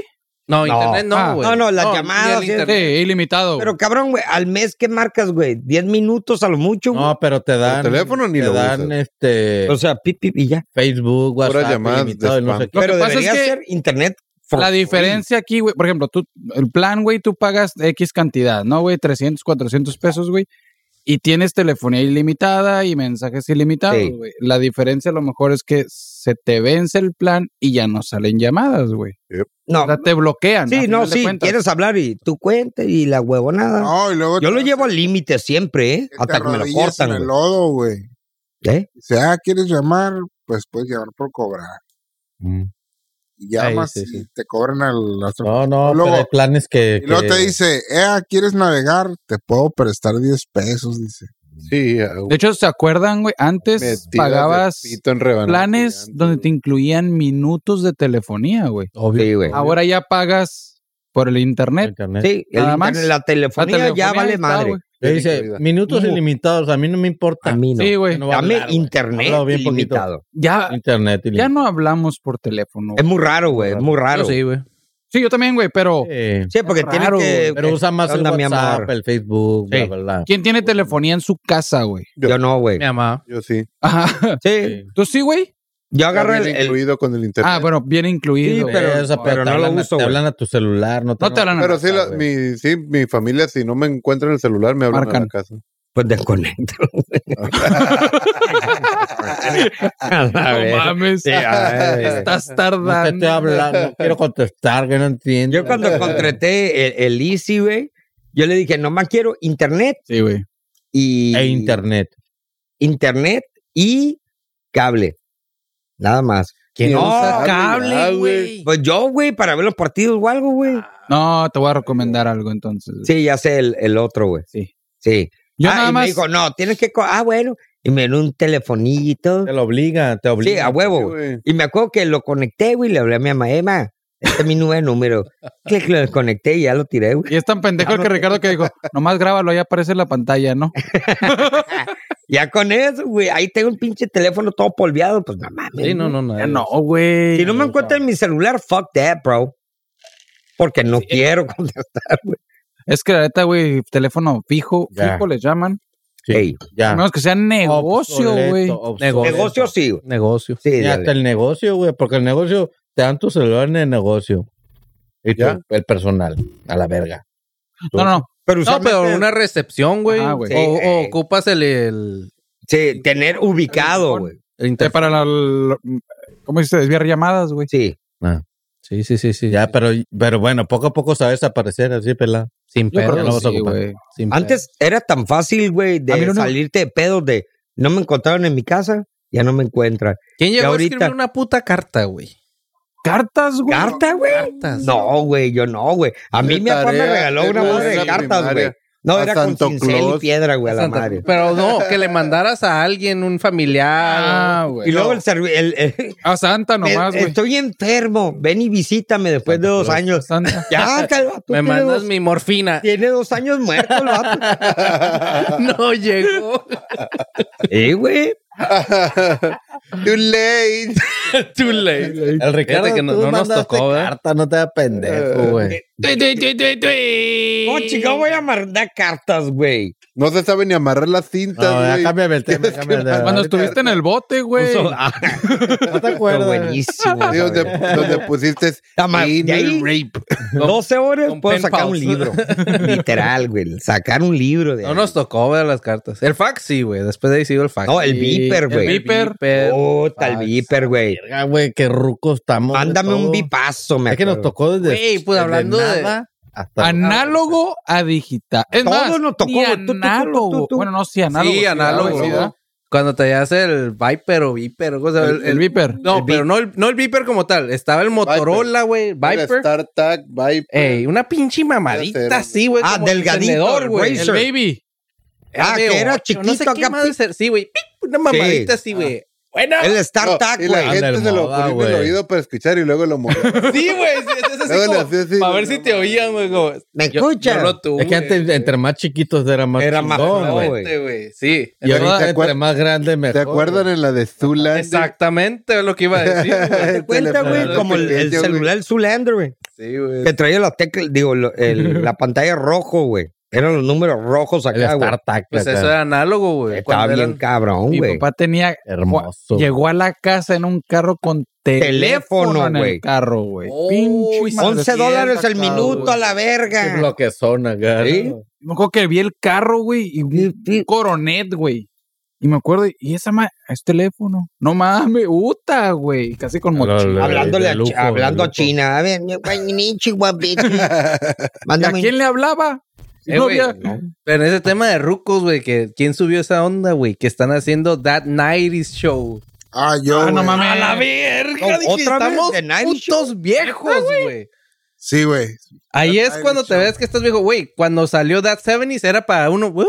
No,
No.
internet
Ah,
no, güey.
no, no, las
ni
llamadas
el
y el-
Sí,
internet.
ilimitado. güey.
Pero cabrón, güey, al mes, ¿qué marcas, güey? ¿10 minutos a lo mucho? güey?
No, pero te dan.
teléfono ni
te
lo
dan
usas.
este.
o sea, pip, pip, y ya.
Facebook,
Puras
WhatsApp,
llamadas
ilimitado
de
y no sé
spam.
qué.
Lo que
Pero
pasa es
debería
que
ser internet. for
La
free.
diferencia aquí, güey, por ejemplo, tú, el plan, güey, tú pagas X cantidad, ¿no, güey? 300, 400 pesos, güey. Y tienes telefonía ilimitada y mensajes ilimitados,
Sí.
güey. La diferencia a lo mejor es que se te vence el plan y ya no salen llamadas, güey. O
No,
sea, te bloquean. a
sí, no,
final de
sí.
cuentas.
Quieres hablar y tú cuenta y la huevonada.
No, y luego
Yo
te-
lo llevo al límite siempre, ¿eh?
te
Hasta que me lo
arrodillas
cortan,
en el
güey.
lodo, güey.
¿Eh?
Si ah, quieres llamar, pues puedes llamar por cobrar. Y llamas
Ahí, sí, sí.
y te cobran al otro.
No, no,
Luego-
pero hay planes que.
Y luego
que-
te dice, eh, ¿quieres navegar? Te puedo prestar 10 pesos, dice.
Sí, ah,
De hecho, ¿se acuerdan, güey? Antes
metidas de
Pues, pagabas
pito en rebanada
planes
gigante,
donde
güey.
te incluían minutos de telefonía, güey.
Sí, güey.
Ahora ya pagas por el internet.
Internet.
Sí, el
Nada más.
internet, la, telefonía
La telefonía
ya
ahí
vale
está,
madre.
güey.
Te dice
Incluida.
minutos
Ujú.
ilimitados. A mí no me importa.
A mí no.
Sí, güey.
Yo no voy a
Dame
hablar, güey.
internet
Hablo bien poquito.
ilimitado.
Ya,
Internet
ya
ilimitado.
no hablamos por teléfono.
Es muy raro, güey. Es muy raro.
Yo
Sí,
Sí, güey.
Sí, yo también, güey, pero
Eh,
porque
Es
tiene
raro,
que.
pero usa más
¿Qué
el
onda, mi
WhatsApp,
amor?
el Facebook,
Sí.
bla, bla, bla.
¿quién tiene telefonía en su casa, güey?
Yo no, güey.
Mi mamá.
Yo sí.
Ajá.
Sí.
¿Tú sí, güey?
Yo
Agarra
agarro el. el-
incluido con el internet.
Ah, bueno, viene
Sí,
incluido. güey.
pero-
Esa,
pero
te
no lo
hablan a-
uso,
Te
güey.
hablan a tu celular, no te,
no te hablan
pero
pero
sí, la, mi, sí, mi familia, si no me encuentran el celular, me hablan a
Marcan.
la casa.
Pues desconecto. A la
No
vez.
mames.
Sí, a ver.
Estás
No te
tardando.
estoy hablando, no quiero contestar, que no entiendo.
Yo cuando contraté el, el Easy, güey, yo le dije, nomás quiero internet
Sí, güey.
y.
E internet.
Internet y cable. Nada más.
¿Quién
no,
usa
cable,
Ah,
güey. Pues yo, güey, para ver los partidos o algo, güey.
Ah. No, te voy a recomendar algo entonces.
Sí, ya sé el, el otro, güey.
Sí.
Sí.
Yo
Ah,
nada
y
más.
me dijo, no, tienes que. co- Ah, bueno. Y me dio un telefonito.
Te lo obliga, te obliga.
Sí, a huevo, güey.
güey.
Y me acuerdo que lo conecté, güey, y le hablé a mi mamá, Emma, este es mi nuevo número. Clic, lo desconecté y ya lo tiré, güey.
Y es tan pendejo el que Ricardo que dijo, nomás grábalo, ahí aparece en la pantalla, ¿no?
Ya con eso, güey, ahí tengo un pinche teléfono todo polviado, pues no mames.
Sí, no,
güey.
no, no.
Ya no, güey.
Si no me encuentro en mi celular, fuck that, bro. Porque no quiero contestar, güey.
Es que la neta, güey, teléfono fijo,
Ya.
fijo le llaman.
Sí.
Ey,
A
Ya.
menos que sea negocio,
Obsoleto,
güey.
obsoleto.
negocio sí, güey.
Negocio.
Sí,
Y
dale.
hasta el negocio, güey, porque el negocio te dan tu celular en el negocio. Y tú,
¿Ya?
el personal, a la verga.
No, no, no.
Pero
No,
usualmente,
pero una recepción, güey.
Ah, güey.
O, o
Sí.
ocupas el, el-
sí, tener ubicado, güey.
El
Eh,
inter-
para la, la- ¿Cómo dice? Desviar llamadas, güey.
Sí.
Sí, sí, sí, sí.
Ya, pero, pero bueno, poco a poco se va a desaparecer así, pelada.
Sin
Yo creo
pedo.
que
no vas a
sí,
ocupar.
güey.
sin
Antes era tan fácil, güey,
A mí lo
de
único-
salirte de pedos de no me encontraron en mi casa, ya no me encuentran.
pedo. ¿Quién llegó
y
a escribir
ahorita-
una puta carta, güey?
Cartas, güey.
¿Carta, güey?
Cartas.
No, güey, yo no, güey. A mí
De
mi papá me
tarea,
regaló
es
una
la
madre de
escuela
cartas,
primaria.
güey. No,
A
era con
Santo
cincel y
Claus.
piedra, güey, a la
Santa-
madre.
Pero no, que le mandaras a alguien, un familiar.
Ah, güey.
Y luego el, servi- el- el-
A Santa nomás,
el-
güey.
estoy enfermo, ven y visítame después de dos años.
Santa.
Ya, hasta el vato tiene
me mandas
dos-
mi morfina.
Tiene dos años muerto el vato.
no llegó.
Eh, güey.
Too late.
Too late.
El Ricardo
Fíjate que no-
tú
no nos
mandaste
tocó,
¿eh?
¿verdad?
carta, no te da pendejo, güey.
¿Cómo chingado voy a mandar cartas, güey?
No se sabe ni amarrar las
No,
cintas,
ya
güey.
cámbiame el tema, cámbiame el tema.
Cuando estuviste en el bote, güey.
Puso- Ah,
No te
pero
acuerdas.
buenísimo.
Sí, donde, donde pusiste
Tama- de
anal
ahí-
rape.
12 horas
Con
puedo
pen
sacar un
pals.
libro. Literal, güey. Sacar un libro de.
No nos tocó ver las cartas. El fax sí, güey. Después de ahí siguió el fax.
No, el Viper,
El
güey. Oh,
Viper.
Puta, el Viper, güey.
Verga, güey, qué rucos estamos. de
Mándame
todo.
un bipazo, me
Es que nos
acuerdo.
tocó desde.
Güey, pues,
desde
hablando de-
nada hasta-
Análogo a digital. Es
Todo
más,
nos tocó,
ni
güey. Tú, tú, tú,
análogo.
tú, tú.
Bueno, no, sí, análogo.
Sí, análogo.
güey, sí, ¿verdad?
Cuando te hacías el Viper o Viper. o sea,
El, el Viper.
No, pero no el, no el Viper como tal. Estaba el Motorola, güey. Viper.
StarTag, Viper.
Ey, una pinche
Ya sé,
mamadita así, güey.
Ah,
como
delgadito,
encendedor,
el
güey.
El
Razer.
Baby.
Ah,
M8,
que era
No
chiquito
sé qué
acá.
madre ser. Sí, güey. ¡pic! Una mamadita así, güey. Bueno.
El
No,
StarTag,
y la
güey.
gente se lo
Moda,
ponía en el
güey.
oído para escuchar y luego lo movía.
Sí, güey. sí, es- es así
Luego le
como-
hacía así,
para
no,
ver si
no,
te
no.
oían, güey. como-
¿Me
Yo-
escuchas?
yo lo tuve, este,
Es que antes, entre más chiquitos era más
Era más
chingón,
fregón,
güey.
güey.
güey. Sí.
Y
Pero
ahorita
¿te acuer-
entre más grande, mejor.
¿Te acuerdan en la de Zula?
Exactamente lo que iba a decir. güey.
¿Te cuenta, güey? Como el, el celular el Zulander, güey.
Sí, güey.
Que traía la tecla, digo, lo- el- la pantalla rojo, güey. Eran los números rojos
El
acá, güey.
StarTag,
Pues
acá.
eso era análogo, güey.
Estaba
Cuando
bien
eran-
cabrón,
Mi
güey.
papá tenía.
Hermoso.
Llegó a la casa en un carro con teléfono,
Teléfono,
en
güey.
el carro, güey.
Uy,
Pinche madre.
11 dólares el
cabrón,
minuto
güey.
a la
Qué
verga.
bloquezona, acá,
Sí.
¿no?
Me acuerdo que vi el carro, güey, y un un coronet, güey. Y me acuerdo, y esa ma es teléfono. No mames, puta, güey. Casi con
Lo-
mochila.
lo-
Hablándole
de
a, Chi-
lujo, de
hablando a
lujo.
China. A ver, mi guaynichi, guapito.
¿Y ¿A
Mándame.
quién le hablaba?
Eh,
No
güey,
había-
Pero en ese tema de rucos, güey, que quién subió esa onda, güey, que están haciendo That 90s Show.
Ah, yo.
Ah, no
güey.
mames.
verga,
dije, estamos
de
putos
viejos, güey.
Sí, güey.
Ahí es
90s
cuando te
Show.
ves que estás viejo, güey. Cuando salió That 70s era para uno, "Uh",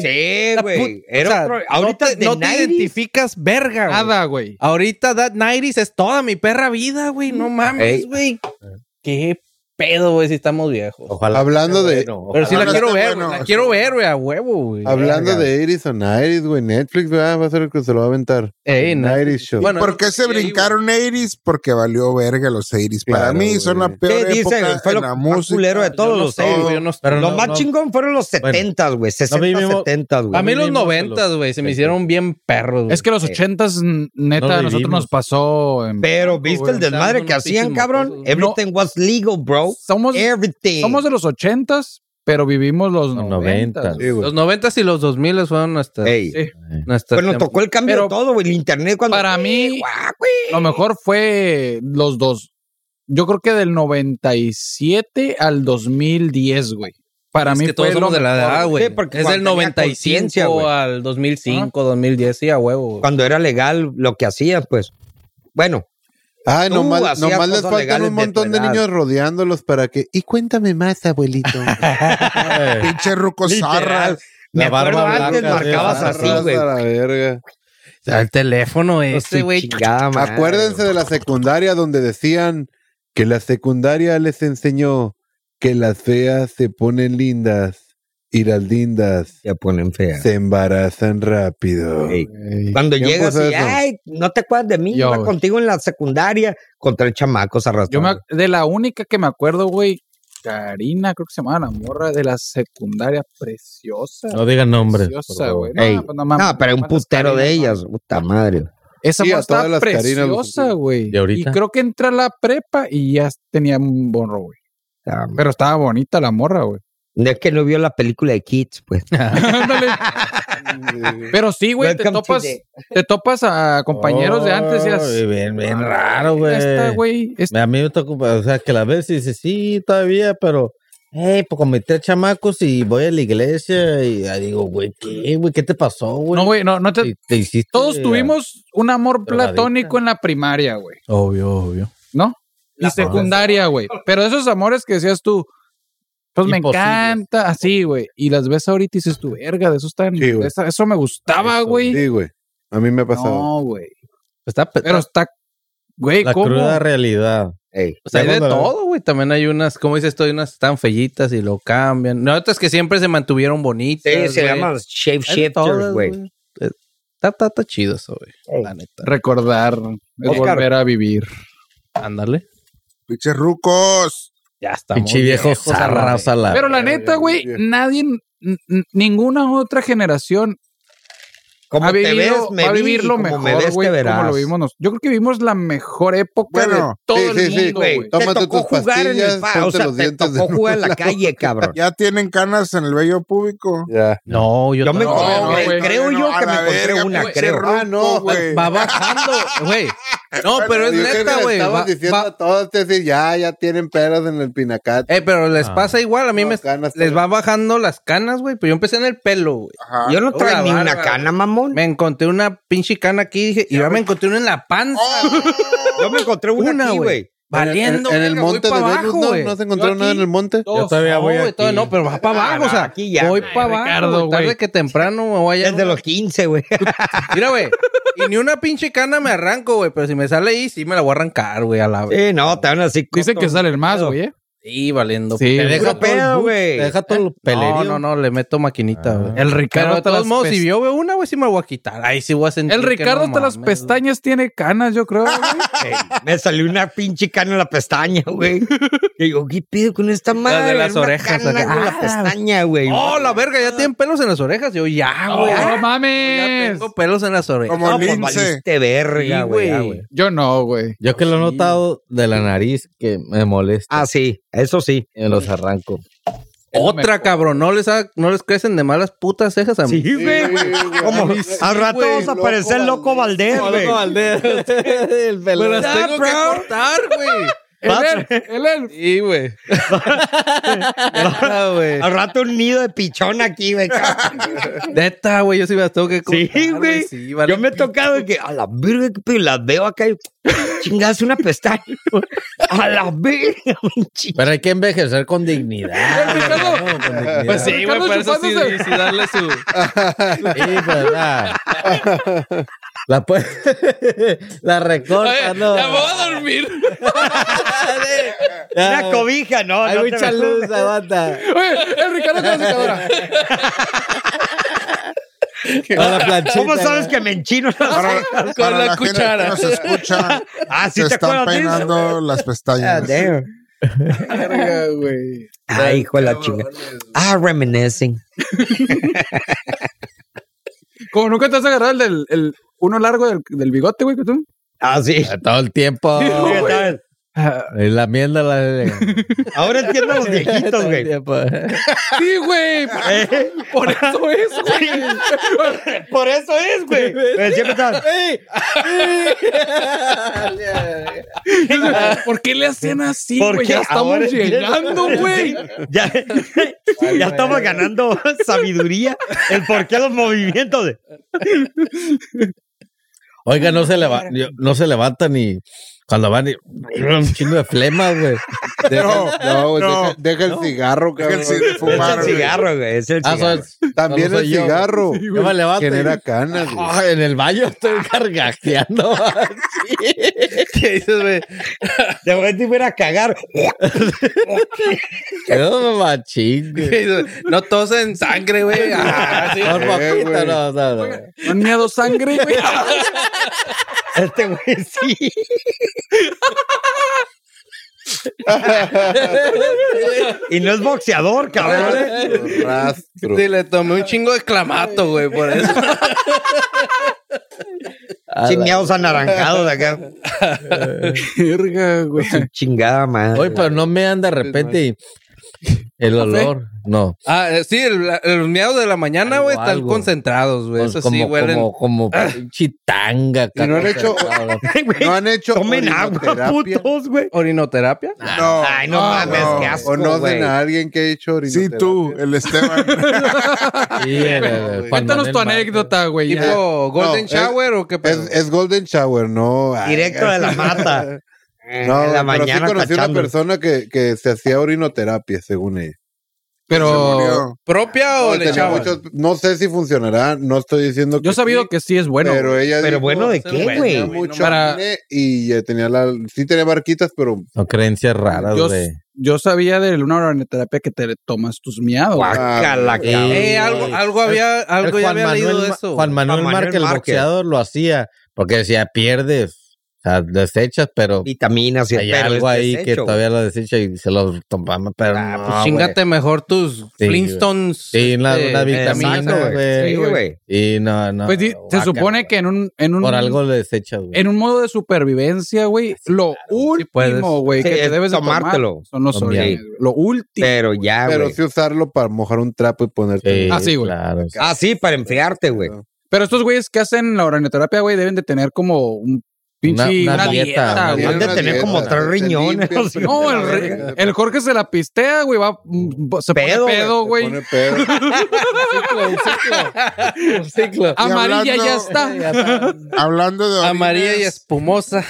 Sí,
La
güey.
put-
Era
o sea,
otro- Ahorita
no te,
de
no te
90s,
identificas verga, güey.
Nada, güey.
Ahorita That 90s es toda mi perra vida, güey. No mames,
Ey.
güey. Qué pedo, güey, si estamos viejos.
Ojalá.
Hablando de,
Bueno, ojalá.
Pero sí la
no
quiero
esté
ver,
bueno.
la quiero ver, güey, a huevo, güey.
hablando de Iris on Iris, güey. Netflix, ¿verdad? va a ser el que se lo va a aventar.
Ey,
En
no.
Iris Show.
Bueno,
¿Por qué se
ahí, güey.
brincaron 80s? Porque valió verga los 80s. Para
Claro,
mí
güey.
son la
¿Qué
peor
dice?
época
Fue
en
lo
la
más
música.
culero de todos
Yo no
los
sé,
tiempos.
güey, yo no-
Pero
Lo
no,
más
no.
chingón fueron los 70s, güey. 60,
vivimos-
70s, güey.
A mí los
vivimos
noventas,
los-
güey, se me hicieron bien perros. güey.
Es que los ochentas, n- neta,
No
a nosotros
vivimos.
nos pasó. en-
Pero viste
güey,
el desmadre
estaban
que hacían,
muchísimo
cabrón.
cosas.
Everything was legal, bro.
Somos,
Everything.
somos de los ochentas, pero vivimos los
Los
noventas.
noventas.
güey.
Sí, güey.
Los noventas y los dos miles fueron hasta...
Ey.
Sí.
hasta
Pues nos
tiempo.
tocó el cambio
Pero
de todo, güey. El internet cuando.
Para mí,
Guau, güey.
lo mejor fue los dos. Yo creo que del 97 al 2010, güey. Para
Es
mí
que
fue
todos somos
lo
de la
mejor,
edad,
güey.
güey.
Sí, porque
es del
cuando tenía
95
conciencia, güey.
al 2005, 2010, sí, a huevo. güey.
Cuando era legal lo que hacías, pues. Bueno,
Ay,
Tú
nomás,
hacías
nomás les
cosas
faltan
legales
un
de tu
montón de
edad.
niños rodeándolos para que. Y cuéntame más, abuelito.
Pinche ruco zarra.
literal. Me
La barba
acuerdo antes
blanca, sí,
marcabas
la
así, güey.
A la verga.
O sea, el teléfono ese,
Su
güey.
chingada madre,
Acuérdense de la secundaria donde decían que la secundaria les enseñó que las feas se ponen lindas y las lindas
Ya ponen fea.
se embarazan rápido.
Ey. Cuando
¿Quién
llegas
puso
y,
eso?
ay, no te acuerdas de mí,
Yo,
iba
güey.
contigo en la secundaria contra el chamaco arrastró.
Yo me, ac- de la única que me acuerdo, güey, Karina, creo que se llamaba la morra de la secundaria, preciosa.
No digan nombres.
Preciosa, güey.
Ey.
pues no mames,
No, pero un
¿cuántas
putero de
Karinas,
ellas, puta madre.
Esa
Sí, a
morra
todas
estaba
las Karinas los
preciosa,
ocupo.
güey.
¿Y ahorita?
Y creo que entra a la prepa y ya tenía un borro, güey.
Puta madre.
Pero estaba bonita la morra, güey.
No es que no vio la película de Kids, pues.
Ándale. Pero sí, güey, te
Welcome to
topas,
the-
te topas a compañeros de antes y
Oh,
as-
Bien, bien raro, güey.
Esta, güey, esta-
A mí me tocó, o sea, que la ves y dices, sí, todavía, pero, hey, pues cometí a chamacos y voy a la iglesia y ahí digo, güey, ¿qué, güey? ¿Qué te pasó, güey?
No, güey, no, no te...
Y te hiciste-
Todos tuvimos un amor
drogadicta.
platónico en la primaria, güey,
Obvio, obvio.
¿no? Y secundaria, güey. Pero esos amores que decías tú, pues me
Imposibles.
encanta, así, güey. Y las ves ahorita y dices, tu verga, de eso están...
Sí, güey.
esa- eso me gustaba, güey.
Sí, güey. A mí me ha pasado.
No, güey.
Está, pe-
Pero está... Güey,
La
¿cómo?
cruda realidad.
pues hay de
Segundo, ¿verdad?
todo, güey. También hay unas, como dices tú, hay unas tan fellitas y lo cambian. No, otras que siempre se mantuvieron bonitas.
Sí, se
güey.
llaman
Hay de
shapeshifters,
todas,
güey. Oh.
Eh, Está, está, está chido eso, güey.
Ey.
La neta.
Recordar es
Oscar.
volver a vivir.
Ándale.
Pinches rucos.
Ya está.
Pinche viejo zarraza
Ah,
la.
Pero la neta, güey, nadie, n- n- ninguna otra generación
Como
ha
te ves,
vivido,
me
va a
vi,
vivir lo
como
mejor,
me ves,
güey,
te
como
verás.
lo vivimos nos- Yo creo que vivimos la mejor época de
Bueno,
todo
sí,
el
sí, sí,
mundo,
Güey,
güey.
te
Tómate
tocó
tus
jugar en el
pastillas,
pa- o
ponte
sea,
los
te
dientes de
tocó jugar en la
nuevo.
calle, cabrón.
Ya tienen canas en el vello púbico.
Ya.
No, yo,
Yo me
no,
encontré,
no,
güey,
güey,
creo
no,
yo
a
que me
la
encontré
verga, pues,
una,
güey,
creo.
cerró.
Ah, no, güey.
Va bajando, güey. No, pero es
Yo creo que
neta,
le
güey.
Estabas
Va-
diciendo
va-
a todos, te decía, ya, ya tienen peras en el pinacate.
Eh, pero les pasa igual. A mí
No,
me
canas
les va bajando las canas, güey. Pero yo empecé en el pelo, güey.
Ajá.
Yo no
Una
traigo ni una
barba,
cana, mamón.
Me encontré una pinche cana aquí dije, y ahora me encontré una en la panza.
Yo me encontré
Ah, Una,
una aquí,
güey.
güey.
Valiendo.
En, en el
verga, Eh, voy
monte de
pa'
Venus,
abajo,
¿no?
güey.
¿No se encontró
Yo
nada
aquí-
en el monte?
Todos,
Yo todavía
No,
voy
güey,
aquí.
todavía no, pero va para abajo, o sea,
Aquí ya.
voy
Ay,
para abajo,
Ricardo,
güey, tarde
güey.
que temprano me voy allá.
Desde los 15, güey.
Mira, güey, y ni una pinche cana me arranco, güey, pero si me sale ahí, sí me la voy a arrancar, güey, a la vez.
Sí, no, te van así.
Dicen que
es
salen más, güey. ¿eh?
Sí, valiendo.
Sí,
Te
güey.
puro
deja todo el
pedo,
bu-
güey.
Te deja todo el
No,
pelerío.
no, no, le meto maquinita, güey.
El Ricardo
Pero de
hasta
todos
las
modos,
pes-
si yo veo una, güey, sí me la voy a quitar. Ahí sí voy a sentir
El
que
Ricardo
no
hasta las
mames,
pestañas tiene canas, yo creo. güey.
Me salió una pinche cana en la pestaña, güey. Y digo, ¿qué pido con esta madre?
de las
Una
orejas,
cana
acá.
con la
Ah,
pestaña, güey.
güey. ¡Oh, la verga! Ya tienen pelos en las orejas. Yo, ya, güey. Ah,
no
Oh, ya
mames.
tengo pelos en las orejas.
Como
pues
lince.
valiste verga,
Sí,
güey. ah,
güey.
güey.
Yo no, güey.
Yo que lo he notado de la nariz que me molesta.
Ah, sí, eso sí.
y me los arranco.
Otra, cabrón. No les, ha- no les crecen de malas putas cejas a mí.
Sí, güey. Como al rato
güey.
vamos a aparecer loco Valdés, güey.
el pelo.
Pero las tengo que cortar, güey.
El elf, el elf.
Sí, güey. Neta, güey.
Al rato un nido de pichón aquí, güey.
Neta, güey. Yo sí me las tengo que cortar.
Sí, güey.
Sí, vale.
Yo me he tocado de que a la verga, qué pedo, las veo acá y chingadas una pestaña. güey. A la verga, un chingo.
Pero hay que envejecer con dignidad.
El Ricardo-
¿no? Con dignidad.
Pues sí, güey.
Ricardo
Para eso sí,
chupándose.
sí darle su...
Sí, pues, la, la, pue- la recorta, ¿no?
a dormir.
Ya.
Una cobija, no,
Hay
no te
mucha
preocupes.
luz, aguanta.
Oye, el Ricardo con la secadora.
A la planchita.
¿Cómo sabes que me enchino?
Para, con
la cuchara.
Nos escucha.
Ah, sí
se
te
están
acuerdas de eso.
peinando las
Ah,
pestañas.
damn. Ay, hijo de la chinga. Ah, reminiscing.
Como nunca te has agarrado el del el uno largo del, del bigote, güey, que tú.
Ah, sí.
Todo el tiempo.
Ya sabes.
Y lamiendo la
Ahora entiendo a los viejitos,
Todo el
güey.
pues.
tiempo.
Sí, güey.
Eh,
Por eso es, güey.
Por eso es, güey. Eh, Siempre estás.
¿Por qué le hacían así,
¿Por
güey?
qué
Ya estamos
ahora entiendo?
llegando, güey.
Ya, ya estamos ganando sabiduría. El porqué de los movimientos. de-
Oiga, no se, leva- yo- no se levantan ni cuando van y un chingo de flema, güey.
No, no, güey,
no.
deja, deja el cigarro,
Deja el
cabrón.
ci-
Es
fumar,
el
güey.
cigarro, güey. Es el
Ah,
cigarro.
soy-
También
no, no
el
soy yo,
cigarro.
güey. Yo me levanto. y-
Genera canas, güey.
Ah, en el baño estoy gargajeando.
¿Qué dices, güey?
De repente voy a ir a cagar.
Quedó machín, güey.
¿Qué dices? No tosen sangre, güey. Ah, sí.
No,
güey.
papita, no, no, no.
¿No han meado sangre, güey?
Este güey sí. Y no es boxeador, cabrón.
Rastro.
Sí, le tomé un chingo de clamato, güey, por eso.
Chimeados anaranjados de acá.
Eh,
Verga, güey.
Chingada madre.
Oye, pero no me dan de repente y El olor, no.
Ah, eh, sí, el, el miado de la mañana,
Algo,
güey, están
algo.
concentrados, güey.
Pues
Eso sí,
como,
huelen.
como, como chitanga.
Y no han hecho- No han hecho
Tomen agua,
orinoterapia?
putos, güey.
¿Orinoterapia?
No.
Ay, no, mames,
no.
qué Ah, asco,
¿O Ah, no
güey.
den a alguien que ha hecho
Sí,
orinoterapia?
tú, el Esteban.
Cuéntanos tu anécdota, güey. ya.
¿Tipo
no,
Golden
es-
Shower o qué pedo?
Es, es Golden Shower, no. ay,
Directo de la mata.
No,
en la
pero sí
mañana
conocí
cachando.
una persona que, que se hacía orinoterapia, según ella.
Pero
¿Propia o
No,
le
tenía
echaban?
muchos- no sé si funcionará, no estoy diciendo que
yo he sabido
sí,
que sí es bueno.
pero
güey.
ella
Pero
dijo,
bueno, ¿de
se
qué, güey?
huele, güey, no
mucho
para-
acné y ya tenía la sí tenía barquitas, pero
Son creencias raras,
Yo-
güey.
Yo sabía de una orinoterapia que te tomas tus miados. güey.
Guácala, cabrón.
Eh,
Eh, algo, algo había,
El
algo ya
Juan
había
Manuel,
leído de
Ma-
eso.
Juan Manuel
Juan Manuel
Márquez, el
Márquez.
boxeador, lo hacía porque decía, pierdes, o sea, desechas, pero
Vitaminas y
hay
pero
algo
es
ahí que
desecho,
todavía lo desecha y se lo tomamos, pero
Ah,
no,
pues
güey.
Chingate mejor tus
güey.
Flintstones.
Sí, una-
eh,
una
güey.
vitamina,
Exacto,
güey.
Sí, güey.
Y no, no.
Pues di- se
guácala,
supone que en un, en un
Por algo lo desechas, güey.
en un modo de supervivencia, güey, lo
puedes.
último, güey,
Sí,
que te
es
debes de tomar
tomártelo.
son los
También.
orines. güey. Lo último.
Pero ya,
pero
Ah, güey.
sí usarlo para mojar un trapo y ponerte
Sí,
Ah, sí, güey.
Claro.
Ah, sí, para enfriarte, güey.
Pero estos güeyes que hacen la orinoterapia, güey, deben de tener como un pinche
Una-
una,
una dieta,
dieta,
güey.
Ah, güey.
Han de tener como tres riñones, así.
No, el, re- el Jorge se la pistea, güey, va mm, se
Pedo,
pedo,
güey,
pedo, güey. Amarilla
Y hablando-
ya está.
Hablando de.
Ah, Amarilla y
orines,
espumosa.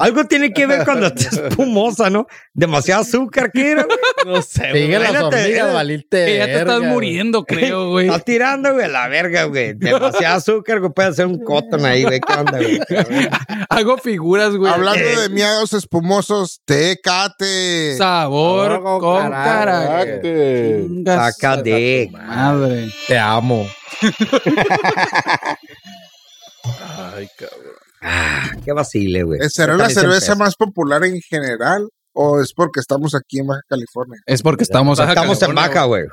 Algo tiene que ver cuando estás espumosa, ¿no? Demasiado azúcar, ¿qué era, güey?
No sé, Sigue las
Imagínate,
hormigas,
eh,
valiste
Que ya te
verga,
estás
güey.
muriendo, creo, güey.
Estás tirando, güey, a la verga, güey. Demasiado azúcar, güey. Puede hacer un cotton ahí, güey. ¿Qué onda, güey?
Hago figuras, güey.
Eh.
Hablando de miados espumosos, tecate.
Sabor
Sabor con
con
carácter.
carácter.
Exacto.
Chingas
Saca
a
de.
tu Madre.
Te amo.
Qué vacile, güey.
Eh, ¿Será la
Están
cerveza
diciendo
más popular en general? ¿O es porque estamos aquí en Baja California?
Es porque estamos
eso. Estamos en vaca, güey.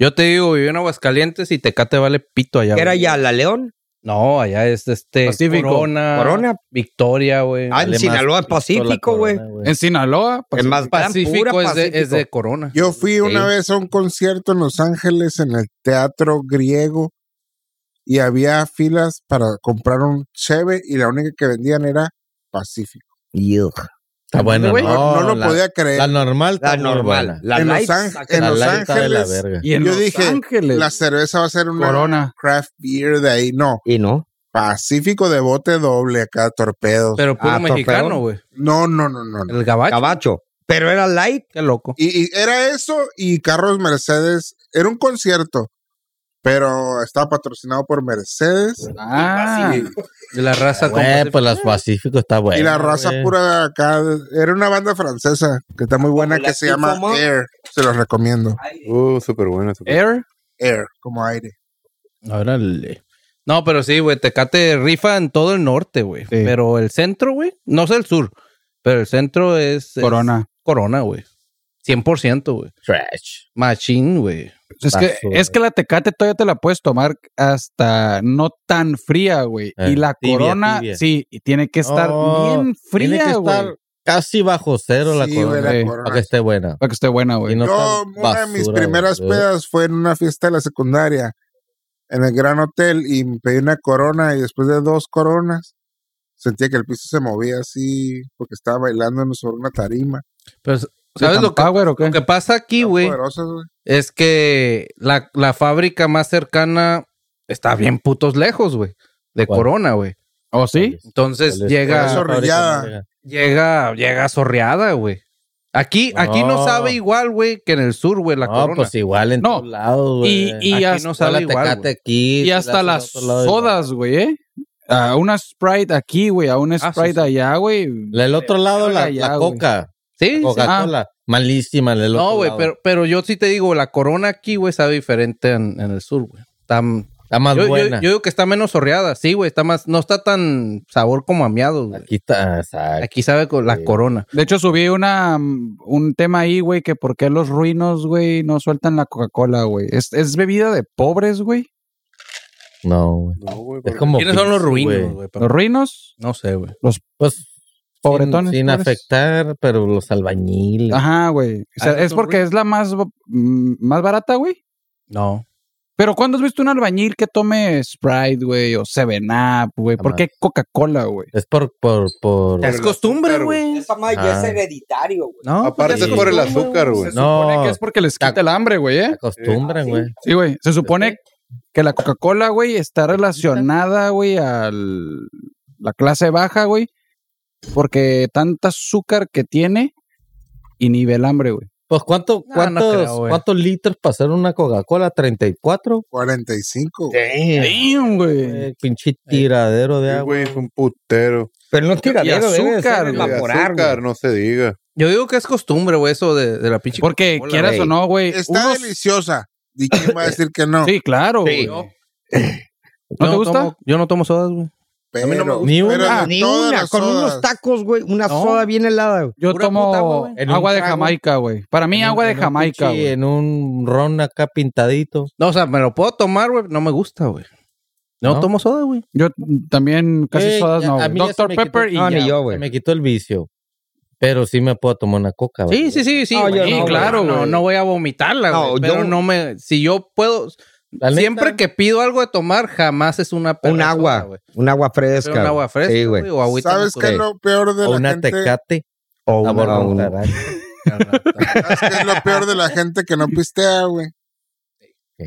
Yo te digo, viví en Aguascalientes y Tecate vale pito allá.
¿Qué era
güey.
ya? ¿La León?
No, allá es este
Pacífico.
Corona,
Corona.
Victoria,
Ah,
güey.
en
Dale más
Sinaloa,
pistola,
Pacífico, güey.
corona,
En Sinaloa,
Es más
Pacífico,
pura
es, de, es
Pacífico.
de Corona.
Yo fui una
Sí.
vez a un concierto en Los Ángeles en el Teatro Griego y había filas para comprar un cheve y la única que vendían era Pacífico.
Ugh.
Está bueno,
No, no lo
la-
podía
La
creer.
normal
La
está muy
normal.
buena.
La
en
light.
Los, Ángel-
saca-
en
La
Los
light está de la
Ángeles
verga.
Y en
Yo
Los
dije,
Ángeles.
la cerveza va a ser una
Corona.
craft beer de ahí. No,
Y no.
Pacífico de bote doble acá, torpedos.
Pero puro
Ah,
mexicano,
torpeón.
güey.
no, no, no, no. no.
El gabacho.
Cabacho. Pero era light.
Qué loco.
Y, y era eso y carros Mercedes. Era un concierto, pero estaba patrocinado por Mercedes
Ah,
De la raza con
Güey,
Pacífico.
pues las Pacífico está bueno.
y la raza
güey.
pura acá. Era una banda francesa que está muy buena
¿Como
que
la
se llama
Tifoma?
Air. Se los recomiendo.
Uh, súper buena. súper
Air.
Air, como aire.
Órale.
No, pero sí, güey, Tecate rifa en todo el norte, güey. Pero el centro, güey, no sé el sur, pero el centro es... es
Corona.
corona, güey. 100%, güey.
Trash.
Machín, güey.
Es que,
Basura.
es que la tecate todavía te la puedes tomar hasta no tan fría, güey.
Eh,
y la
tibia,
corona,
tibia.
sí, y tiene que estar
Oh,
bien
Tiene que
fría,
estar
güey.
casi bajo cero la
Sí, güey,
corona.
la
eh,
corona.
Para que esté buena.
Para que esté buena,
Y
güey.
no
Yo,
tan
una de mis
basura,
primeras
güey. ¿eh?
pedas fue en una fiesta de la secundaria, en el Gran Hotel, y me pedí una corona, y después de dos coronas, sentía que el piso se movía así, porque estaba bailando sobre una tarima.
Pero, ¿sabes lo que,
Power, o qué?
lo que pasa aquí, güey?
Poderosas, güey.
Es que la, la fábrica más cercana está bien putos lejos, güey. De
¿Cuál?
Corona, güey.
¿O Oh, sí?
Entonces
Vale.
llega...
Eso zorrillada.
Llega, llega zorreada, güey. Aquí, aquí no
No.
sabe igual, güey, que en el sur, güey, la
no,
corona.
pues igual en
No.
todos lados,
Y-
güey.
y
Aquí
hasta-
no sabe igual,
güey.
aquí, pues,
Y hasta las sodas, güey, ¿eh? A una Sprite aquí, güey, a una
sí,
Sprite
sí.
allá, güey.
El otro lado, la,
allá,
la
güey.
coca.
sí, sí.
Coca-Cola. Malísima. del otro
No, güey,
lado.
pero, pero yo sí te digo, la corona aquí, güey, sabe diferente en, en el sur, güey. Está,
Está más
yo, yo-
buena.
yo digo que está menos sorreada, sí, güey, está más, no está tan sabor como a miados, güey.
Aquí está. exacto.
Aquí sabe con la
Sí.
corona.
De hecho, subí una, mm, un tema ahí, güey, que por qué los ruinos, güey, no sueltan la Coca-Cola, güey. Es, es bebida de pobres, güey.
No, güey.
buena. No, güey,
Es
porque-
como.
¿Quiénes son los
pinche,
ruinos, güey?
Los ruinos,
No sé, güey.
Pues.
pobretones.
sin
pobres.
afectar, pero los albañiles.
Ajá, güey. O
Ah,
sea, es porque es la más, mm, más barata, güey.
No.
Pero ¿cuándo has visto un albañil que tome Sprite, güey? O Seven Up, güey. ¿Por
Jamás.
qué Coca-Cola, güey?
Es por, por, por.
Pero
Es
el
costumbre,
azúcar,
güey.
Esa madre
ya es Ah.
hereditario, güey.
No,
Aparte
pues,
es por el
sí.
azúcar, güey.
Se
No.
supone que es porque les quita el hambre, güey, ¿eh?
Acostumbran, güey.
Sí, güey. Se supone que la Coca-Cola, güey, está relacionada, güey, a la clase baja, güey. Porque tanta azúcar que tiene inhibe el hambre, güey.
Pues, ¿cuánto,
No, no
cuántos,
creo, güey.
¿cuántos litros pasaron una Coca-Cola? ¿34?
45.
Damn, güey.
Eh, pinche tiradero de
Sí,
agua.
güey, es un putero.
Pero no es tiradero, debe de
azúcar,
ser
güey.
El
evaporar, güey.
azúcar, no se diga.
Yo digo que es costumbre, güey, eso de, de la pinche.
Porque
Coca-Cola,
quieras
güey.
o no, güey.
Está
unos-
deliciosa. ¿Y quién va a decir que no?
Sí, claro, güey.
Sí. ¿No,
¿No te
tomo-
gusta?
yo no tomo sodas, güey.
Pero,
mí no me gusta.
Ni
pero
una,
de
Ni
todas
una,
las
Ah, con unos
sodas,
tacos, güey. Una
No.
soda bien helada, güey.
Yo
Pura
tomo
puta agua,
agua,
güey.
En un
de
trago.
Jamaica, güey. Para mí,
En un-
agua de
en un
Jamaica,
pinche-
güey.
En un ron acá pintadito.
No, o sea, me lo puedo tomar, güey. No me gusta, güey. No,
¿No?
tomo soda, güey.
Yo también casi
Eh,
sodas
ya-
no.
a
güey.
mí ya se
Dr.
me quitó-
Pepper y
No, ni
ya.
yo,
Se
güey.
me quitó el vicio. Pero sí me puedo tomar una coca,
Sí,
güey.
sí, sí, sí.
No, yo
sí,
no, güey.
claro,
No,
no, no voy a vomitarla,
No,
güey. pero
yo-
no me. Si yo puedo.
La neta.
Siempre que pido algo de tomar, jamás es una perra
Un
soda,
agua,
güey.
un agua fresca.
Pero Un agua fresca,
Sí, güey.
güey, o agüita
¿Sabes qué es
natural.
lo peor de
O
la
una
gente?
tecate.
O
sabor
una-
con
un-
naranja.
¿Sabes qué es lo peor de la gente que no pistea, güey?
Sí.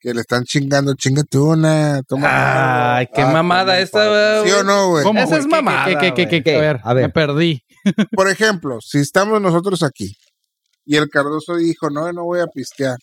Que le están chingando, chingate una, toma una,
Ay, qué
Ah,
mamada
toma,
esta,
¿Sí o
güey.
no, güey?
¿Cómo,
Esa
güey?
es
¿Qué-
mamada,
qué- qué- qué- qué-
güey.
¿Qué?
A ver,
A ver.
me perdí.
Por ejemplo, si estamos nosotros aquí y el Cardoso dijo, no, no voy a pistear.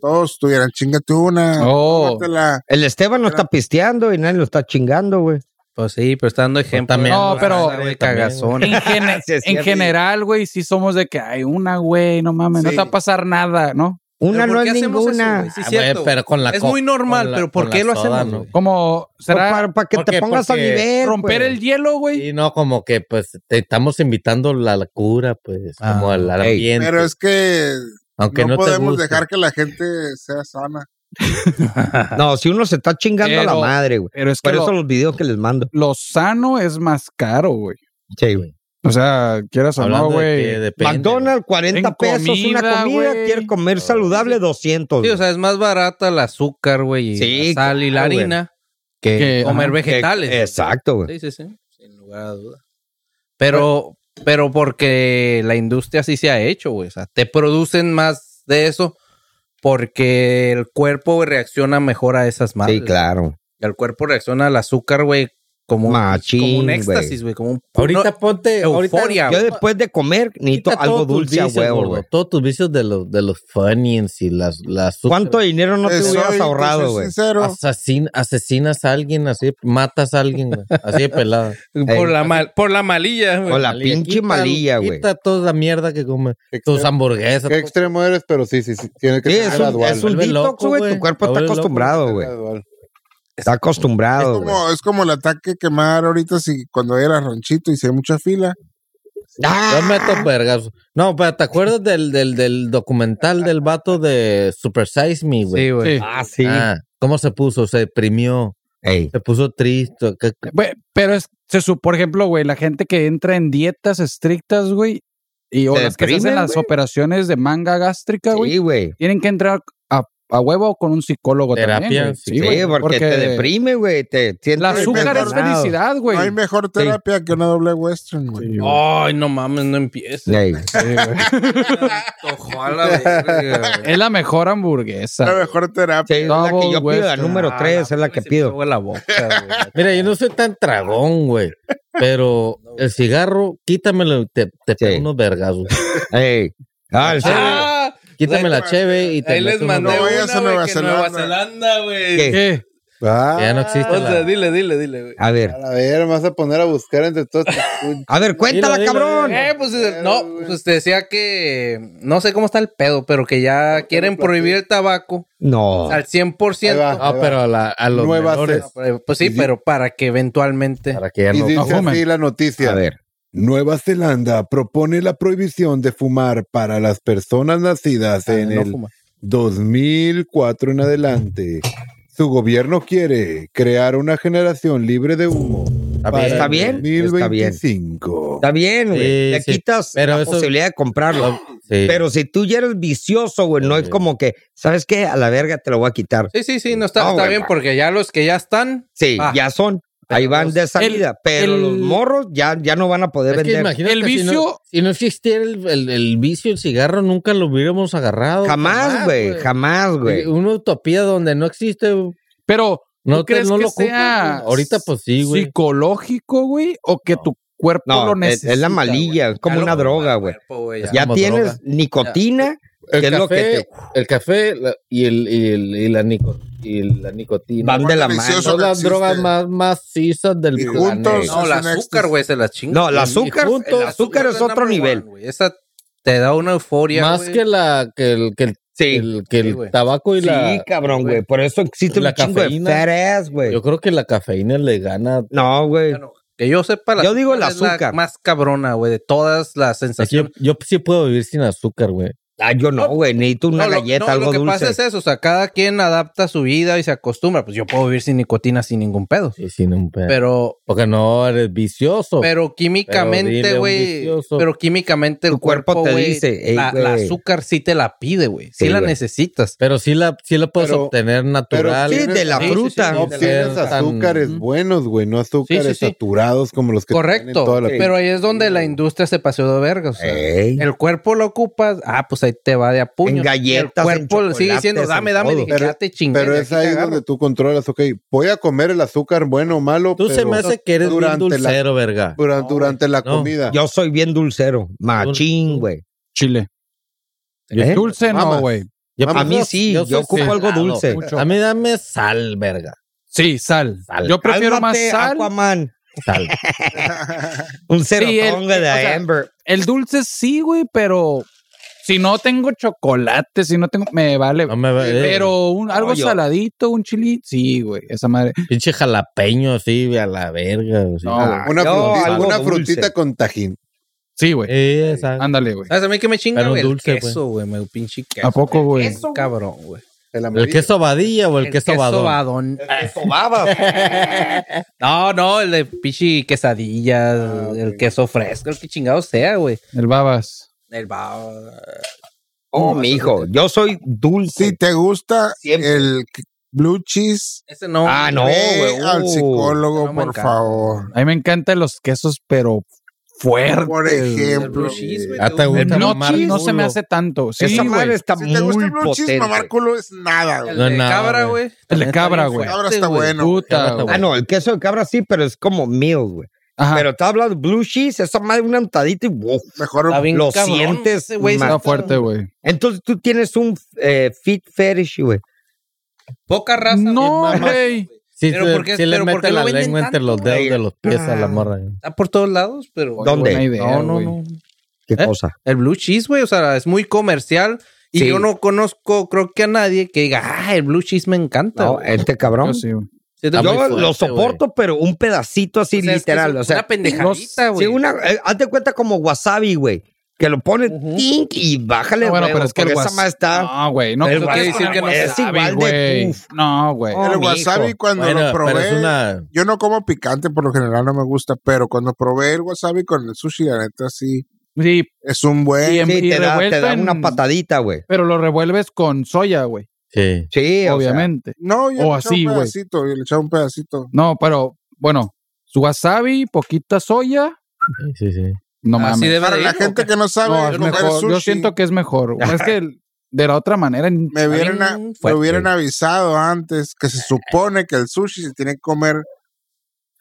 Todos tuvieran, chingate una,
Oh.
tómatela.
El Esteban no está pisteando y nadie lo está chingando, güey.
Pues sí, pero está dando ejemplo.
también,
güey.
No, pero-
Ah,
también,
güey, cagazón.
En, gene-
Sí, es
en
cierto.
general, güey, sí somos de que hay una, güey, no mames, no
Sí.
te va a pasar nada, ¿no?
Una
¿Pero
no
por qué
es
hacemos eso,
ninguna.
güey? Sí,
Ah,
cierto.
güey, pero con la
es
co-
muy normal,
con la-
pero ¿por
con
qué
la
lo
soda,
hacemos?
no?
güey?
Como
Para,
será
para que
Porque-
te pongas
porque
a nivel.
romper
güey.
el hielo, güey.
Y no, como que pues te estamos invitando la la cura, pues,
Ah,
como al al
ey.
ambiente.
Pero es que
aunque no,
no,
te
podemos
guste.
dejar que la gente sea sana.
No, si uno se está chingando a
Pero-
la madre, güey.
Pero es que
Por eso
lo,
los videos que les mando.
lo sano es más caro, güey.
Sí, güey.
O sea, quieras o no,
Hablando de que
güey.
depende.
McDonald's, 40
En
pesos una
comida,
comida.
güey.
Quiere comer saludable, 200.
Sí, o
güey.
sea, es más barata el azúcar, güey, y
Sí,
la sal y la
claro, güey.
harina
Que-
que comer
ajá.
vegetales.
Eh, Exacto, güey.
Sí, sí, sí. Sin lugar a duda. Pero, pero porque la industria sí se ha hecho, güey. O sea, te producen más de eso porque el cuerpo güey, reacciona mejor a esas madres.
Sí, claro.
El cuerpo reacciona al azúcar, güey, como, un-
Machín,
como un
güey.
éxtasis, güey. Como un
Ahorita
no,
ponte. ahorita
euforia,
Yo
güey.
después de comer necesito
quita
algo
todos tus
dulce a
vicios,
huevo,
gordo,
güey.
Todos tus vicios de los, de los funnies y las, las azúcar.
¿Cuánto dinero no te
Soy-
hubieras ahorrado,
soy
güey?
sincero.
Asasin- asesinas a alguien así, matas a alguien, güey, así de pelada.
Por, la mal- por la malilla, güey.
O la pinche
Quita-
malilla, güey.
Quita toda la mierda que come. Tus hamburguesas.
¿Qué
todo.
extremo eres? Pero sí, sí, sí. Tiene que
Sí,
ser
es un,
gradual.
es un
Vuelve
detox,
loco,
güey.
güey.
Tu cuerpo está
Vuelve loco,
acostumbrado, güey.
Gradual.
Está
Es
acostumbrado, güey.
como, es como el ataque que me va a dar ahorita si cuando era ronchito y si hay mucha fila.
Yo
Ah.
meto vergas. No, pero ¿te acuerdas del, del, del documental del vato de Super Size Me, güey?
Sí, güey.
Sí.
Ah, sí.
Ah, ¿Cómo se puso? Se deprimió,
Ey.
se puso triste. ¿Qué- qué-
Güey, pero es, se su- por ejemplo, güey, la gente que entra en dietas estrictas, güey, y o
Se
las que se hacen
deprimen,
las
güey.
operaciones de manga gástrica, güey,
Sí, güey.
tienen que entrar a, a huevo con un psicólogo
Terapia,
también. güey.
sí,
Sí,
güey,
porque, te deprime, güey. Te sientes
El azúcar es
abandonado.
felicidad, güey.
No hay mejor terapia que una doble western, güey.
Ay, no mames, no empieces.
Ey.
Ojalá, verga, güey.
Es la mejor hamburguesa.
La
güey.
mejor terapia.
Sí, es la que yo pido, la
Western.
número 3 es la que
Se me
pido.
hizo agua la boca, güey.
Mira, yo no soy tan tragón, güey. Pero el cigarro, quítamelo y te, te pego
Sí.
unos vergazos.
Ey. Ah, el
Ah,
Quítame la cheve y te
ahí les
meto unos
mandé
No
vergazos.
vayas
una,
a Nueva
güey, que Nueva
Zelanda.
Zelanda, güey.
¿Qué?
¿Qué?
Ah,
Ya no existe
O
la-
sea, dile, dile, dile, güey.
A ver.
A ver, me vas a poner a buscar entre todos. tus-
A ver, cuéntala,
Dilo, dilo,
cabrón.
Eh, pues eh, no, pues te decía que no sé cómo está el pedo, pero que ya quieren
platillo.
prohibir el tabaco
No.
al
Ahí
100%.
va.
Ah, pero a, la- a los
Nueva
menores.
Zelanda.
Eh, Pues sí, pero para que eventualmente
Para que ya
Y
no.
dice
fumen.
así la noticia.
A ver.
Nueva Zelanda propone la prohibición de fumar para las personas nacidas
Ah,
en
no
el
fuma.
2004 en adelante. Su gobierno quiere crear una generación libre de humo
Está bien, está bien. Está bien,
2025.
Está bien, güey.
Sí,
Le
sí.
quitas
Pero
la
eso-
posibilidad de comprarlo.
Sí.
Pero si tú ya eres vicioso, güey, no es como que, ¿sabes qué? A la verga te lo voy a quitar.
Sí, sí, sí, no está,
No,
está
güey,
bien
no.
porque ya los que ya están,
Sí,
Ah.
ya son. Ahí van de salida. pero
el-
los morros ya, ya no van a poder
Es que
vender.
imagínate
El
si no-
vicio-
Si no, existiera el, el- el vicio, el cigarro, nunca lo hubiéramos agarrado.
Jamás, güey. Jamás, güey.
Una utopía donde no existe.
Pero,
No,
¿tú
te,
crees
no
que
lo ocupas,
sea
güey. Ahorita pues sí, güey.
psicológico, güey, o que tu cuerpo
No,
lo
es,
necesita.
es la malilla, es como
Ya lo
una
compró
droga,
el
güey. Pues
cuerpo, güey, ya.
Ya
como
tienes
droga.
nicotina,
El
que es
café,
lo que te-
el café la- y, el, y, el- y la nico- y la nicotina.
van de la mano.
Delicioso.
Son
que
las
existe.
drogas más macizas del
Y
planeta.
juntos-
No, el
Es un
azúcar,
éxtasis.
güey, se las chinga.
No, el azúcar,
juntos,
el azúcar es otro
number
nivel.
one, güey. Esa te da una euforia,
Más
güey.
que la que el que el, que
Sí,
el, que el
Sí, güey.
tabaco y
sí,
la
cabrón, güey. Por eso existe
la
un chingo de
cafeína.
fat ass, güey.
Yo creo que la cafeína le gana.
No, güey.
Que yo sepa, la
Yo digo el
es la
azúcar.
más cabrona, güey, de todas las
Es que yo,
sensaciones.
yo sí puedo vivir sin azúcar, güey.
Ah, yo no, güey. Necesito una
No, lo-
galleta,
no,
algo
Lo que
dulce.
pasa es eso, o sea, cada quien adapta su vida y se acostumbra. Pues yo puedo vivir sin nicotina sin ningún pedo.
Sí, sin un pedo.
Pero,
Porque no eres vicioso.
pero
dile a
químicamente,
un
güey.
vicioso.
Pero químicamente el
Tu cuerpo
cuerpo,
te
güey,
dice, "Ey,
la,
güey".
la azúcar sí te la pide, güey. Sí,
Sí,
la
güey.
necesitas.
Pero sí la, sí la puedes
Pero-
obtener natural.
sí, de la
Sí, sí,
fruta.
sí,
No
de la-
obtienes
tan-
azúcares buenos, güey, no azúcares
Sí, sí, sí.
saturados como los que tienen
Correcto.
toda la-
Pero ahí es donde la industria se paseó de verga. o sea,
Ey.
El cuerpo lo ocupas, ah, pues ahí te va de a puño.
Eh. En galletas,
Y El cuerpo
en
le sigue diciendo,
chocolates,
dame,
en
dame,
todo.
dije, ya te chingué.
Pero
de
es
aquí te
ahí
agarro.
donde tú controlas, ok, voy a comer el azúcar bueno o malo,
Tú se
pero
me hace que eres bien
durante la- pues,
dulcero, verga.
dura- durante la
no.
comida.
Yo soy bien dulcero. Machín, güey.
Chile.
¿Eh?
Dulce no,
Mamas.
güey.
Yo-
A mí
yo-
sí, yo,
soy
ocupo
salado.
algo dulce.
A mí dame sal, verga.
Sí, sal.
Sal.
Yo prefiero
Cálmate,
más sal.
Aquaman.
Sal.
Un
el-
cerotón, güey, de
o sea,
Amber.
El dulce sí, güey, pero si no tengo chocolate, si no tengo, me vale.
No me eh,
pero un, algo
No, yo-
saladito, un chili, sí, güey, esa madre.
Pinche jalapeño así, güey, a la verga. así.
No, güey.
una
Yo
frutita,
algo
una
dulce.
frutita con tajín.
Sí, güey.
Eh, sal.
Ándale, güey.
¿Sabes a mí que Ah, me chinga,
Pero
güey? El
dulce, güey.
queso, güey, me pinche queso.
¿A poco, güey?
Queso, güey. Cabrón, güey.
El
¿El
amarillo.
queso vadilla o el,
El
queso badón?
badón. No, no, el de pinche quesadillas, el queso fresco, el que chingado sea, güey.
El babas.
El bao.
Oh, mi hijo. Yo soy dulce.
Si te gusta
Siempre.
el c- blue cheese,
Ese no.
Ah, no,
ve
güey.
al
Uh,
psicólogo,
no me
por
encanta.
favor.
A mí me encantan los quesos, pero fuerte.
Por
El blue
ejemplo,
cheese, güey.
Ah, te gusta
El blue
mamar
cheese no
culo.
se me hace tanto. Sí,
Esa
güey.
madre está
si te gusta
muy
el blue cheese, mamar
potente.
culo es nada,
El
güey.
No es
de
nada,
cabra,
güey.
güey. también
cabra,
bien
güey.
fuerte,
Ahora está bueno.
Puta,
Ahora está
güey.
Ah, no, el queso de cabra sí, pero es como meal, güey.
Ajá.
Pero está hablando de blue cheese, esa madre una untadita y wow.
Mejor
Está bien
Lo
cabrón,
sientes,
ese güey.
ma-
está fuerte, güey.
Entonces tú tienes un eh, fit fetish, güey.
Poca raza.
No,
güey.
güey.
Sí,
Pero
sí,
¿por qué-
sí le
pero ¿por qué
mete
lo
la
venden
lengua entre
tanto,
los dedos
güey?
de los pies a
Ah.
la morra.
Está por todos lados, pero.
¿Dónde?
Buena idea,
No, no,
güey.
no.
¿Qué
¿Eh?
cosa?
El blue cheese, güey, o sea, es muy comercial. Y
Sí.
yo no conozco, creo que a nadie que diga, ah, el blue cheese me encanta.
No,
güey".
este
Yo
cabrón.
sí, güey.
Sí,
Yo
está muy fuerte,
lo soporto, pero un pedacito así
güey. O sea, es que
literal.
es
o sea,
una pendejadita,
Sí,
güey.
una, eh, haz de cuenta como wasabi, güey. Que lo pones tink, y bájale.
No, bueno,
huevos,
pero es que el Ah,
porque
guas...
esa madre está.
No, güey. No,
El
no
guas-
quiere decir que no
es
sabe,
igual de-
güey.
uf.
No, güey.
Oh,
el
mi
wasabi
hijo.
cuando
Bueno,
lo
pero
probé.
es una...
Yo no como picante, por lo general no me gusta, pero cuando probé el wasabi con el sushi, la neta sí
Sí,
es un buen.
Y en-
Sí, em te, da, te
revuelto
da
en-
una patadita, güey.
pero lo revuelves con soya, güey.
Sí.
Sí, obviamente.
Obviamente.
No, yo
O
le echaba
Oh, así,
un
güey.
pedacito, yo le echaba un pedacito.
No, pero bueno, su wasabi, poquita soya.
Sí, sí.
No
Así
mames.
debe
Para
de
la
ir,
gente
¿o
que no sabe,
No, es
comer
mejor. Yo
sushi,
siento que es mejor. güey. Es que el- de la otra manera. en-
me hubieran, a-
bien
me
fuerte.
hubieran avisado antes que se supone que el sushi se tiene que comer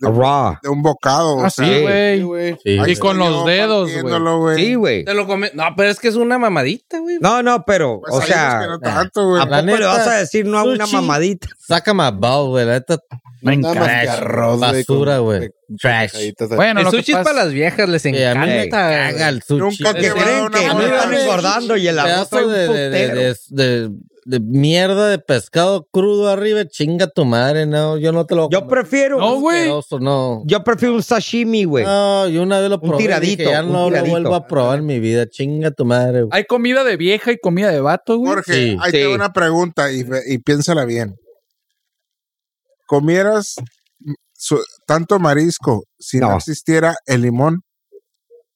Raw.
de un bocado.
Ah,
o sea,
Así, güey.
sí,
ahí
güey.
Y
estoy
con los
yo
dedos, güey.
partiéndolo, güey.
Sí, güey.
qué? Te lo come- No, pero es que es una mamadita, güey.
No, no, pero,
Pues
o
sabemos
sea,
que no tanto, güey.
¿a
La
poco le
neta,
vas a decir no a una
sushi.
mamadita?
Saca más bal, güey. La neta,
Me
Nada más que
encanta.
arroz,
basura,
con-
güey. Trash.
Cajaditas ahí.
Bueno,
el
lo que
sushi es
pasa-
para las viejas, les
Eh, a mí
encanta.
me caga el sushi.
Nunca
güey.
que va a
Creen que
una
no están
buena-
engordando y el arroz
pedazo
trae un
de, de, de,
putero.
de, de- de mierda de pescado crudo arriba, chinga tu madre, no, yo no te lo
Yo prefiero,
No, güey.
Asqueroso, no.
yo prefiero un sashimi, güey.
No, yo una vez lo probé. y dije,
tiradito,
ya
un
no lo
tiradito.
vuelvo a probar en mi vida. Chinga tu madre. güey.
Hay comida de vieja y comida de vato, güey.
Jorge,
Sí.
ahí
Sí.
te va una pregunta y, ve- y piénsala bien. ¿Comieras su- tanto marisco, si no.
No.
existiera el limón,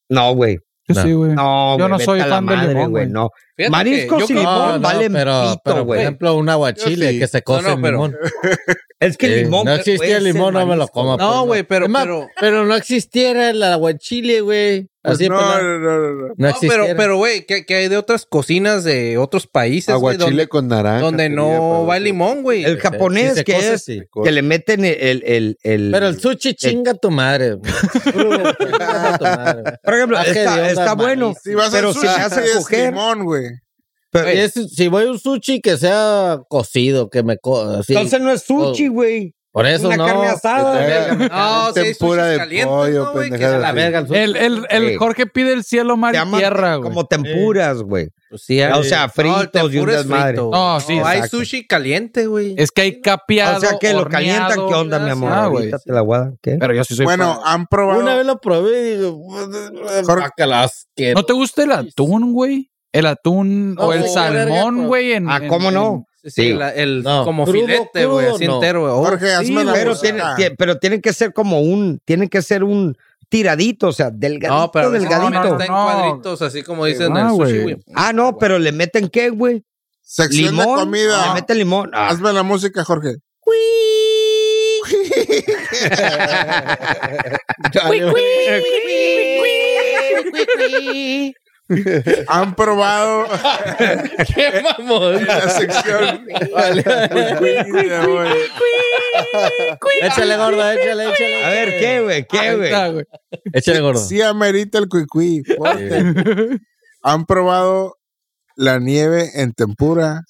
No, güey.
Yo sí, güey.
No,
Yo
güey,
no
vete
soy
a la
fan del
madre,
limón,
güey.
güey.
No.
Fíjate
Marisco
que yo
sin
creo-
limón
No, no,
valen
pero,
pito,
pero, por
güey.
ejemplo, un aguachile
Yo sí.
que se cose
No, no,
en
pero-
limón.
Es que el
Eh,
limón.
no existía el limón, no me lo como. pues,
No, güey, pero,
Es más,
pero,
pero no existiera el aguachile, güey.
Ah,
pues
Así de
no,
pelada.
no, no, no, no.
No
no, pero,
existiera.
pero, güey, que, que hay de otras cocinas de otros países, güey,
Aguachile
donde,
con naranja.
donde
sería
no
para
va el
los-
limón, güey.
El japonés,
pues. Sí, se
que
cose,
es,
sí.
que le meten el... el, el, el-
Pero el sushi chinga tu madre. güey. Chinga tu madre, güey.
Por ejemplo,
Ah, qué
está,
hedionda,
está bueno,
maíz.
Si vas
pero
a
si
sushi,
le hace
sí es
coger...
limón, güey.
pero-
Y es- si voy a un sushi que sea cocido, que me co así.
Entonces no es
Oh.
sushi, güey.
Por eso
una
no.
carne asada.
Eh,
No, sí, hay
Tempura
sushis
de
calientes,
pollo,
¿no, güey? Que
pendejadas
se la
así.
verga el sushi.
El, el,
Sí.
el Jorge pide el cielo, mar
Se
y
llaman
tierra, güey.
Como tempuras, güey.
Pues Sí, hay-
O sea, fritos y
No, el
un
tempura es
desmadre.
frito, güey.
No, sí,
No, hay
exacto.
sushi caliente, güey.
Eh,
Es que hay capeado.
O sea, que lo calientan,
horneado.
¿qué onda, mi amor?
Ah, güey.
Ahorita te la voy a dar, ¿qué?
Pero yo sí soy
Bueno,
fan.
han probado.
Una vez lo probé y digo, "Guácalas, que
¿no te gusta el atún, güey? El atún
No,
o el
sí, verga, pues.
salmón,
pero-
güey. en-
Ah,
en-
¿cómo no?
Sí, sí,
Sí.
la- el
No.
como
Crudo,
filete, güey,
crudo,
así
no.
entero, güey.
Jorge, hazme la
Pero,
bolsa.
tiene, que- pero tiene que ser como un, tiene que ser un tiradito, o sea, delgadito,
No, pero
delgadito.
delgadito. está en
No.
cuadritos, así como dicen en
Ah,
el sushi,
güey.
güey.
Ah, no, pero le meten qué, güey?
Sección
Limón.
de comida.
Le meten limón. Ah,
Hazme la música, Jorge. Han probado
¡Qué mamón!
la sección. Ya voy.
Échale gordo, échale, échale.
a ver, ¿qué, güey? ¿Qué, güey?
Ah, güey.
Échale gordo.
Sí amerita el cuicuí. ponte. Han probado la nieve en tempura.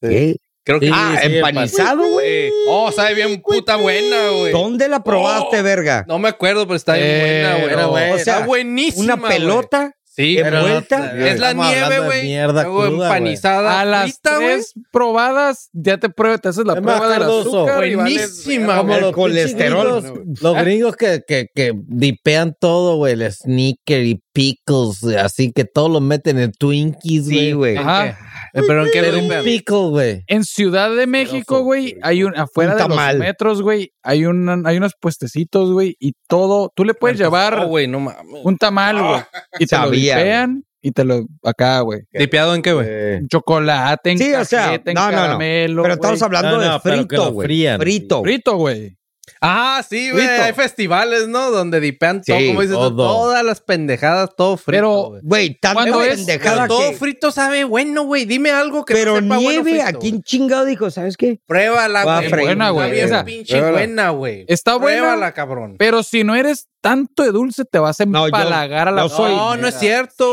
¿Qué?
Creo que...
Ah,
sí,
empanizado, güey.
Oh, sabe bien puta buena, güey.
¿Dónde la probaste, verga?
No me acuerdo, pero está bien buena, güey.
Pero, güey,
o sea,
era
buenísima,
Una pelota.
güey. Sí,
pero
güey.
envuelta.
no,
Es la
estamos
nieve,
hablando de
güey.
mierda
Luego
cruda, güey.
empanizada.
A las
frita, güey.
tres probadas, ya te pruebas, te haces la
Es más,
prueba del
Cardoso.
azúcar. y vales-
Buenísima,
Como
güey.
los
colesterol.
colesterol. los
Ah.
gringos que, que, que dipean todo, güey. El sneaker y pickles, güey, así que todos los meten en Twinkies, güey.
Sí, güey.
Ajá.
Eh, Pero en qué
Pero
lo
un
limpian?
pickle, güey.
En Ciudad de México, güey, hay un afuera
Un
de los
tamal.
metros, güey, hay un hay unos puestecitos, güey, y todo, tú le puedes
Oh,
llevar
güey, no mames.
un tamal, güey, y te lo
Sabía, güey.
dipean y te lo acá, güey.
¿Dipeado en qué,
Eh,
güey?
En Chocolate, en
Sí, o sea,
cajeta, en
no, no, no.
caramelo.
Pero estamos
güey.
hablando
No, no,
de
pero que
frito,
lo
güey.
frían.
Frito.
frito, güey.
Ah, sí, güey.
Frito.
Hay festivales, ¿no? Donde dipean todo,
Sí,
como dices, tú,
todo.
todas las pendejadas, todo frito.
Pero-
güey.
Güey, tanta
¿Cuándo es?
pendejada
Pero todo
que...
frito sabe bueno, güey. Dime algo que
Pero
no sepa bueno
nieve,
frito,
¿a
güey.
quién chingado dijo? ¿Sabes qué?
Pruébala,
Va a
güey.
freír.
Buena, güey.
Está bien
Esa.
pinche buena, güey.
Está buena.
Pruébala, cabrón.
Pero si no eres tanto de dulce, te vas a
No, yo-
empalagar a la
yo soy-
No, no es cierto,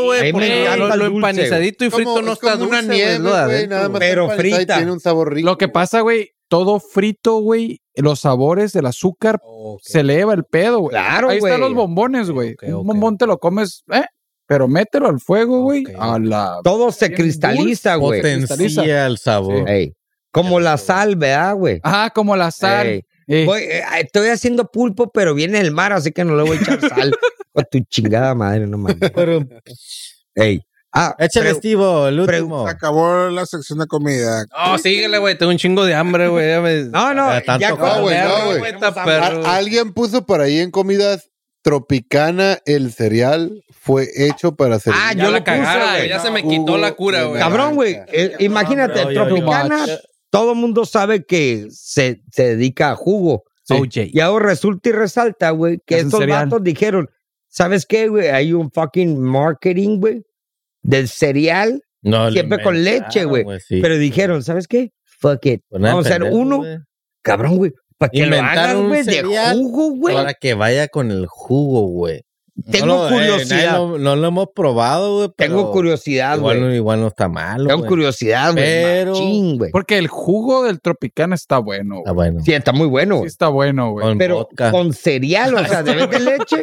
A mí
güey.
me
porque
encanta
Lo,
el
lo
dulce,
empanizadito y
Como-
frito no
es como
está dulce,
una
güey,
nieve,
es lo de
güey,
adentro,
nada más
güey.
Pero
empanizada y
frita.
Tiene un sabor rico.
Lo que pasa, güey, todo frito, güey, los sabores, el azúcar, se eleva el pedo, güey.
Claro,
Ahí
güey.
están los bombones,
Ok,
güey.
ok,
Un
ok.
bombón te lo comes, eh, pero mételo al fuego, güey. Ah,
Ok.
A la...
Todo se
Bien
cristaliza, Ah, güey.
Potencia el sabor.
Ey, Como la sal, ¿verdad, güey?
Ajá, como la sal.
Ey,
Eh,
voy, eh, estoy haciendo pulpo, pero viene el mar, así que no le voy a echar sal. A tu chingada madre, no mames.
Pero-
Ey. Ah,
Échale,
pero-
Estivo, el
pre-
último.
Se acabó la sección de comida.
No, síguele, güey. Tengo un chingo de hambre, güey. ya me-
No, no,
Ya tanto
ya
no,
cuando-
güey, no,
Verga,
güey.
güey,
Está
no
perro.
Al-
mames.
alguien puso por ahí en comidas tropicana el cereal fue hecho para servir.
Ah,
Ya
yo
la
lo
cagaron,
puse,
güey.
güey.
Ya se me
Jugo
quitó la cura,
de
güey.
Cabrón, güey. eh, imagínate,
Oye, oye,
Tropicana,
oye.
todo mundo sabe que se, se dedica a jugo.
OJ.
Y ahora resulta y resalta, güey, que
Es un
estos
cereal.
vatos dijeron, ¿sabes qué, güey? Hay un fucking marketing, güey, del cereal,
No, le
siempre con
inventaron,
leche, güey.
sí.
pero dijeron, ¿sabes qué? Fuck it.
Pues no
Vamos a hacer
entendemos,
uno,
güey.
cabrón, güey, para que lo
Inventaron
hagas,
un
güey, de
cereal
jugo, güey.
Para que vaya con el jugo, güey.
Tengo
No lo- eh,
curiosidad.
nadie lo- no lo hemos probado, güey. pero
Tengo curiosidad,
Igual,
güey.
no- igual no está malo.
Tengo
güey.
curiosidad, güey.
Pero-
machín, güey.
Porque el jugo del Tropicana está bueno,
Está
güey.
Ah, bueno.
Sí, está muy bueno,
Sí
güey.
está bueno, güey.
Con
Pero
vodka.
con cereal, o sea, de vez de leche.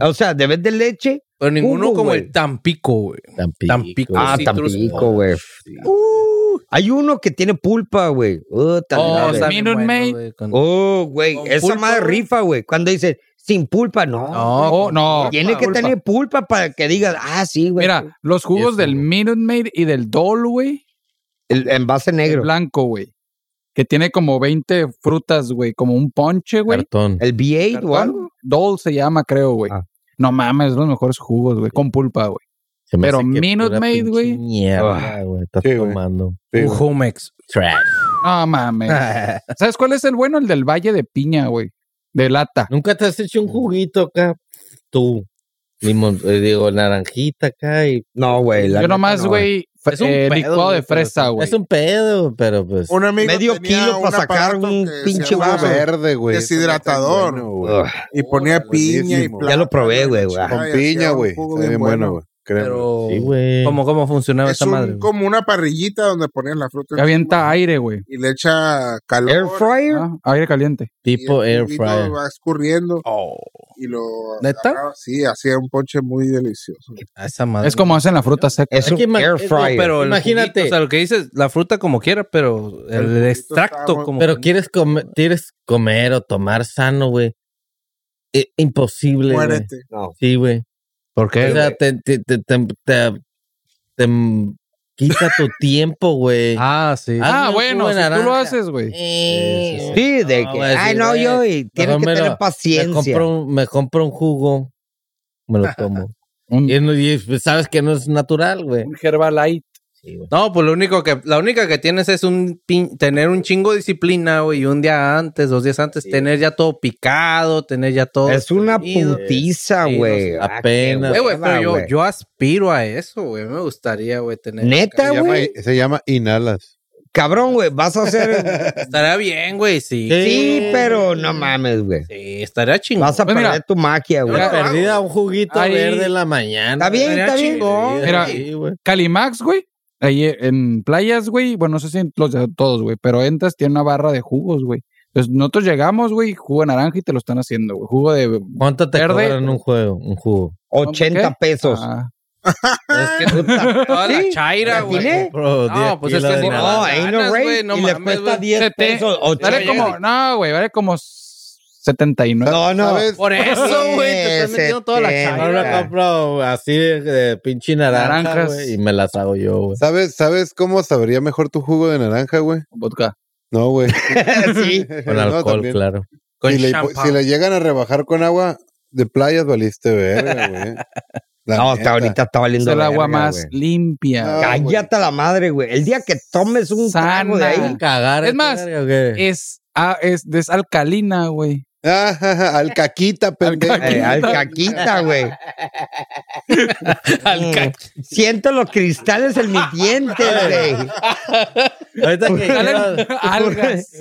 O sea, de vez de leche.
Pero ninguno
Jugo,
como
güey.
el Tampico, güey.
Tampico.
Tampico.
Ah,
citrus.
Tampico, güey. Uh, hay uno que tiene pulpa, güey. Uh, tan
Oh,
grave.
sabe
Minute
bueno,
Maid.
güey, con-
Oh, güey.
Con
Esa
pulpa,
madre
güey.
rifa, güey. Cuando dice sin pulpa, no.
No, oh, no.
Tiene que
Pulpa.
tener pulpa para que digas, ah, sí, güey.
Mira, los jugos del Minute Maid y del Dole, güey,
el envase
el
negro.
blanco, güey. que tiene como 20 frutas, güey, como un ponche, güey.
Cartón.
¿El B8 o
Cartón.
algo?
Dole se llama, creo, güey.
Ah.
No mames, los mejores jugos, güey, con pulpa, güey.
Se me
Pero
hace que
Minute
pura
Maid,
pinche
güey.
Mierda, güey. Estás
Ah, Sí, güey.
tomando.
Sí,
Un
güey.
Homex.
No mames. ¿Sabes cuál es el bueno? El del Valle de Piña, güey. De lata.
Nunca te has hecho un
Mm.
juguito acá. Tú. Limón, eh, digo, naranjita acá y.
No, güey. la neta
Yo nomás,
no.
güey, fe-
Es un
eh,
pedo,
licuado de
güey, pero
fresa, güey.
Es un pedo, pero pues.
Un amigo
Medio
tenía
kilo
un
para sacar
aparato
un
que se
pinche
llamaba
huevo.
Verde, güey.
Deshidratador.
Bueno,
Ugh,
güey.
Y ponía piña y
buenísimo.
plátano.
Ya lo probé, güey, güey.
Ay,
Con
hacía
piña,
un
güey.
jugo
Está bien bueno, güey. Créeme.
Pero,
Sí, güey.
¿cómo, ¿cómo funcionaba
Es
esa
un-
madre? güey?
como una parrillita donde ponían la fruta
Que avienta aire, güey.
y le echa calor.
Air fryer.
Ah, aire caliente.
y el
Tipo air
juguito
fryer.
Va escurriendo
Oh,
y lo.
¿Neta?
agarraba. Sí, hacía un ponche muy delicioso.
a esa madre.
Es como hacen la fruta seca.
Es
Hay que
un
ima-
air
es- no,
fryer.
Pero el
Imagínate.
juguito, o sea, lo que dices, la fruta como quiera, pero
El
el,
juguito está
extracto
muy-
como.
Pero quieres, comer, quieres comer o tomar sano, güey. Eh, imposible. güey.
Muérete.
No.
Sí, güey.
¿Por qué?
O sea, te, te, te, te, te- te m- quita tu tiempo, güey.
ah, sí.
Ah,
Hazme un
bueno,
jugo de
si tú lo
naranja.
haces, güey.
Eh,
Sí, sí,
Sí, de
No,
que.
güey,
Ay,
sí,
no,
güey.
yo. y Tienes que
Mejor me
tener
lo- Me
paciencia.
compro, un, me compro un jugo, me lo tomo.
Un,
y, no- y, pues, sabes que no es natural, güey.
un Herbal Light.
Sí, güey.
No, pues lo único que, la única que tienes es un pin- tener un chingo de disciplina, güey, y un día antes, dos días antes, tener ya todo picado, tener ya todo.
Es una
servido.
putiza,
Sí, no
güey.
sé.
Ah, qué
Apenas.
Eh, güey, pero yo,
güey.
yo aspiro a eso, güey. Me gustaría, güey, tener.
Neta,
se, llama,
güey.
se llama Inhalas.
Cabrón, güey, vas a hacer.
Estaría bien, güey, sí.
Sí.
sí, pero no mames, güey.
Sí, estaría chingón.
Vas a
Pues
perder
mira,
tu magia, güey.
Ah,
Una perdida, un juguito
Ay.
verde en la mañana.
Está bien,
güey.
está bien.
Sí,
Mira.
sí, güey.
Calimax, güey. Ahí en playas, güey. Bueno, no sé si en los de todos, güey. Pero entras, tiene una barra de jugos, güey. Entonces nosotros llegamos, güey, jugo de naranja y te lo están haciendo, güey. Jugo de...
¿Cuánto te
Verde.
cobran un juego, un jugo?
80
¿Qué?
pesos.
Ah,
Es que toda la chaira,
¿La
güey.
tiene?
Bro, diez
No, pues es
kilos
que
de
si
naranja.
No, ain't no
ganas,
rate.
güey, no
y le
mames,
cuesta
güey.
10
Se te-
pesos. 80.
vale como... No, güey, vale como 79.
No, no.
¿Sabes?
Por eso, güey, te estás
Sí,
metiendo toda la
setenta.
Ahora
chaira.
me compro así de, de pinche naranja,
Naranjas.
güey, y me las hago yo, güey.
¿Sabes, ¿Sabes cómo sabría mejor tu jugo de naranja, güey?
Vodka.
No, güey.
sí.
Con
No,
alcohol,
también.
claro.
Con
si, le,
champán.
si le llegan a rebajar con agua de playas, valiste verga, güey. La
No,
neta.
hasta ahorita está
Es
valiendo.
el agua
verga,
más
güey.
limpia. güey.
Ah, güey.
Cállate la madre, güey. El día que tomes un trago de
Sana.
ahí.
Cagar.
Es más,
verga, ¿o qué?
Es, ah, es desalcalina, güey.
Ah, ja, ja, al caquita, pendejo.
eh, al caquita, güey. Mm.
Al ca-
Siento los cristales en mis dientes, güey.
ahorita que dijeron,
Algas.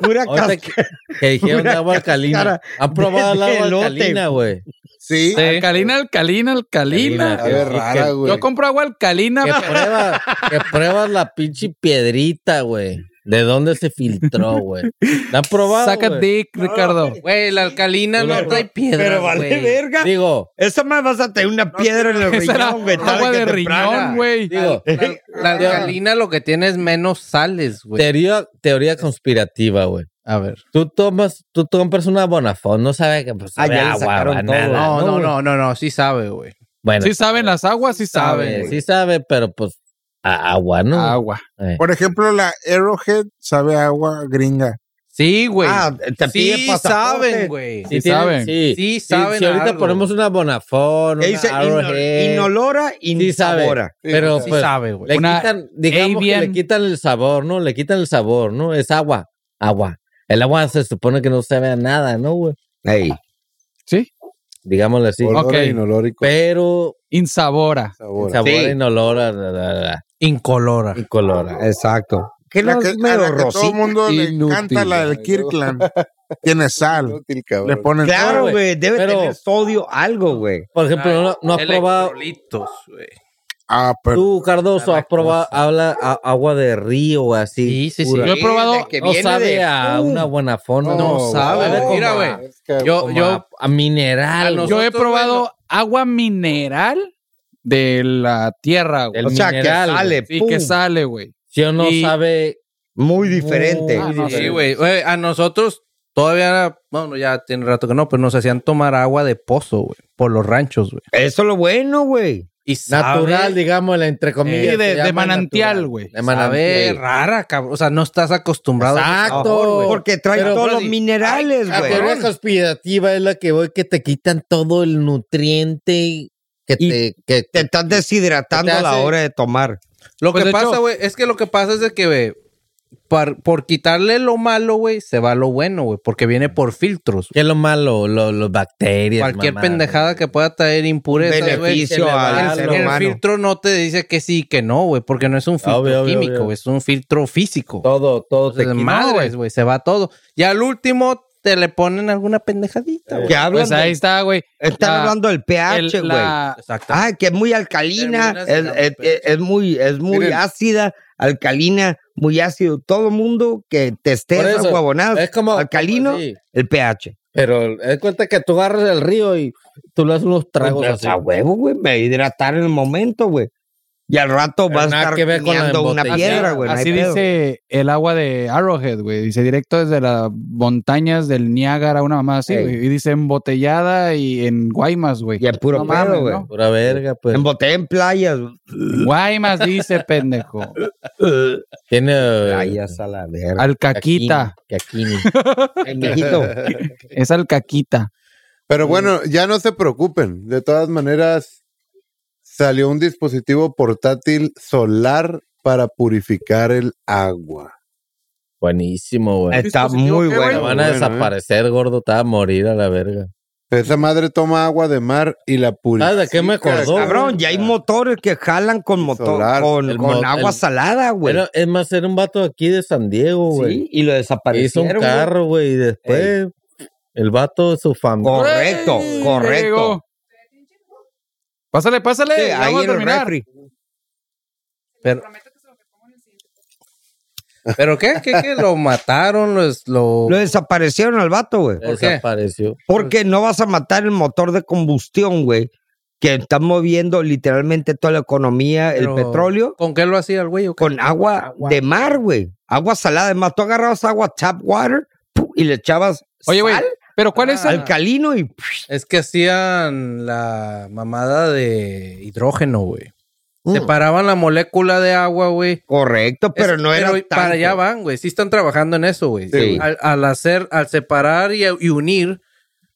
Pura
ahorita
cascada.
que, que dijeron de agua alcalina.
cáscara
¿Han probado el
de
agua
elote.
alcalina, güey?
Sí.
Alcalina, alcalina, alcalina.
A ver, rara, güey.
Yo compro agua alcalina.
Que pruebas que pruebas la pinche piedrita, güey. ¿De dónde se filtró, güey? ¿La han probado,
Saca
güey?
dick, Ricardo.
Güey, la alcalina no
Pero-
trae piedras,
Pero vale
güey.
verga.
Digo,
Esa más vas a tener una piedra en el
Esa era
riñón, güey.
agua
tarde que
de
temprano.
riñón, güey.
digo, eh,
La, la alcalina lo que tiene es menos sales, güey.
teoría, teoría conspirativa, güey.
A ver.
Tú tomas, tú compras una Bonafont, no sabe que pues,
Ah,
sabe
ya le
agua,
sacaron
va,
todo.
nada.
No, no,
güey.
no, no, no, sí sabe, güey.
Bueno,
Sí saben las aguas, sí saben.
sabe, sí sabe, pero pues a- agua, ¿no?
Agua.
Por ejemplo, la Arrowhead sabe a agua gringa.
Sí, güey.
Ah, te pide
sí
pasaporte.
saben, güey.
Sí
tienen-
saben.
Sí,
Sí
Sí,
saben
Si ahorita
algo.
ponemos una Bonafont,
Que
una
dice inol-
Arrowhead,
inolora y
sí sabe, pero
Sí
pues
sabe, güey.
le
Una
quitan, digamos que
Avian.
le quitan el sabor, ¿no? Le quitan el sabor, ¿no? Es agua, agua. El agua se supone que no sabe a nada, ¿no, güey?
Ey,
¿Sí?
Digámosle así.
Olor
Ok.
a inolor y con
Pero
Insabora.
sabor.
el sabor
Sí.
inolor a- a- a-
Incolora.
incolora.
exacto. ¿Qué
La
no
que,
es
a la
medio
que todo el
rosita?
mundo le
Inútil.
encanta la del Kirkland. Tiene sal.
Inútil,
Le
cabrón.
ponen
Claro,
güey,
güey. Debe
pero-
tener sodio algo, güey.
Por ejemplo, no, no
Ah,
has probado
Electrolitos, güey.
Ah, pero
tú, Cardoso, has probado habla, a- agua de río así.
Sí, sí, sí.
pura.
Yo he probado.
Que
No
viene
sabe
de-
a una buena forma.
No sabe,
sabe
güey. Mira,
como a-
güey.
Es que-
Yo,
como
yo,
a, a mineral.
A
güey.
Yo he
Nosotros,
probado agua mineral de la tierra, güey.
El
O sea, que
mineral, güey.
sale,
Sí,
pum,
que sale, güey.
Si o no
y-
sabe
muy diferente.
Ah,
Sí, güey. Güey, A nosotros todavía, bueno, ya tiene rato que no, pero nos hacían tomar agua de pozo, güey, por los ranchos, güey.
Eso es lo bueno, güey.
Y sabe-
Natural, digamos, la entre comillas.
Sí, Eh, de-
se llama
de manantial,
natural.
güey.
De
sabe
manantial.
rara, cabrón. O sea, no estás acostumbrado. a ese
Exacto.
sabor, güey.
Porque trae
Pero,
todos
Freddy,
los minerales,
La teoría
güey.
conspirativa es la que voy que te quitan todo el nutriente que
Y
te, que
Te
te-
estás deshidratando
Te
a la
hace-
hora de tomar.
Lo
Pues,
que
de hecho-
pasa, güey, es que lo que pasa es de que, güey, par- por quitarle lo malo, güey, se va lo bueno, güey, porque viene por filtros. güey.
¿Qué es lo malo? Lo- los bacterias.
Cualquier
mamá,
pendejada
güey.
que pueda traer impurezas, güey.
Beneficio
se le va
al
el-
ser
el
humano.
filtro no te dice que sí y que no, güey, porque no es un filtro
Obvio, obvio,
químico,
obvio.
güey, es un filtro físico.
Todo, todo te
Entonces,
quita.
Pues madres, güey, se va todo. Y al último te le ponen alguna pendejadita, güey.
Que hablan
Pues ahí
de-
está, güey.
están
La-
hablando del
el-
pH, güey.
la-
Exacto.
Ah, que es muy alcalina,
Terminas
es,
en
es-
la-
es- es muy, es muy
Miren.
ácida, alcalina, muy ácido. Todo mundo que te esté
Por eso, Eh.
huevonadas,
Es como.
alcalino,
sí,
el pH.
pero es cuenta que tú agarras el río y tú le das unos tragos
Pues,
así.
A huevo, güey, me hidratar en el momento, güey. Y al rato
Pero
vas a
nada
estar
que ver con la
guiando una
embotellada.
piedra, güey. no hay
Así
pedo.
dice el agua de Arrowhead, güey. Dice directo desde las montañas del Niágara, una mamá así,
Ey.
güey. Y dice embotellada y en Guaymas, güey.
Y es puro
No
pedo,
mames,
güey.
¿no?
Pura verga, pues.
Embotellé en playas.
Guaymas dice, pendejo.
Tiene. eh,
Playas a la verga. Pues,
Alcaquita.
caquini.
En México.
Es alcaquita.
Pero bueno, ya no se preocupen. De todas maneras, salió un dispositivo portátil solar para purificar el agua.
Buenísimo, güey.
Está muy
Te
bueno.
van a
bueno,
desaparecer, gordo. Te va a morir a la verga.
Esa madre toma agua de mar y la purifica.
Ah,
¿Sabes de qué me acordó?
Cabrón,
güey?
ya hay motores que jalan con motor,
Solar.
con,
El
con
mo-
agua
el-
salada, güey.
Era- es más, era un vato aquí de San Diego, güey.
Sí, y lo
Hizo
desaparecieron.
un
güey.
carro, güey, y después el vato, su familia.
Correcto,
Ey,
correcto.
Diego. Pásale, pásale.
Sí,
ya
ahí
vamos a
en el
terminar.
refri.
¿Pero qué? ¿Qué? qué? ¿Lo mataron? ¿Lo, es- lo...
Lo desaparecieron al vato, güey.
¿Por qué?
Desapareció.
Porque no vas a matar el motor de combustión, güey. Que está moviendo literalmente toda la economía,
Pero-
el petróleo,
¿Con qué lo hacía el güey? o qué?
con agua, de mar, güey. Agua salada. Además, tú agarrabas agua tap water ¡pum! y le echabas
Oye, güey,
sal
pero ¿cuál es el...?
Ah.
alcalino y
Es que hacían la mamada de hidrógeno, güey. Separaban la molécula de agua, güey.
correcto, Uh. Ah, pero
Es-
no era
para
tanto.
allá van, güey. Sí están trabajando en eso, güey.
Sí.
Al, al hacer, al separar y, y unir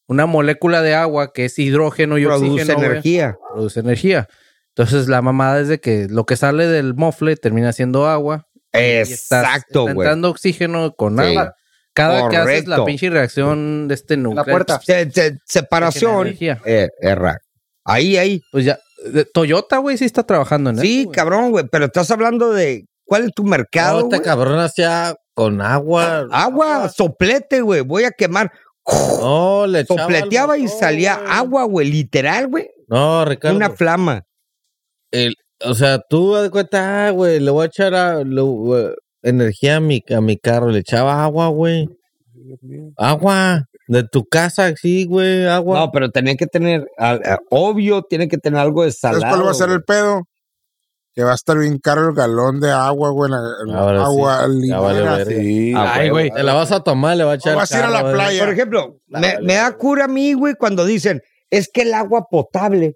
una molécula de agua que es hidrógeno y
Produce
oxígeno, güey,
energía.
produce energía. Entonces la mamada es de que lo que sale del mofle termina siendo agua. y estás-
Exacto,
está
güey.
entrando oxígeno con
Sí.
agua. Cada que haces la
Correcto.
pinche reacción de este núcleo.
puerta.
Se- se- separación.
Energía.
Eh, erra. Ahí, ahí.
Pues ya, de- Toyota, güey, sí está trabajando en
Sí,
eso. güey.
cabrón, güey. Pero estás hablando de cuál es tu mercado.
No, este
güey? Ah,
cabrón hacía con agua.
agua, soplete, güey. Voy a quemar.
No, le echaba al
ah, Sopleteaba y
motor,
salía
güey.
agua, güey. Literal, güey.
No, Ricardo.
Una flama.
el- o sea, tú haz de cuenta, ah, güey, le voy a echar a- lo- eh, energía a mi, a mi carro. Le echaba agua, güey. Agua. De tu casa, sí, güey, agua.
No, pero tenía que tener, ah, ah, obvio, tiene que tener algo de
¿Sabes
salado.
cuál va a ser el pedo? Que va a estar bien caro el galón de agua, güey. la- la
Ahora sí.
agua
Ya
limera.
vale verga.
Sí.
Ah,
Ay, güey.
Te la vas a tomar, le va a echar.
O vas a ir a
carro,
la
güey.
playa.
Por ejemplo,
La
me,
vale,
me da
verga.
cura a mí, güey, cuando dicen, es que el agua potable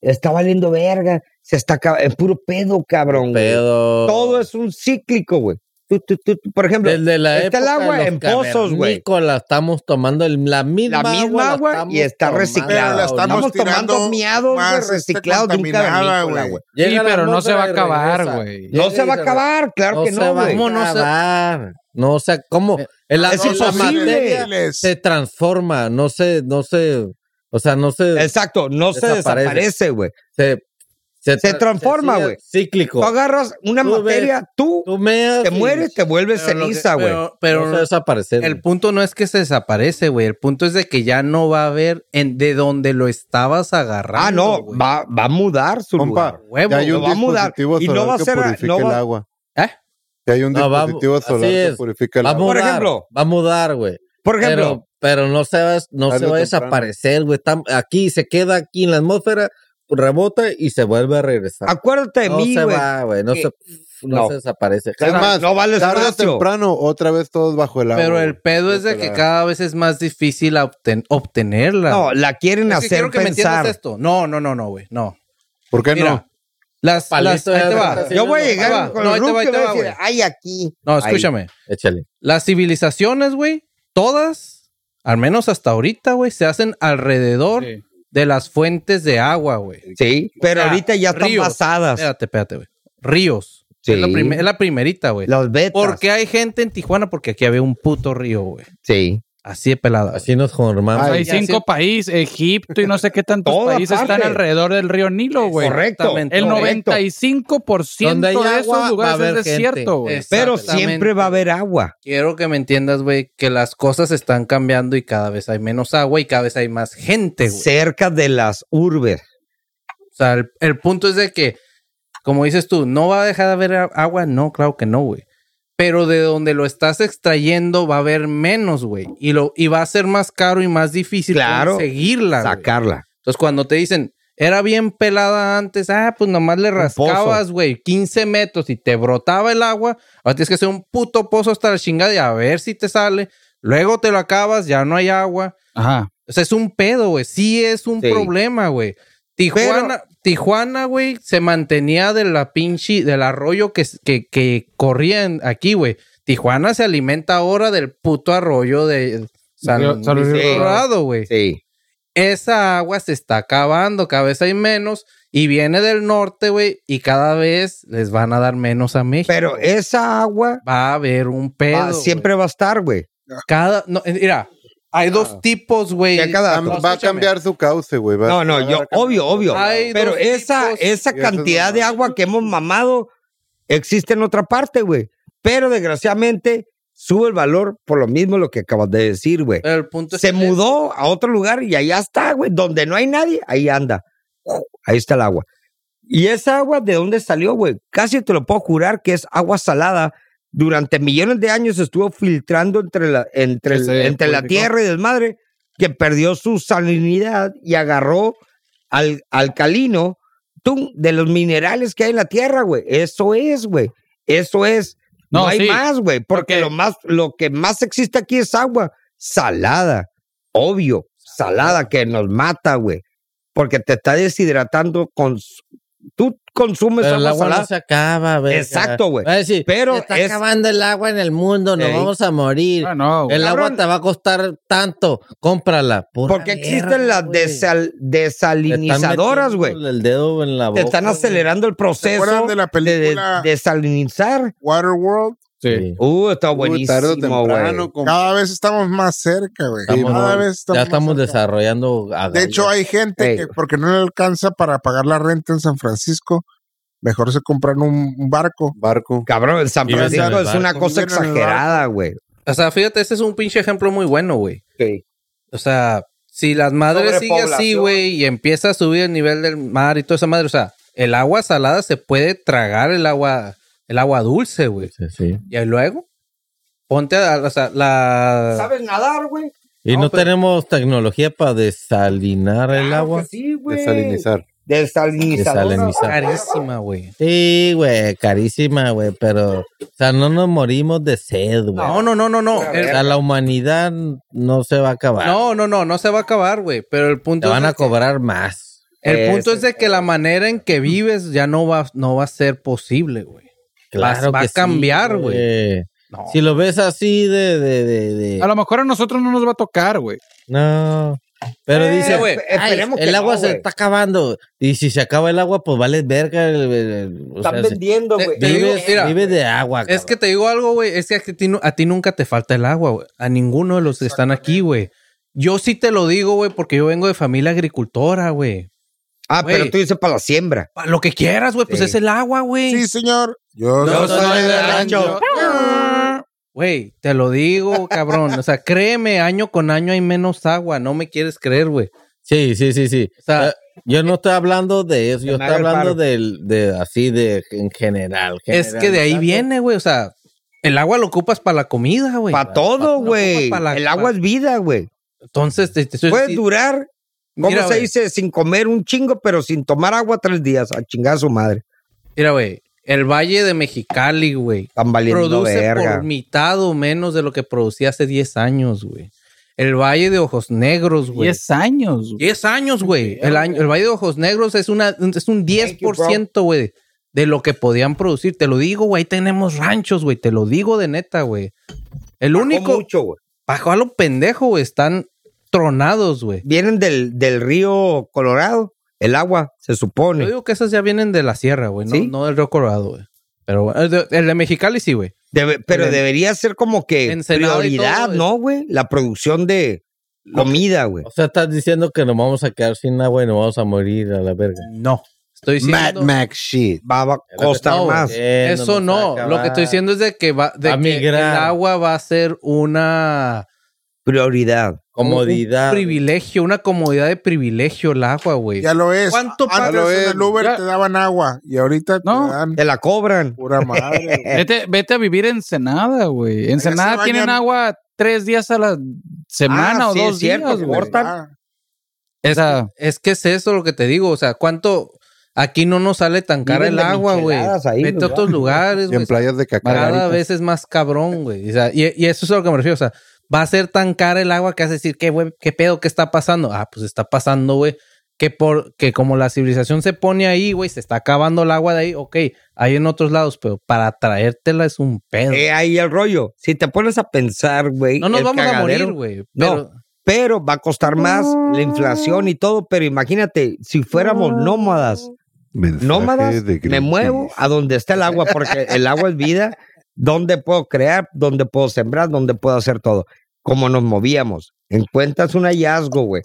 está valiendo verga, se está acab- es puro pedo, cabrón. güey.
Pedo.
Todo es un cíclico, güey. Tú, tú, tú, tú, Por ejemplo,
Desde la
Está el
época de
agua
los
en pozos, güey.
cavernícolas, estamos tomando el- la misma
la misma
agua, la
agua y
estamos
está
tomando
reciclada.
Pero la
ahorita.
estamos
Estamos tomando
tirando
miados, güey,
más, este,
reciclados de un
contaminada,
cavernícola,
güey.
güey.
Sí,
Llega la
pero no se va a
atmósfera y
acabar,
regresa.
güey.
No
Llega
se
y
va a acabar, claro que
no
no,
se va
güey.
a acabar. No, o sea, ¿cómo? El,
Eh, ah, Es
la- la
imposible.
materia se transforma, no se, no se, o sea, no se,
Exacto, no se
Desaparece.
desaparece, güey.
se,
se
tra-
transforma,
sigue
güey.
Cíclico.
Tú agarras una
Tú ves,
materia, tú
Tú meas
te
y
mueres, te vuelves
Pero lo que-
ceniza, güey.
Pero,
No
pero
se va a desaparecer.
el
güey.
punto no es que se desaparece, güey. El punto es de que ya no va a haber en, de donde lo estabas agarrando.
Ah, no,
güey.
va, va a mudar su
Compa,
lugar.
Huevo,
ya hay
lo
un
va a mudar.
dispositivo
Y no
solar
va a
que
ser-
purifica
no va-
el agua.
¿Eh?
Ya hay un
No, va-
dispositivo
así
solar que
es.
purifica el
Va a
agua.
Por
mudar,
ejemplo.
va a mudar, güey.
Por ejemplo,
Pero, pero no se va, no
Tarde
se
o
va
temprano.
a desaparecer, güey. Está- Aquí se queda aquí en la atmósfera, rebota y se vuelve a regresar.
acuérdate de
no
mí,
se
güey.
va, güey. No,
Que-
se, no
no.
se desaparece.
Es más,
no vale
tarde o
espacio.
temprano, otra vez todos bajo el agua.
Pero el
güey.
pedo es de que cada vez es más difícil obten- obtenerla.
No,
güey.
la quieren
Es que
hacer
quiero que me entiendas
pensar.
esto. No, no, no, no, güey. No.
¿Por qué
Mira,
no?
las, las,
Palito,
ahí te
ya
va.
te-
Yo voy a
Ahí va.
llegar con
No,
los
ahí te va,
rucos
ahí
y
te
voy a
va,
decir,
güey.
ay, aquí.
No,
Ahí.
escúchame.
Échale.
Las civilizaciones, güey, todas, al menos hasta ahorita, güey, se hacen alrededor
Sí.
de las fuentes de agua, güey.
Sí, pero
O sea,
ahorita ya están
ríos.
basadas.
Espérate, espérate, güey. Ríos.
Sí.
Es, la prim- es la primerita, güey.
Los betas.
¿Por qué hay gente en Tijuana? Porque aquí había un puto río, güey.
Sí.
Así de pelada. güey.
Así nos formamos.
hay
ya
cinco
sé.
países, Egipto y no sé qué tantos
Toda
países están
parte.
alrededor del río Nilo, güey.
Correcto.
Exactamente.
El
Correcto.
95%
Donde hay
de
agua, va
esos
a
lugares
haber
es
gente.
desierto, güey.
Es-
Pero
Exactamente.
siempre va a haber agua.
Quiero que me entiendas, güey, que las cosas están cambiando y cada vez hay menos agua y cada vez hay más gente, güey.
Cerca de las urbes.
O sea, el, el punto es de que, como dices tú, ¿no va a dejar de haber a- agua? No, claro que no, güey. Pero de donde lo estás extrayendo va a haber menos, güey. Y, lo, y va a ser más caro y más difícil
Claro.
conseguirla. güey.
Sacarla.
Entonces, cuando te dicen, era bien pelada antes, ah, pues nomás le
pozo.
rascabas, güey, 15 metros y te brotaba el agua. Ahora tienes que hacer un puto pozo hasta la chingada y a ver si te sale. Luego te lo acabas, ya no hay agua.
Ajá.
O sea, es un pedo, güey. Sí es un
Sí.
problema, güey. Tijuana, Tijuana, güey, se mantenía de la pinche, del arroyo que, que, que corría en- aquí, güey. Tijuana se alimenta ahora del puto arroyo de San
Río- San Luis
Luis
Río
Colorado, güey.
Sí.
Esa agua se está acabando, cada vez hay menos y viene del norte, güey, y cada vez les van a dar menos a México.
Pero esa agua
Va a haber un
va-
pedo.
Ah, siempre
güey.
va a estar, güey.
Cada, no, eh, mira, hay dos tipos, güey.
Ya cada-
Cam-
No,
va a
escúchame.
cambiar su cauce, güey. va-
No, no, yo, obvio, obvio.
Hay
Pero
dos
esa,
tipos.
esa
Y eso es
cantidad de
normal.
agua que hemos mamado existe en otra parte, güey. Pero desgraciadamente sube el valor por lo mismo lo que acabas de decir, güey.
Pero el punto es
Se
que-
mudó a otro lugar y allá está, güey. Donde no hay nadie, ahí anda. Ahí está el agua. ¿Y esa agua de dónde salió, güey? Casi te lo puedo jurar que es agua salada. Durante millones de años estuvo filtrando entre la, entre,
Que
el-
se
entre la
purificó.
tierra y desmadre, que perdió su salinidad y agarró al alcalino tum, de los minerales que hay en la tierra, güey. Eso es, güey. Eso es. No,
No,
hay
sí.
más, güey. Porque
Porque-
lo más, lo que más existe aquí es agua salada. Obvio, salada que nos mata, güey. Porque te está deshidratando con tú consumes
Pero el
agua,
agua
salada.
no se acaba, güey.
Exacto, güey.
Va a decir,
Pero
se está
es-
acabando el agua en el mundo, nos
Ey.
vamos a morir.
Ah, no, güey.
el
Cabrón.
agua te va a costar tanto, cómprala. Pura
Porque
mierda,
existen las
güey.
desal-
Te están
desalinizadoras, güey.
metiendo El dedo en la boca.
Te están
güey.
acelerando el
¿Se
proceso
acuerdan de la
de, de-
película
desalinizar.
Waterworld?
Sí.
Uh,
Uy, tarde
está
o
buenísimo, güey.
temprano, como-
Cada vez estamos más cerca, güey.
Estamos-
Cada vez estamos
ya
más
estamos
cerca.
desarrollando.
De
agallas.
hecho, hay gente
Ey.
que porque no le alcanza para pagar la renta en San Francisco, mejor se compran un, un barco.
barco.
Cabrón, el San
Viven en
Francisco
el
es una
barco.
cosa
Viven en el
exagerada, güey.
O sea, fíjate, este es un pinche ejemplo muy bueno, güey. O sea, si las madres sigue así,
Sobrepoblación.
güey, y empieza a subir el nivel del mar y toda esa madre, o sea, el agua salada se puede tragar el agua, el agua dulce, güey.
Sí, sí.
Y ahí luego, ponte a, o sea, la...
¿Sabes nadar, güey?
Y
No,
no,
pero-
tenemos tecnología para desalinar el agua.
Sí, güey.
Desalinizar.
Desalinizadora.
Desalinizar.
Carísima, güey.
Sí, güey, carísima, güey, pero, o sea, no nos morimos de sed, güey.
No, no, no, no, no.
O
El-
sea, la humanidad no se va a acabar.
no, no, no, no se va a acabar, güey. Pero el punto
Te van
es
a
de que-
cobrar más.
el punto
Ese-
es de que la manera en que vives ya no va, no va a ser posible, güey.
Claro
va a
que sí,
cambiar, güey.
No. Si lo ves así de, de, de, de-
A lo mejor a nosotros no nos va a tocar, güey.
No. Pero
Eh,
dice,
güey,
"Ay,
esperemos que
el
no,
agua se
güey".
está acabando. Y si se acaba el agua, pues vale verga. el- el- el- o
Están
sea, se-
vendiendo,
Te-
güey.
te digo,
vives,
mira,
vives de agua.
Es
cabrón.
que te digo algo, güey. Es que a ti, nu- a ti nunca te falta el agua, güey. A ninguno de los que están aquí, güey. Yo sí te lo digo, güey, porque yo vengo de familia agricultora, güey.
Ah,
Güey.
pero tú dices para la siembra.
Pa- Lo que quieras, güey, pues
Sí.
es el agua,
Sí,
güey.
señor. Yo
Yo
soy-
soy de
rancho.
Güey, te lo digo, cabrón. O sea, créeme, año con año hay menos agua. No me quieres creer, güey.
Sí, sí, sí, sí.
O sea,
Eh, yo no estoy hablando de eso, yo
me
estoy
haga el
hablando
paro.
del, de así de en general.
es que de ahí
generalizando.
viene, güey. O sea, el agua lo ocupas para la comida, güey.
Para todo, güey.
pa' la-
El agua
pa-
es vida, güey.
Entonces, te, te estoy
Puedes
dic-
durar, ¿cómo
Mira,
se
güey.
dice? Sin comer un chingo, pero sin tomar agua tres días. A chingar a su madre.
Mira, güey. El Valle de Mexicali, güey.
Están valiendo
produce
verga.
por mitad o menos de lo que producía hace 10 años, güey. El Valle de Ojos Negros, güey.
10 años, güey.
10 años, güey. El, año- el Valle de Ojos Negros es, una, es un 10%, güey, de lo que podían producir. Te lo digo, güey. Ahí tenemos ranchos, güey. Te lo digo de neta, güey. El
Bajó
único.
mucho, güey.
Bajo a lo pendejo, güey. Están tronados, güey.
Vienen del, del río Colorado, el agua, se
Yo
supone.
digo que esas ya vienen de la sierra, güey. No,
¿Sí?
no del río Colorado, güey. Pero bueno, el de, el de Mexicali sí, güey.
Debe- pero
En-
debería ser como que
Ensenada y
prioridad,
todo,
¿no, güey? La producción de comida, güey.
O sea, estás diciendo que nos vamos a quedar sin agua y nos vamos a morir a la verga.
No. Estoy
Mad
diciendo.
Max shit.
Va va a costar
No, güey.
más.
Eh, nos
Eso no.
va a
Lo que estoy
acabar.
diciendo es de que va, de
A
que el
migrar.
agua va a ser una
Prioridad.
Comodidad.
un privilegio, una comodidad de privilegio el agua, güey.
Ya lo es.
¿Cuánto
Antes
pagas?
en el Uber
Ya.
te daban agua y ahorita
No.
te dan
Te la cobran.
pura madre. güey.
Vete, vete a vivir en Ensenada, güey.
se
Ensenada
bañan-
tienen agua tres días a la semana
Ah,
o
sí,
dos
es cierto,
días, güey.
cortan.
Ah,
O sea,
Es que es eso lo que te digo, o sea, cuánto aquí no nos sale tan cara
Viven
el
de
agua, güey.
micheladas ahí,
Vete a
los
otros lugares,
Y en
güey.
playas de cacao.
Cada
ahorita.
vez es más cabrón, güey. O sea, y, y eso es a lo que me refiero, o sea, va a ser tan cara el agua que vas a decir, qué güey, qué pedo, qué está pasando. Ah, pues está pasando, güey. Que, por, que como la civilización se pone ahí, güey, se está acabando el agua de ahí, ok, hay en otros lados, pero para traértela es un pedo.
Eh, ahí el rollo. Si te pones a pensar, güey.
no nos
el
vamos a
cagadero-
morir, güey.
No,
pero-
Pero va a costar más la inflación y todo. Pero imagínate, si fuéramos nómadas,
Mensaje
nómadas,
de
me
Greenpeace.
muevo a donde está el agua, porque el agua es vida, donde puedo crear, donde puedo sembrar, donde puedo hacer todo. Como nos movíamos. Encuentras un hallazgo, güey.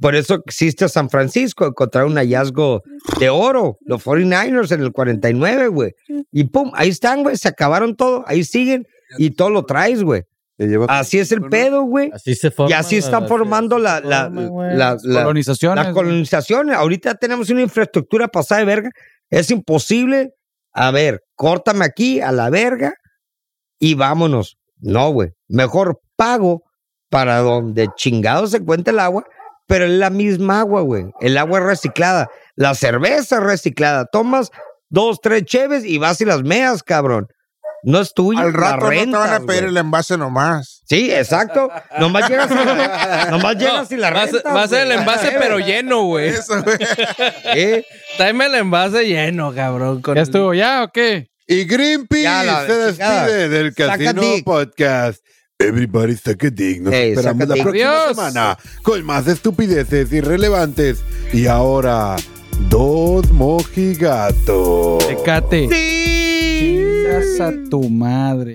Por eso existe San Francisco, encontrar un hallazgo de oro, los 49ers en el 49, güey. Y pum, ahí están, güey, se acabaron todo, ahí siguen y todo lo traes, güey.
Te lleva-
Así es el pedo, güey.
Así se
Y
forma.
así están formando la, la, la, la-
colonizaciones.
la
güey.
colonización. Ahorita tenemos una infraestructura pasada de verga. Es imposible. A ver, córtame aquí a la verga y vámonos. No, güey. Mejor pago para donde chingado se cuenta el agua, pero es la misma agua, güey. El agua es reciclada. La cerveza es reciclada. Tomas dos, tres cheves y vas y las meas, cabrón. No es tuya.
Al
la
rato no te van
rentas,
a pedir
güey.
el envase nomás.
Sí, exacto. Nomás llegas y la, nomás llegas y la
va a ser-
rentas,
va a ser el
güey.
envase, pero lleno, güey.
Eso, güey.
Eh,
Tráeme el envase lleno, cabrón. con-
¿Ya estuvo ya o qué?
Y Greenpeace
Ya la
se
chingada.
despide del
Saca
Casino
dick.
Podcast. Everybody suck a dick. Nos
Hey,
esperamos
saca
la
dick.
próxima
Adiós.
semana con más estupideces irrelevantes. Y ahora, dos mojigatos.
Tecate. Chingas a tu madre.